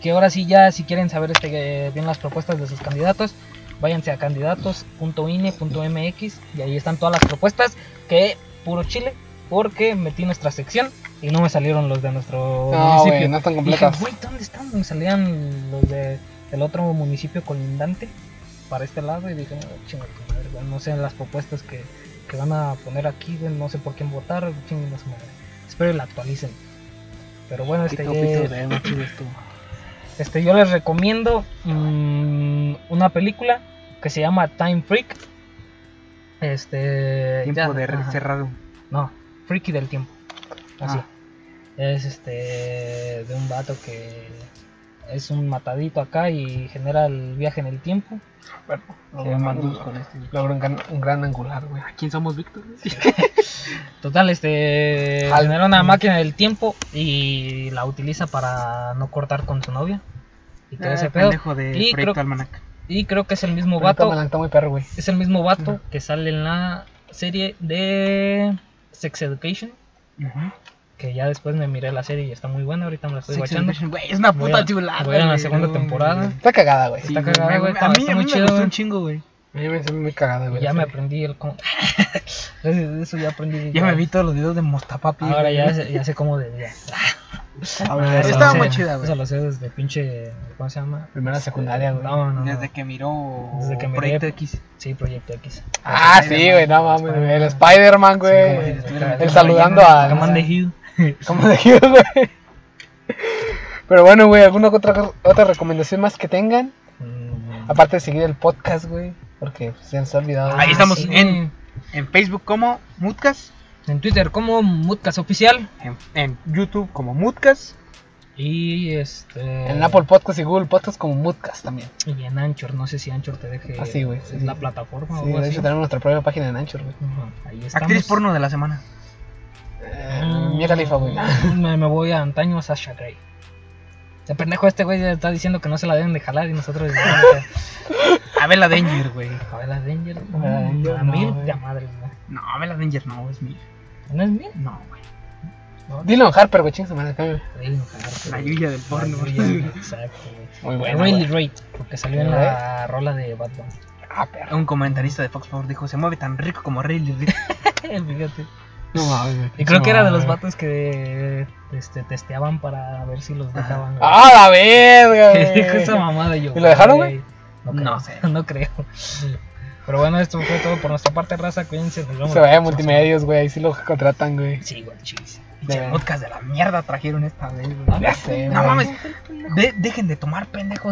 Speaker 1: Que ahora sí, ya, si quieren saber este, eh, bien las propuestas de sus candidatos, váyanse a E candidatos.ine.mx y ahí están todas las propuestas que puro chile, porque metí nuestra sección y no me salieron los de nuestro
Speaker 2: No,
Speaker 1: municipio.
Speaker 2: güey, no están
Speaker 1: Dije,
Speaker 2: completas.
Speaker 1: güey, ¿dónde están? Me salían los de, del otro municipio colindante para este lado y dije, "No, chinga tu madre, güey, no sé las propuestas que, que van a poner aquí, güey, no sé por quién votar, chinga su madre. Espero y la actualicen. Pero bueno, este,
Speaker 4: Pito,
Speaker 1: ya-
Speaker 4: pito, de no chido esto.
Speaker 1: este yo les recomiendo mm, una película que se llama Time Freak. Este
Speaker 4: Tiempo
Speaker 1: ya,
Speaker 4: de re-
Speaker 1: ajá.
Speaker 4: cerrado.
Speaker 1: No, Freaky del tiempo. Así.
Speaker 4: Ah.
Speaker 1: Es este. de un vato que es un matadito acá y genera el viaje en el tiempo.
Speaker 2: Bueno,
Speaker 4: Que mandus con este.
Speaker 2: Logró un gran, un gran angular, güey.
Speaker 4: ¿A quién somos, Víctor? *laughs* Este
Speaker 1: Total, este.
Speaker 2: Al-
Speaker 1: genera una máquina del tiempo y la utiliza para no cortar con su novia. Y todo ese
Speaker 4: Ese
Speaker 1: pedo.
Speaker 4: Ah, pendejo de
Speaker 1: Y
Speaker 4: Proyecto
Speaker 1: creo-
Speaker 4: Almanac.
Speaker 1: Y creo que es el mismo
Speaker 2: Ahorita
Speaker 1: vato.
Speaker 2: me la- Está muy perro, güey.
Speaker 1: Es el mismo vato que sale en la serie de Sex Education. Que ya después me miré la serie y está muy buena. Ahorita me la estoy
Speaker 4: Sex
Speaker 1: guachando.
Speaker 4: Education, güey, es una
Speaker 1: Voy
Speaker 4: puta
Speaker 1: a-
Speaker 4: chulada.
Speaker 1: voy a ir a la
Speaker 4: güey,
Speaker 1: segunda
Speaker 4: no,
Speaker 1: temporada.
Speaker 4: güey.
Speaker 2: Está cagada, güey.
Speaker 1: Sí, Está cagada,
Speaker 4: me-
Speaker 1: güey,
Speaker 4: A
Speaker 1: está-
Speaker 4: mí,
Speaker 1: está muy
Speaker 4: a mí me
Speaker 1: chido,
Speaker 4: gustó
Speaker 1: güey.
Speaker 4: un chingo, güey.
Speaker 2: A mí me hace muy cagada, güey.
Speaker 1: Ya
Speaker 2: la
Speaker 1: me
Speaker 2: serie.
Speaker 1: aprendí el *laughs* con... Gracias a eso ya aprendí.
Speaker 4: Ya me vi todos los videos de Mostapapi.
Speaker 1: Ahora
Speaker 4: güey.
Speaker 1: ya, sé- ya sé cómo debía.
Speaker 2: A ver,
Speaker 4: Estaba
Speaker 2: esa-
Speaker 4: muy chida, güey.
Speaker 1: Eso lo sé desde pinche. ¿Cómo se llama?
Speaker 2: Primera secundaria, güey.
Speaker 1: No, no. no.
Speaker 4: Desde que miró
Speaker 1: Desde que miré-
Speaker 4: Proyecto X.
Speaker 1: Sí, Proyecto X.
Speaker 2: Ah, sí, güey, no mames, güey. El Spider-Man,
Speaker 1: como si
Speaker 2: güey.
Speaker 1: estuviera
Speaker 2: el
Speaker 1: metiendo
Speaker 2: saludando a.
Speaker 1: Command de Hill.
Speaker 2: Como de Hugh, güey. Pero bueno, güey, ¿alguna otra, otra recomendación más que tengan?
Speaker 1: Mm,
Speaker 2: Aparte de seguir el podcast, güey. Porque pues, se nos ha olvidado.
Speaker 4: Ahí estamos
Speaker 1: Ah, sí,
Speaker 4: en-
Speaker 1: güey.
Speaker 4: En Facebook como Moodcast.
Speaker 1: En Twitter como Mutcas Oficial.
Speaker 4: En, en YouTube como Mutcas.
Speaker 1: Y este.
Speaker 2: En Apple Podcast y Google Podcast como Moodcast también.
Speaker 1: Y en Anchor. No sé si Anchor te deje.
Speaker 2: Ah, sí, güey, sí,
Speaker 1: Es la
Speaker 2: sí.
Speaker 1: plataforma o
Speaker 2: Sí,
Speaker 1: algo
Speaker 2: de
Speaker 1: así.
Speaker 2: hecho tenemos nuestra propia página en Anchor, güey.
Speaker 1: Ajá, Ahí estamos.
Speaker 4: Actriz porno de la semana.
Speaker 1: Ah.
Speaker 2: Eh, Mia Khalifa, güey.
Speaker 1: Me, me voy a antaño a Sasha Grey. Este pendejo este güey ya está diciendo que no se la deben de jalar y nosotros.
Speaker 4: Abela Danger, güey.
Speaker 1: A ver, la Danger.
Speaker 2: Abela Danger,
Speaker 1: A
Speaker 2: no,
Speaker 1: mil
Speaker 2: güey.
Speaker 1: de madre, güey.
Speaker 4: No, Abela Danger no, es mía.
Speaker 1: ¿No es mil?
Speaker 4: No, güey.
Speaker 2: Dylan Harper, güey, ching su madre. cámbiale.
Speaker 4: La Yuya del porno.
Speaker 1: *laughs* Exacto, güey.
Speaker 2: Muy bueno.
Speaker 1: Riley Ray, porque salió en la rola de Batman.
Speaker 2: Ah, perro.
Speaker 4: *laughs* Un comentarista de Fox Sports dijo, se mueve tan rico como Riley Reid".
Speaker 1: Fíjate.
Speaker 2: No mames, güey.
Speaker 1: Y creo que era de los
Speaker 2: No,
Speaker 1: vatos que este, testeaban para ver si los dejaban.
Speaker 2: güey. ¡Ah,
Speaker 1: *laughs*
Speaker 2: la verga,
Speaker 1: Que dijo
Speaker 2: güey!
Speaker 1: esa mamada yo.
Speaker 2: Eh, ¿Y lo dejaron,
Speaker 1: No,
Speaker 4: No
Speaker 1: sé. No creo. Pero bueno, esto fue todo por nuestra parte, raza. Cuídense. Nos vemos.
Speaker 2: Se vaya a multimedios, güey. Ahí sí lo contratan, güey.
Speaker 1: Sí, güey, chis.
Speaker 4: Pinche
Speaker 2: De-
Speaker 4: podcast de la mierda trajeron esta vez, güey.
Speaker 2: Ya sé,
Speaker 4: No
Speaker 2: Ah, güey.
Speaker 4: mames. De- dejen de tomar, pendejos.